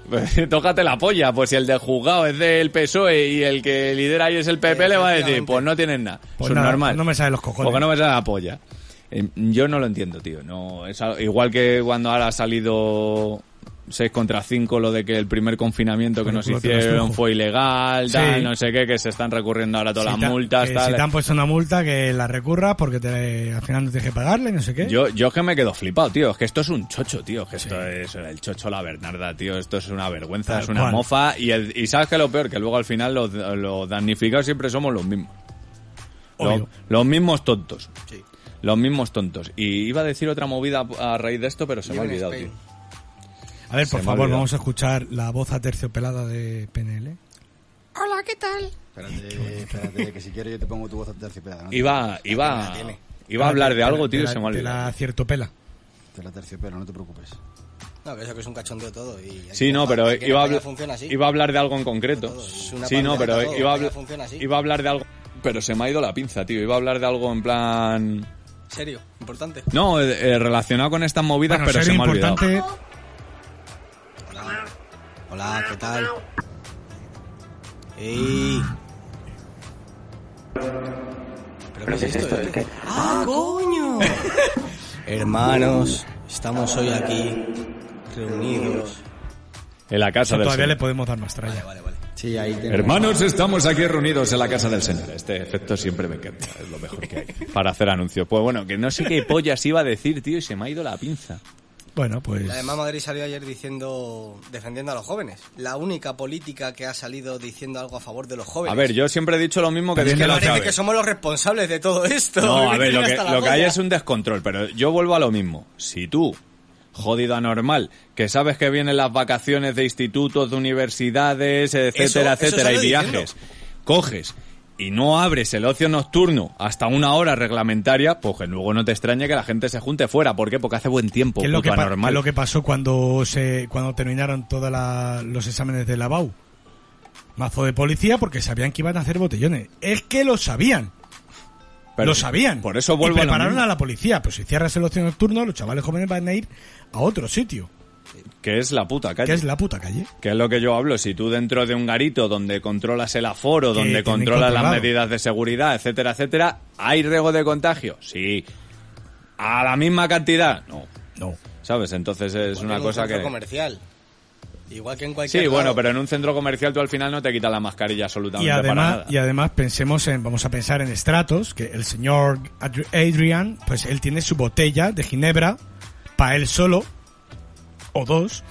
Speaker 1: Tócate la polla, pues si el del juzgado es del PSOE E y el que lidera ahí es el PP, le va a decir,
Speaker 5: Efectivamente.
Speaker 1: pues no tienen nada.
Speaker 3: Pues
Speaker 1: Eso es
Speaker 3: nada,
Speaker 1: normal.
Speaker 3: no me salen los cojones.
Speaker 1: Porque no me sale la polla. Eh, Yo no lo entiendo, tío. No, es al- igual que cuando ahora ha salido 6 contra 5 lo de que el primer confinamiento que
Speaker 3: Pero
Speaker 1: nos
Speaker 3: culo te lo
Speaker 1: hicieron
Speaker 3: sujo.
Speaker 1: fue ilegal, tal,
Speaker 3: Sí.
Speaker 1: no sé qué, que se están recurriendo ahora todas
Speaker 3: Si te-
Speaker 1: las multas,
Speaker 3: que
Speaker 1: tal.
Speaker 3: Si te han puesto una multa, que la recurras porque te, al final no tienes que pagarle, no sé qué.
Speaker 1: Yo, yo es que me quedo flipado, tío. Es que esto es un chocho, tío. Es que esto es el chocho la Bernarda, tío. Esto es una vergüenza,
Speaker 3: Tal
Speaker 1: es una
Speaker 3: cual.
Speaker 1: mofa. Y, el- y sabes que lo peor, que luego al final los, los damnificados siempre somos los mismos. Lo-
Speaker 3: Obvio.
Speaker 1: los mismos tontos. Los mismos tontos. Y iba a decir otra movida a raíz de esto, pero se me ha
Speaker 5: Leon
Speaker 1: olvidado,
Speaker 5: Spain.
Speaker 1: tío.
Speaker 3: a ver,
Speaker 1: se
Speaker 3: por
Speaker 1: me ha
Speaker 3: favor,
Speaker 1: olvidado.
Speaker 3: vamos a escuchar la voz aterciopelada de PNL.
Speaker 9: Hola, ¿qué tal?
Speaker 2: Espérate, espérate, que si quieres yo te pongo tu voz terciopelada. ¿no?
Speaker 1: Iba, iba, iba a hablar de algo, tío, y se me ha
Speaker 3: Te
Speaker 1: olvidado.
Speaker 3: la cierto pela.
Speaker 2: Te la terciopelo, no te preocupes.
Speaker 5: No, que eso que es un cachondeo todo. Y
Speaker 1: Sí, no, pero iba
Speaker 5: que
Speaker 1: a,
Speaker 5: la
Speaker 1: hablar-
Speaker 5: peña funciona así.
Speaker 1: iba a hablar de algo en concreto.
Speaker 5: Todo, es una
Speaker 1: Sí, no,
Speaker 5: pandemia,
Speaker 1: pero
Speaker 5: todo,
Speaker 1: iba a,
Speaker 5: la peña
Speaker 1: habl-
Speaker 5: funciona así.
Speaker 1: iba a hablar de algo... Pero se me ha ido la pinza, tío. Iba a hablar de algo en plan...
Speaker 5: Serio, importante.
Speaker 1: No, eh, eh, relacionado con estas movidas,
Speaker 3: Bueno,
Speaker 1: pero se
Speaker 3: sería
Speaker 1: me ha olvidado.
Speaker 3: importante.
Speaker 5: Hola. Hola, ¿qué tal? Ey. ¿Pero qué es esto? eh? ¡Ah, coño! Hermanos, estamos hoy aquí reunidos.
Speaker 1: En la casa del
Speaker 3: Todavía le
Speaker 1: Señor.
Speaker 3: podemos dar más tralla.
Speaker 5: Vale, vale.
Speaker 2: Sí, ahí tengo.
Speaker 1: Hermanos, estamos aquí reunidos en la casa del Señor. Este efecto siempre me encanta, es lo mejor que hay. Para hacer anuncios. Pues bueno, que no sé qué pollas iba a decir, tío, y se me ha ido la pinza.
Speaker 3: Bueno, pues.
Speaker 5: La de Madrid salió ayer diciendo, defendiendo a los jóvenes. La única política que ha salido diciendo algo a favor de los jóvenes.
Speaker 1: A ver, yo siempre he dicho lo mismo que
Speaker 5: es
Speaker 1: dije
Speaker 5: que
Speaker 1: la
Speaker 5: parece
Speaker 1: otra
Speaker 5: que
Speaker 1: vez.
Speaker 5: somos los responsables de todo esto.
Speaker 1: No, a
Speaker 5: Me
Speaker 1: ver, lo
Speaker 5: tienen
Speaker 1: que,
Speaker 5: hasta la
Speaker 1: lo que hay
Speaker 5: polla.
Speaker 1: es un descontrol, pero yo vuelvo a lo mismo. Si tú, jodido anormal, que sabes que vienen las vacaciones de institutos, de universidades, etcétera,
Speaker 5: eso
Speaker 1: etcétera, y
Speaker 5: solo diciendo.
Speaker 1: viajes, coges y no abres el ocio nocturno hasta una hora reglamentaria, pues que luego no te extrañe que la gente se junte fuera. ¿Por qué? Porque hace buen tiempo,
Speaker 3: ¿Qué es, lo que
Speaker 1: puto
Speaker 3: pa- qué
Speaker 1: anormal.
Speaker 3: es lo que pasó cuando se cuando terminaron todos los exámenes de la BAU? Mazo de policía porque sabían que iban a hacer botellones. Es que lo sabían,
Speaker 1: Pero
Speaker 3: lo sabían.
Speaker 1: Por eso
Speaker 3: y
Speaker 1: vuelvo a lo
Speaker 3: prepararon
Speaker 1: mismo,
Speaker 3: a la policía. Pero si cierras el ocio nocturno, los chavales jóvenes van a ir a otro sitio,
Speaker 1: que es la puta calle.
Speaker 3: que es la puta calle.
Speaker 1: Que es lo que yo hablo, si tú dentro de un garito donde controlas el aforo,
Speaker 3: Que
Speaker 1: donde
Speaker 3: tienen
Speaker 1: controlas las
Speaker 3: controlado.
Speaker 1: medidas de seguridad, etcétera, etcétera, ¿hay riesgo de contagio? Sí. ¿A la misma cantidad? No.
Speaker 3: No.
Speaker 1: ¿Sabes? Entonces es
Speaker 5: Igual
Speaker 1: una
Speaker 5: en un
Speaker 1: cosa
Speaker 5: centro
Speaker 1: que...
Speaker 5: comercial. Igual que en cualquier
Speaker 1: Sí, bueno,
Speaker 5: lado.
Speaker 1: pero en un centro comercial tú al final no te quitas la mascarilla absolutamente
Speaker 3: Y
Speaker 1: para
Speaker 3: además,
Speaker 1: nada.
Speaker 3: y además pensemos en, vamos a pensar en estratos, que el señor Adri- Adrian, pues él tiene su botella de Ginebra para él solo, o dos,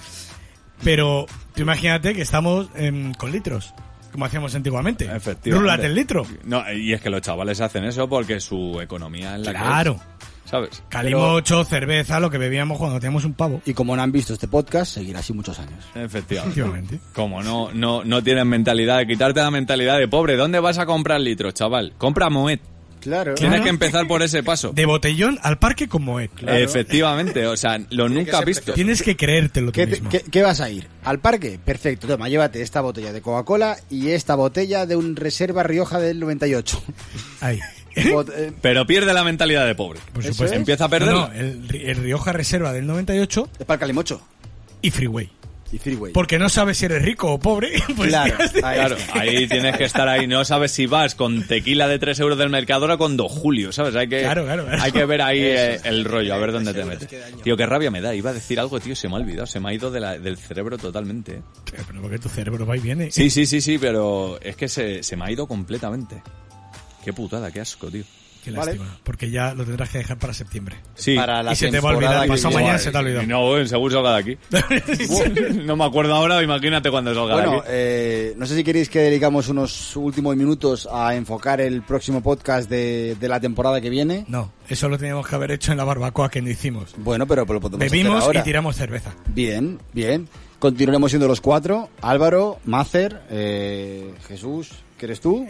Speaker 3: pero tú imagínate que estamos em, con litros, como hacíamos antiguamente.
Speaker 1: Efectivamente.
Speaker 3: Rulas del litro.
Speaker 1: No, y es que los chavales hacen eso porque su economía es la que
Speaker 3: Claro.
Speaker 1: es, ¿Sabes?
Speaker 3: Calimocho, cerveza, lo que bebíamos cuando teníamos un pavo.
Speaker 2: Y como no han visto este podcast, seguirá así muchos años.
Speaker 1: Efectivamente.
Speaker 3: Efectivamente.
Speaker 1: Como no, no, no tienes mentalidad de quitarte la mentalidad de pobre, ¿dónde vas a comprar litros, chaval? Compra Moet.
Speaker 2: Claro.
Speaker 1: Tienes que empezar por ese paso.
Speaker 3: De botellón al parque con Moet.
Speaker 1: Efectivamente, o sea, lo nunca
Speaker 5: ser
Speaker 1: visto.
Speaker 3: Tienes que creértelo tú
Speaker 2: Ah, ¿Qué, te-
Speaker 3: mismo.
Speaker 2: qué- qué vas a ir? ¿Al parque? Perfecto, toma, llévate esta botella de Coca-Cola y esta botella de un Reserva Rioja del 98.
Speaker 3: Ahí.
Speaker 2: Bot- eh,
Speaker 1: Pero pierde la mentalidad de pobre.
Speaker 3: Por
Speaker 2: ¿Eso
Speaker 3: supuesto.
Speaker 2: es?
Speaker 1: Empieza a perderla.
Speaker 3: No, no, el, el Rioja Reserva del 98
Speaker 2: es para el calimocho.
Speaker 3: y Freeway.
Speaker 2: Y Freeway.
Speaker 3: Porque no sabes si eres rico o pobre. Pues
Speaker 2: Claro,
Speaker 3: te has de-
Speaker 2: ahí.
Speaker 1: Claro, ahí tienes que estar ahí. No sabes si vas con tequila de 3 euros del Mercadona con 2 Julio, ¿sabes? Hay que,
Speaker 3: Claro, claro, claro.
Speaker 1: Hay que ver ahí eh, el rollo, a ver dónde te
Speaker 5: Seguro
Speaker 1: metes.
Speaker 5: es que daño.
Speaker 1: Tío, qué rabia me da. Iba a decir algo, tío, se me ha olvidado. Se me ha ido de la- del cerebro totalmente. eh.
Speaker 3: Pero porque tu cerebro va y viene.
Speaker 1: Sí, sí, sí, sí, pero es que se, se me ha ido completamente. Qué putada, qué asco, tío.
Speaker 3: Qué
Speaker 2: Vale.
Speaker 3: lástima. Porque ya lo tendrás que dejar para septiembre.
Speaker 1: Sí.
Speaker 2: Para la
Speaker 3: y se te va a
Speaker 2: temporada
Speaker 3: olvidar.
Speaker 2: que
Speaker 3: Pasado
Speaker 2: viene.
Speaker 3: mañana se te ha olvidado.
Speaker 1: No, en seguro salga de aquí. no me acuerdo ahora, imagínate cuando salga de
Speaker 2: Bueno,
Speaker 1: aquí.
Speaker 2: eh, no sé si queréis que dedicamos unos últimos minutos a enfocar el próximo podcast de, de la temporada que viene.
Speaker 3: No, eso lo teníamos que haber hecho en la barbacoa que no hicimos.
Speaker 2: Bueno, pero lo podemos hacer
Speaker 3: Bebimos
Speaker 2: ahora.
Speaker 3: y tiramos cerveza.
Speaker 2: Bien, bien. Continuaremos siendo los cuatro. Álvaro, Mácer, eh, Jesús, ¿que eres tú?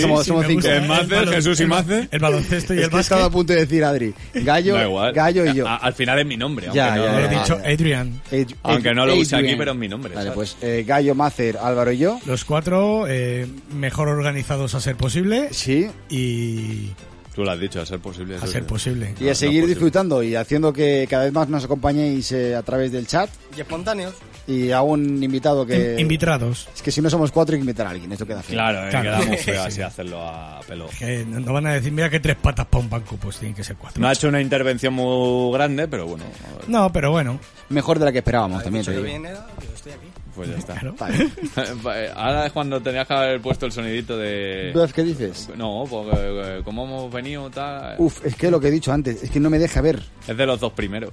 Speaker 2: somos, somos
Speaker 3: me
Speaker 2: cinco.
Speaker 3: gusta.
Speaker 1: Eh, Mace,
Speaker 3: El balon-
Speaker 1: Jesús y
Speaker 3: el-
Speaker 1: Mace.
Speaker 3: El baloncesto y
Speaker 2: Es
Speaker 3: el
Speaker 2: que estaba a
Speaker 3: básquet.
Speaker 2: punto de decir Adri. Gallo,
Speaker 1: Da igual. Ah,
Speaker 2: Gallo y yo.
Speaker 1: A- al final es mi nombre, aunque
Speaker 2: Ya,
Speaker 1: no-
Speaker 2: ya,
Speaker 3: Lo he
Speaker 2: ya.
Speaker 3: dicho, Adrian.
Speaker 2: Ed-
Speaker 1: Aunque no lo use
Speaker 2: Adrian.
Speaker 1: aquí, pero es mi nombre,
Speaker 2: Vale,
Speaker 1: ¿sabes?
Speaker 2: pues eh, Gallo, Mácer, Álvaro y yo.
Speaker 3: Los cuatro eh, mejor organizados a ser posible
Speaker 2: Sí.
Speaker 3: y
Speaker 1: Tú lo has dicho, a ser posible.
Speaker 3: a
Speaker 1: eso
Speaker 3: ser
Speaker 1: sí.
Speaker 3: posible.
Speaker 2: Y
Speaker 1: No,
Speaker 2: a
Speaker 1: no
Speaker 2: seguir
Speaker 1: posible.
Speaker 2: disfrutando y haciendo que cada vez más nos acompañéis eh, a través del chat
Speaker 5: Y espontáneos.
Speaker 2: y a un invitado que...
Speaker 3: In- Invitados.
Speaker 2: Es que si no somos cuatro hay que invitar a alguien, esto queda feo.
Speaker 1: Claro, eh,
Speaker 3: Claro.
Speaker 1: queda muy feo así hacerlo a pelo.
Speaker 3: Que no no van a decir, mira que tres patas para un banco, pues tienen que ser cuatro.
Speaker 1: No ha hecho una intervención muy grande, pero bueno, a ver,
Speaker 3: No, pero bueno.
Speaker 2: Mejor de la que esperábamos también,
Speaker 5: Habéis dicho
Speaker 2: te
Speaker 5: que
Speaker 2: digo.
Speaker 5: viene, yo estoy aquí.
Speaker 1: pues ya está.
Speaker 3: Claro.
Speaker 2: Vale.
Speaker 1: Ahora es cuando tenías que haber puesto el sonidito de...
Speaker 2: Entonces, ¿Qué dices?
Speaker 1: No, porque eh, como hemos venido, tal...
Speaker 2: Uf, es que lo que he dicho antes, es que no me deja ver.
Speaker 1: Es de los dos primeros.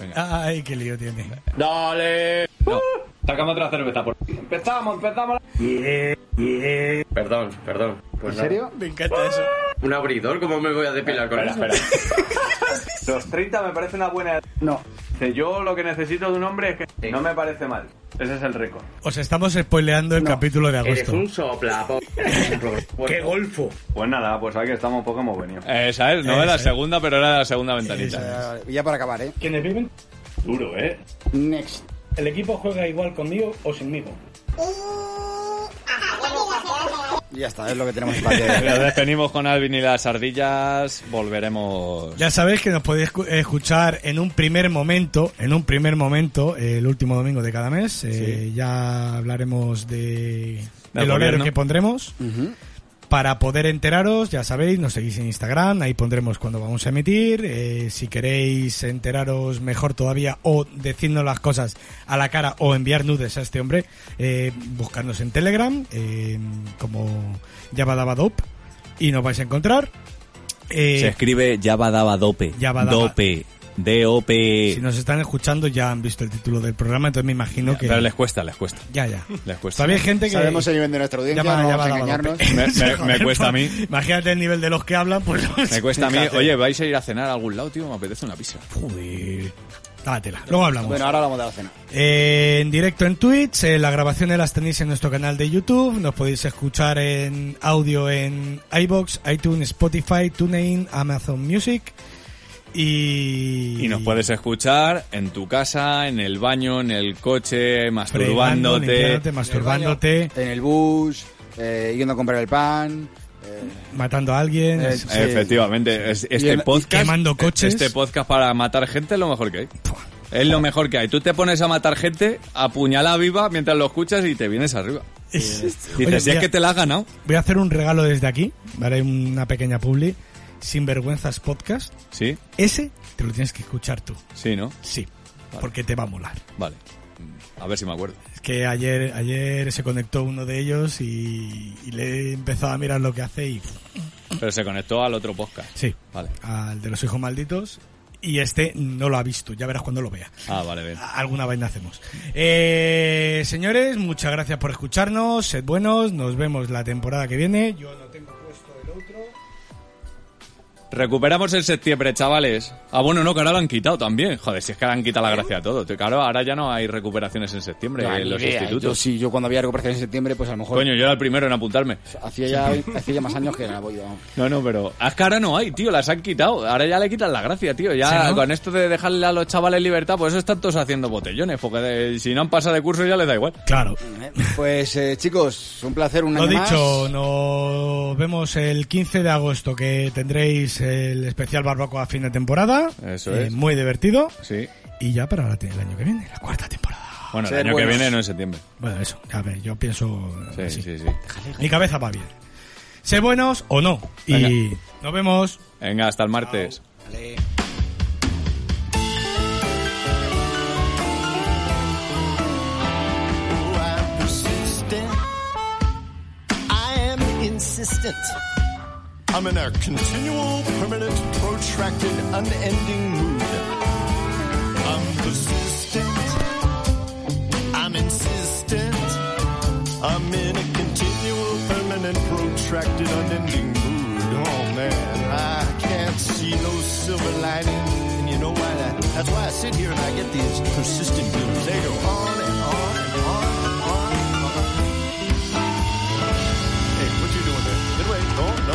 Speaker 1: Venga.
Speaker 3: Ay, qué lío tiene.
Speaker 6: Sacamos otra cerveza, por Empezamos, empezamos.
Speaker 8: Perdón, perdón. Pues nada.
Speaker 3: Me encanta eso.
Speaker 8: ¿Un abridor? ¿Cómo me voy a depilar con eso?
Speaker 6: Los 30 me parece una buena edad.
Speaker 2: No.
Speaker 6: Dice, Yo lo que necesito de un hombre es que No me parece mal. Ese es el récord.
Speaker 3: Os estamos spoileando el capítulo de
Speaker 8: Eres
Speaker 3: agosto.
Speaker 8: un sopla.
Speaker 4: ¡Qué golfo!
Speaker 6: Pues nada, pues aquí estamos poco hemos venido.
Speaker 1: Esa es, no era la
Speaker 3: Esa es.
Speaker 1: segunda, pero era la segunda ventanita.
Speaker 2: Eh, Ya para acabar, ¿eh?
Speaker 4: Quienes viven, duro, ¿eh?
Speaker 2: Next.
Speaker 4: El equipo juega igual conmigo o sinmigo.
Speaker 2: Y ya está, es lo que tenemos en
Speaker 1: Nos
Speaker 2: pantalla.
Speaker 1: despedimos con Alvin y las ardillas, volveremos...
Speaker 3: Ya sabéis que nos podéis escu- eh, escuchar en un primer momento, en un primer momento, eh, el último domingo de cada mes. Eh, Ya hablaremos de, del horario
Speaker 1: gobierno.
Speaker 3: que pondremos.
Speaker 2: Ujú.
Speaker 3: Para poder enteraros, ya sabéis, nos seguís en Instagram, ahí pondremos cuando vamos a emitir. Eh, si queréis enteraros mejor todavía o decirnos las cosas a la cara o enviar nudes a este hombre, eh, buscarnos en Telegram, eh, como Yabadabadop, y nos vais a encontrar. Eh,
Speaker 1: Se escribe Yabadabadope.
Speaker 3: Yabadaba-
Speaker 1: Dope. D-O-P.
Speaker 3: Si nos están escuchando ya han visto el título del programa, entonces me imagino que...
Speaker 1: Pero les cuesta, les cuesta.
Speaker 3: Ya, ya.
Speaker 1: Les cuesta.
Speaker 3: Todavía hay gente que...
Speaker 2: Sabemos el nivel de nuestra audiencia,
Speaker 3: Ya va-
Speaker 2: no
Speaker 3: ya
Speaker 2: vamos
Speaker 3: va
Speaker 2: a
Speaker 3: dado
Speaker 2: engañarnos.
Speaker 3: golpe.
Speaker 1: Me- me- me cuesta a mí.
Speaker 3: Imagínate el nivel de los que hablan, pues...
Speaker 1: Me cuesta a mí, oye, ¿vais a ir a cenar a algún lado, tío? Me apetece una pizza.
Speaker 3: Joder. Dátela. Luego hablamos.
Speaker 2: Bueno, ahora hablamos de la cena.
Speaker 3: Eh, en directo en Twitch, eh, las grabaciones las tenéis en nuestro canal de YouTube, nos podéis escuchar en audio en iBox, iTunes, Spotify, TuneIn, Amazon Music y...
Speaker 1: Y nos puedes escuchar en tu casa, en el baño, en el coche,
Speaker 3: Fregando,
Speaker 1: masturbándote.
Speaker 3: limpiándote, masturbándote,
Speaker 2: En el bus, eh, yendo a comprar el pan. eh,
Speaker 3: matando a alguien.
Speaker 2: Eh,
Speaker 3: es-
Speaker 2: sí.
Speaker 1: Efectivamente, es-
Speaker 2: Y
Speaker 1: este
Speaker 2: en- y
Speaker 1: podcast.
Speaker 3: quemando coches.
Speaker 1: Este podcast para matar gente es lo mejor que hay. Es lo mejor que hay. Tú te pones a matar gente, apuñala viva mientras lo escuchas y te vienes arriba.
Speaker 3: Dices,
Speaker 1: eh, Dices, si es que te la has ganado.
Speaker 3: Voy a hacer un regalo desde aquí, ¿vale? Una pequeña publi. Sinvergüenzas Podcast.
Speaker 1: Sí,
Speaker 3: Ese te lo tienes que escuchar tú.
Speaker 1: sí, ¿no?
Speaker 3: Sí. Porque te va a molar.
Speaker 1: Vale. A ver si me acuerdo.
Speaker 3: Es que ayer, ayer se conectó uno de ellos y, y le he empezado a mirar lo que hace y.
Speaker 1: Pero se conectó al otro podcast.
Speaker 3: Sí.
Speaker 1: Vale.
Speaker 3: Al de los hijos malditos. Y este no lo ha visto. Ya verás cuando lo vea.
Speaker 1: Ah, vale, bien.
Speaker 3: A- Alguna vaina hacemos. Eh, señores, muchas gracias por escucharnos. Sed buenos. Nos vemos la temporada que viene. Yo no tengo puesto el otro.
Speaker 1: Recuperamos en septiembre, chavales. Ah, bueno, no, que ahora lo han quitado también. Joder, si es que ahora han quitado la gracia a todo. Tío, Claro, ahora ya no hay recuperaciones en septiembre
Speaker 2: no,
Speaker 1: en
Speaker 2: ni
Speaker 1: los
Speaker 2: idea. Yo
Speaker 1: institutos.
Speaker 2: sí, yo cuando había recuperación en septiembre, pues a lo mejor
Speaker 1: Coño, yo era el primero en apuntarme.
Speaker 2: hacía, ya, hacía ya más años que la voy vamos.
Speaker 1: No, no, pero... Es que ahora no hay, tío, las han quitado. Ahora ya le quitan la gracia, tío. Ya
Speaker 3: ¿Sí, no?
Speaker 1: con esto de dejarle a los chavales libertad, por eso están todos haciendo botellones, porque de- si no han pasado de curso ya les da igual.
Speaker 3: Claro.
Speaker 2: Pues eh, chicos, un placer, un
Speaker 3: Lo
Speaker 2: año
Speaker 3: dicho,
Speaker 2: más.
Speaker 3: nos vemos el 15 de agosto que tendréis el especial barbacoa a fin de temporada. Eh,
Speaker 1: Eso es.
Speaker 3: Muy divertido.
Speaker 1: Sí.
Speaker 3: Y ya para la te- el año que viene, la cuarta temporada.
Speaker 1: Bueno, el
Speaker 2: Ser
Speaker 1: año que
Speaker 2: buenos.
Speaker 1: viene no en septiembre.
Speaker 3: Bueno, eso, a ver, yo pienso
Speaker 1: Sí,
Speaker 3: así.
Speaker 1: sí, sí.
Speaker 3: Mi cabeza va bien. Sé buenos o no. Y
Speaker 1: Venga.
Speaker 3: nos vemos.
Speaker 1: Venga, hasta el martes.
Speaker 9: I'm persistent. I am insistent. I'm in a continual, permanent, protracted, unending mood. I'm persistent. I'm insistent. I'm in a continual, permanent, protracted, unending mood. Oh man, I can't see no silver lining. And you know why that? That's why I sit here and I get these persistent blues. They go on and on and on and on and on. Hey, what you doing there? Get away. No, no,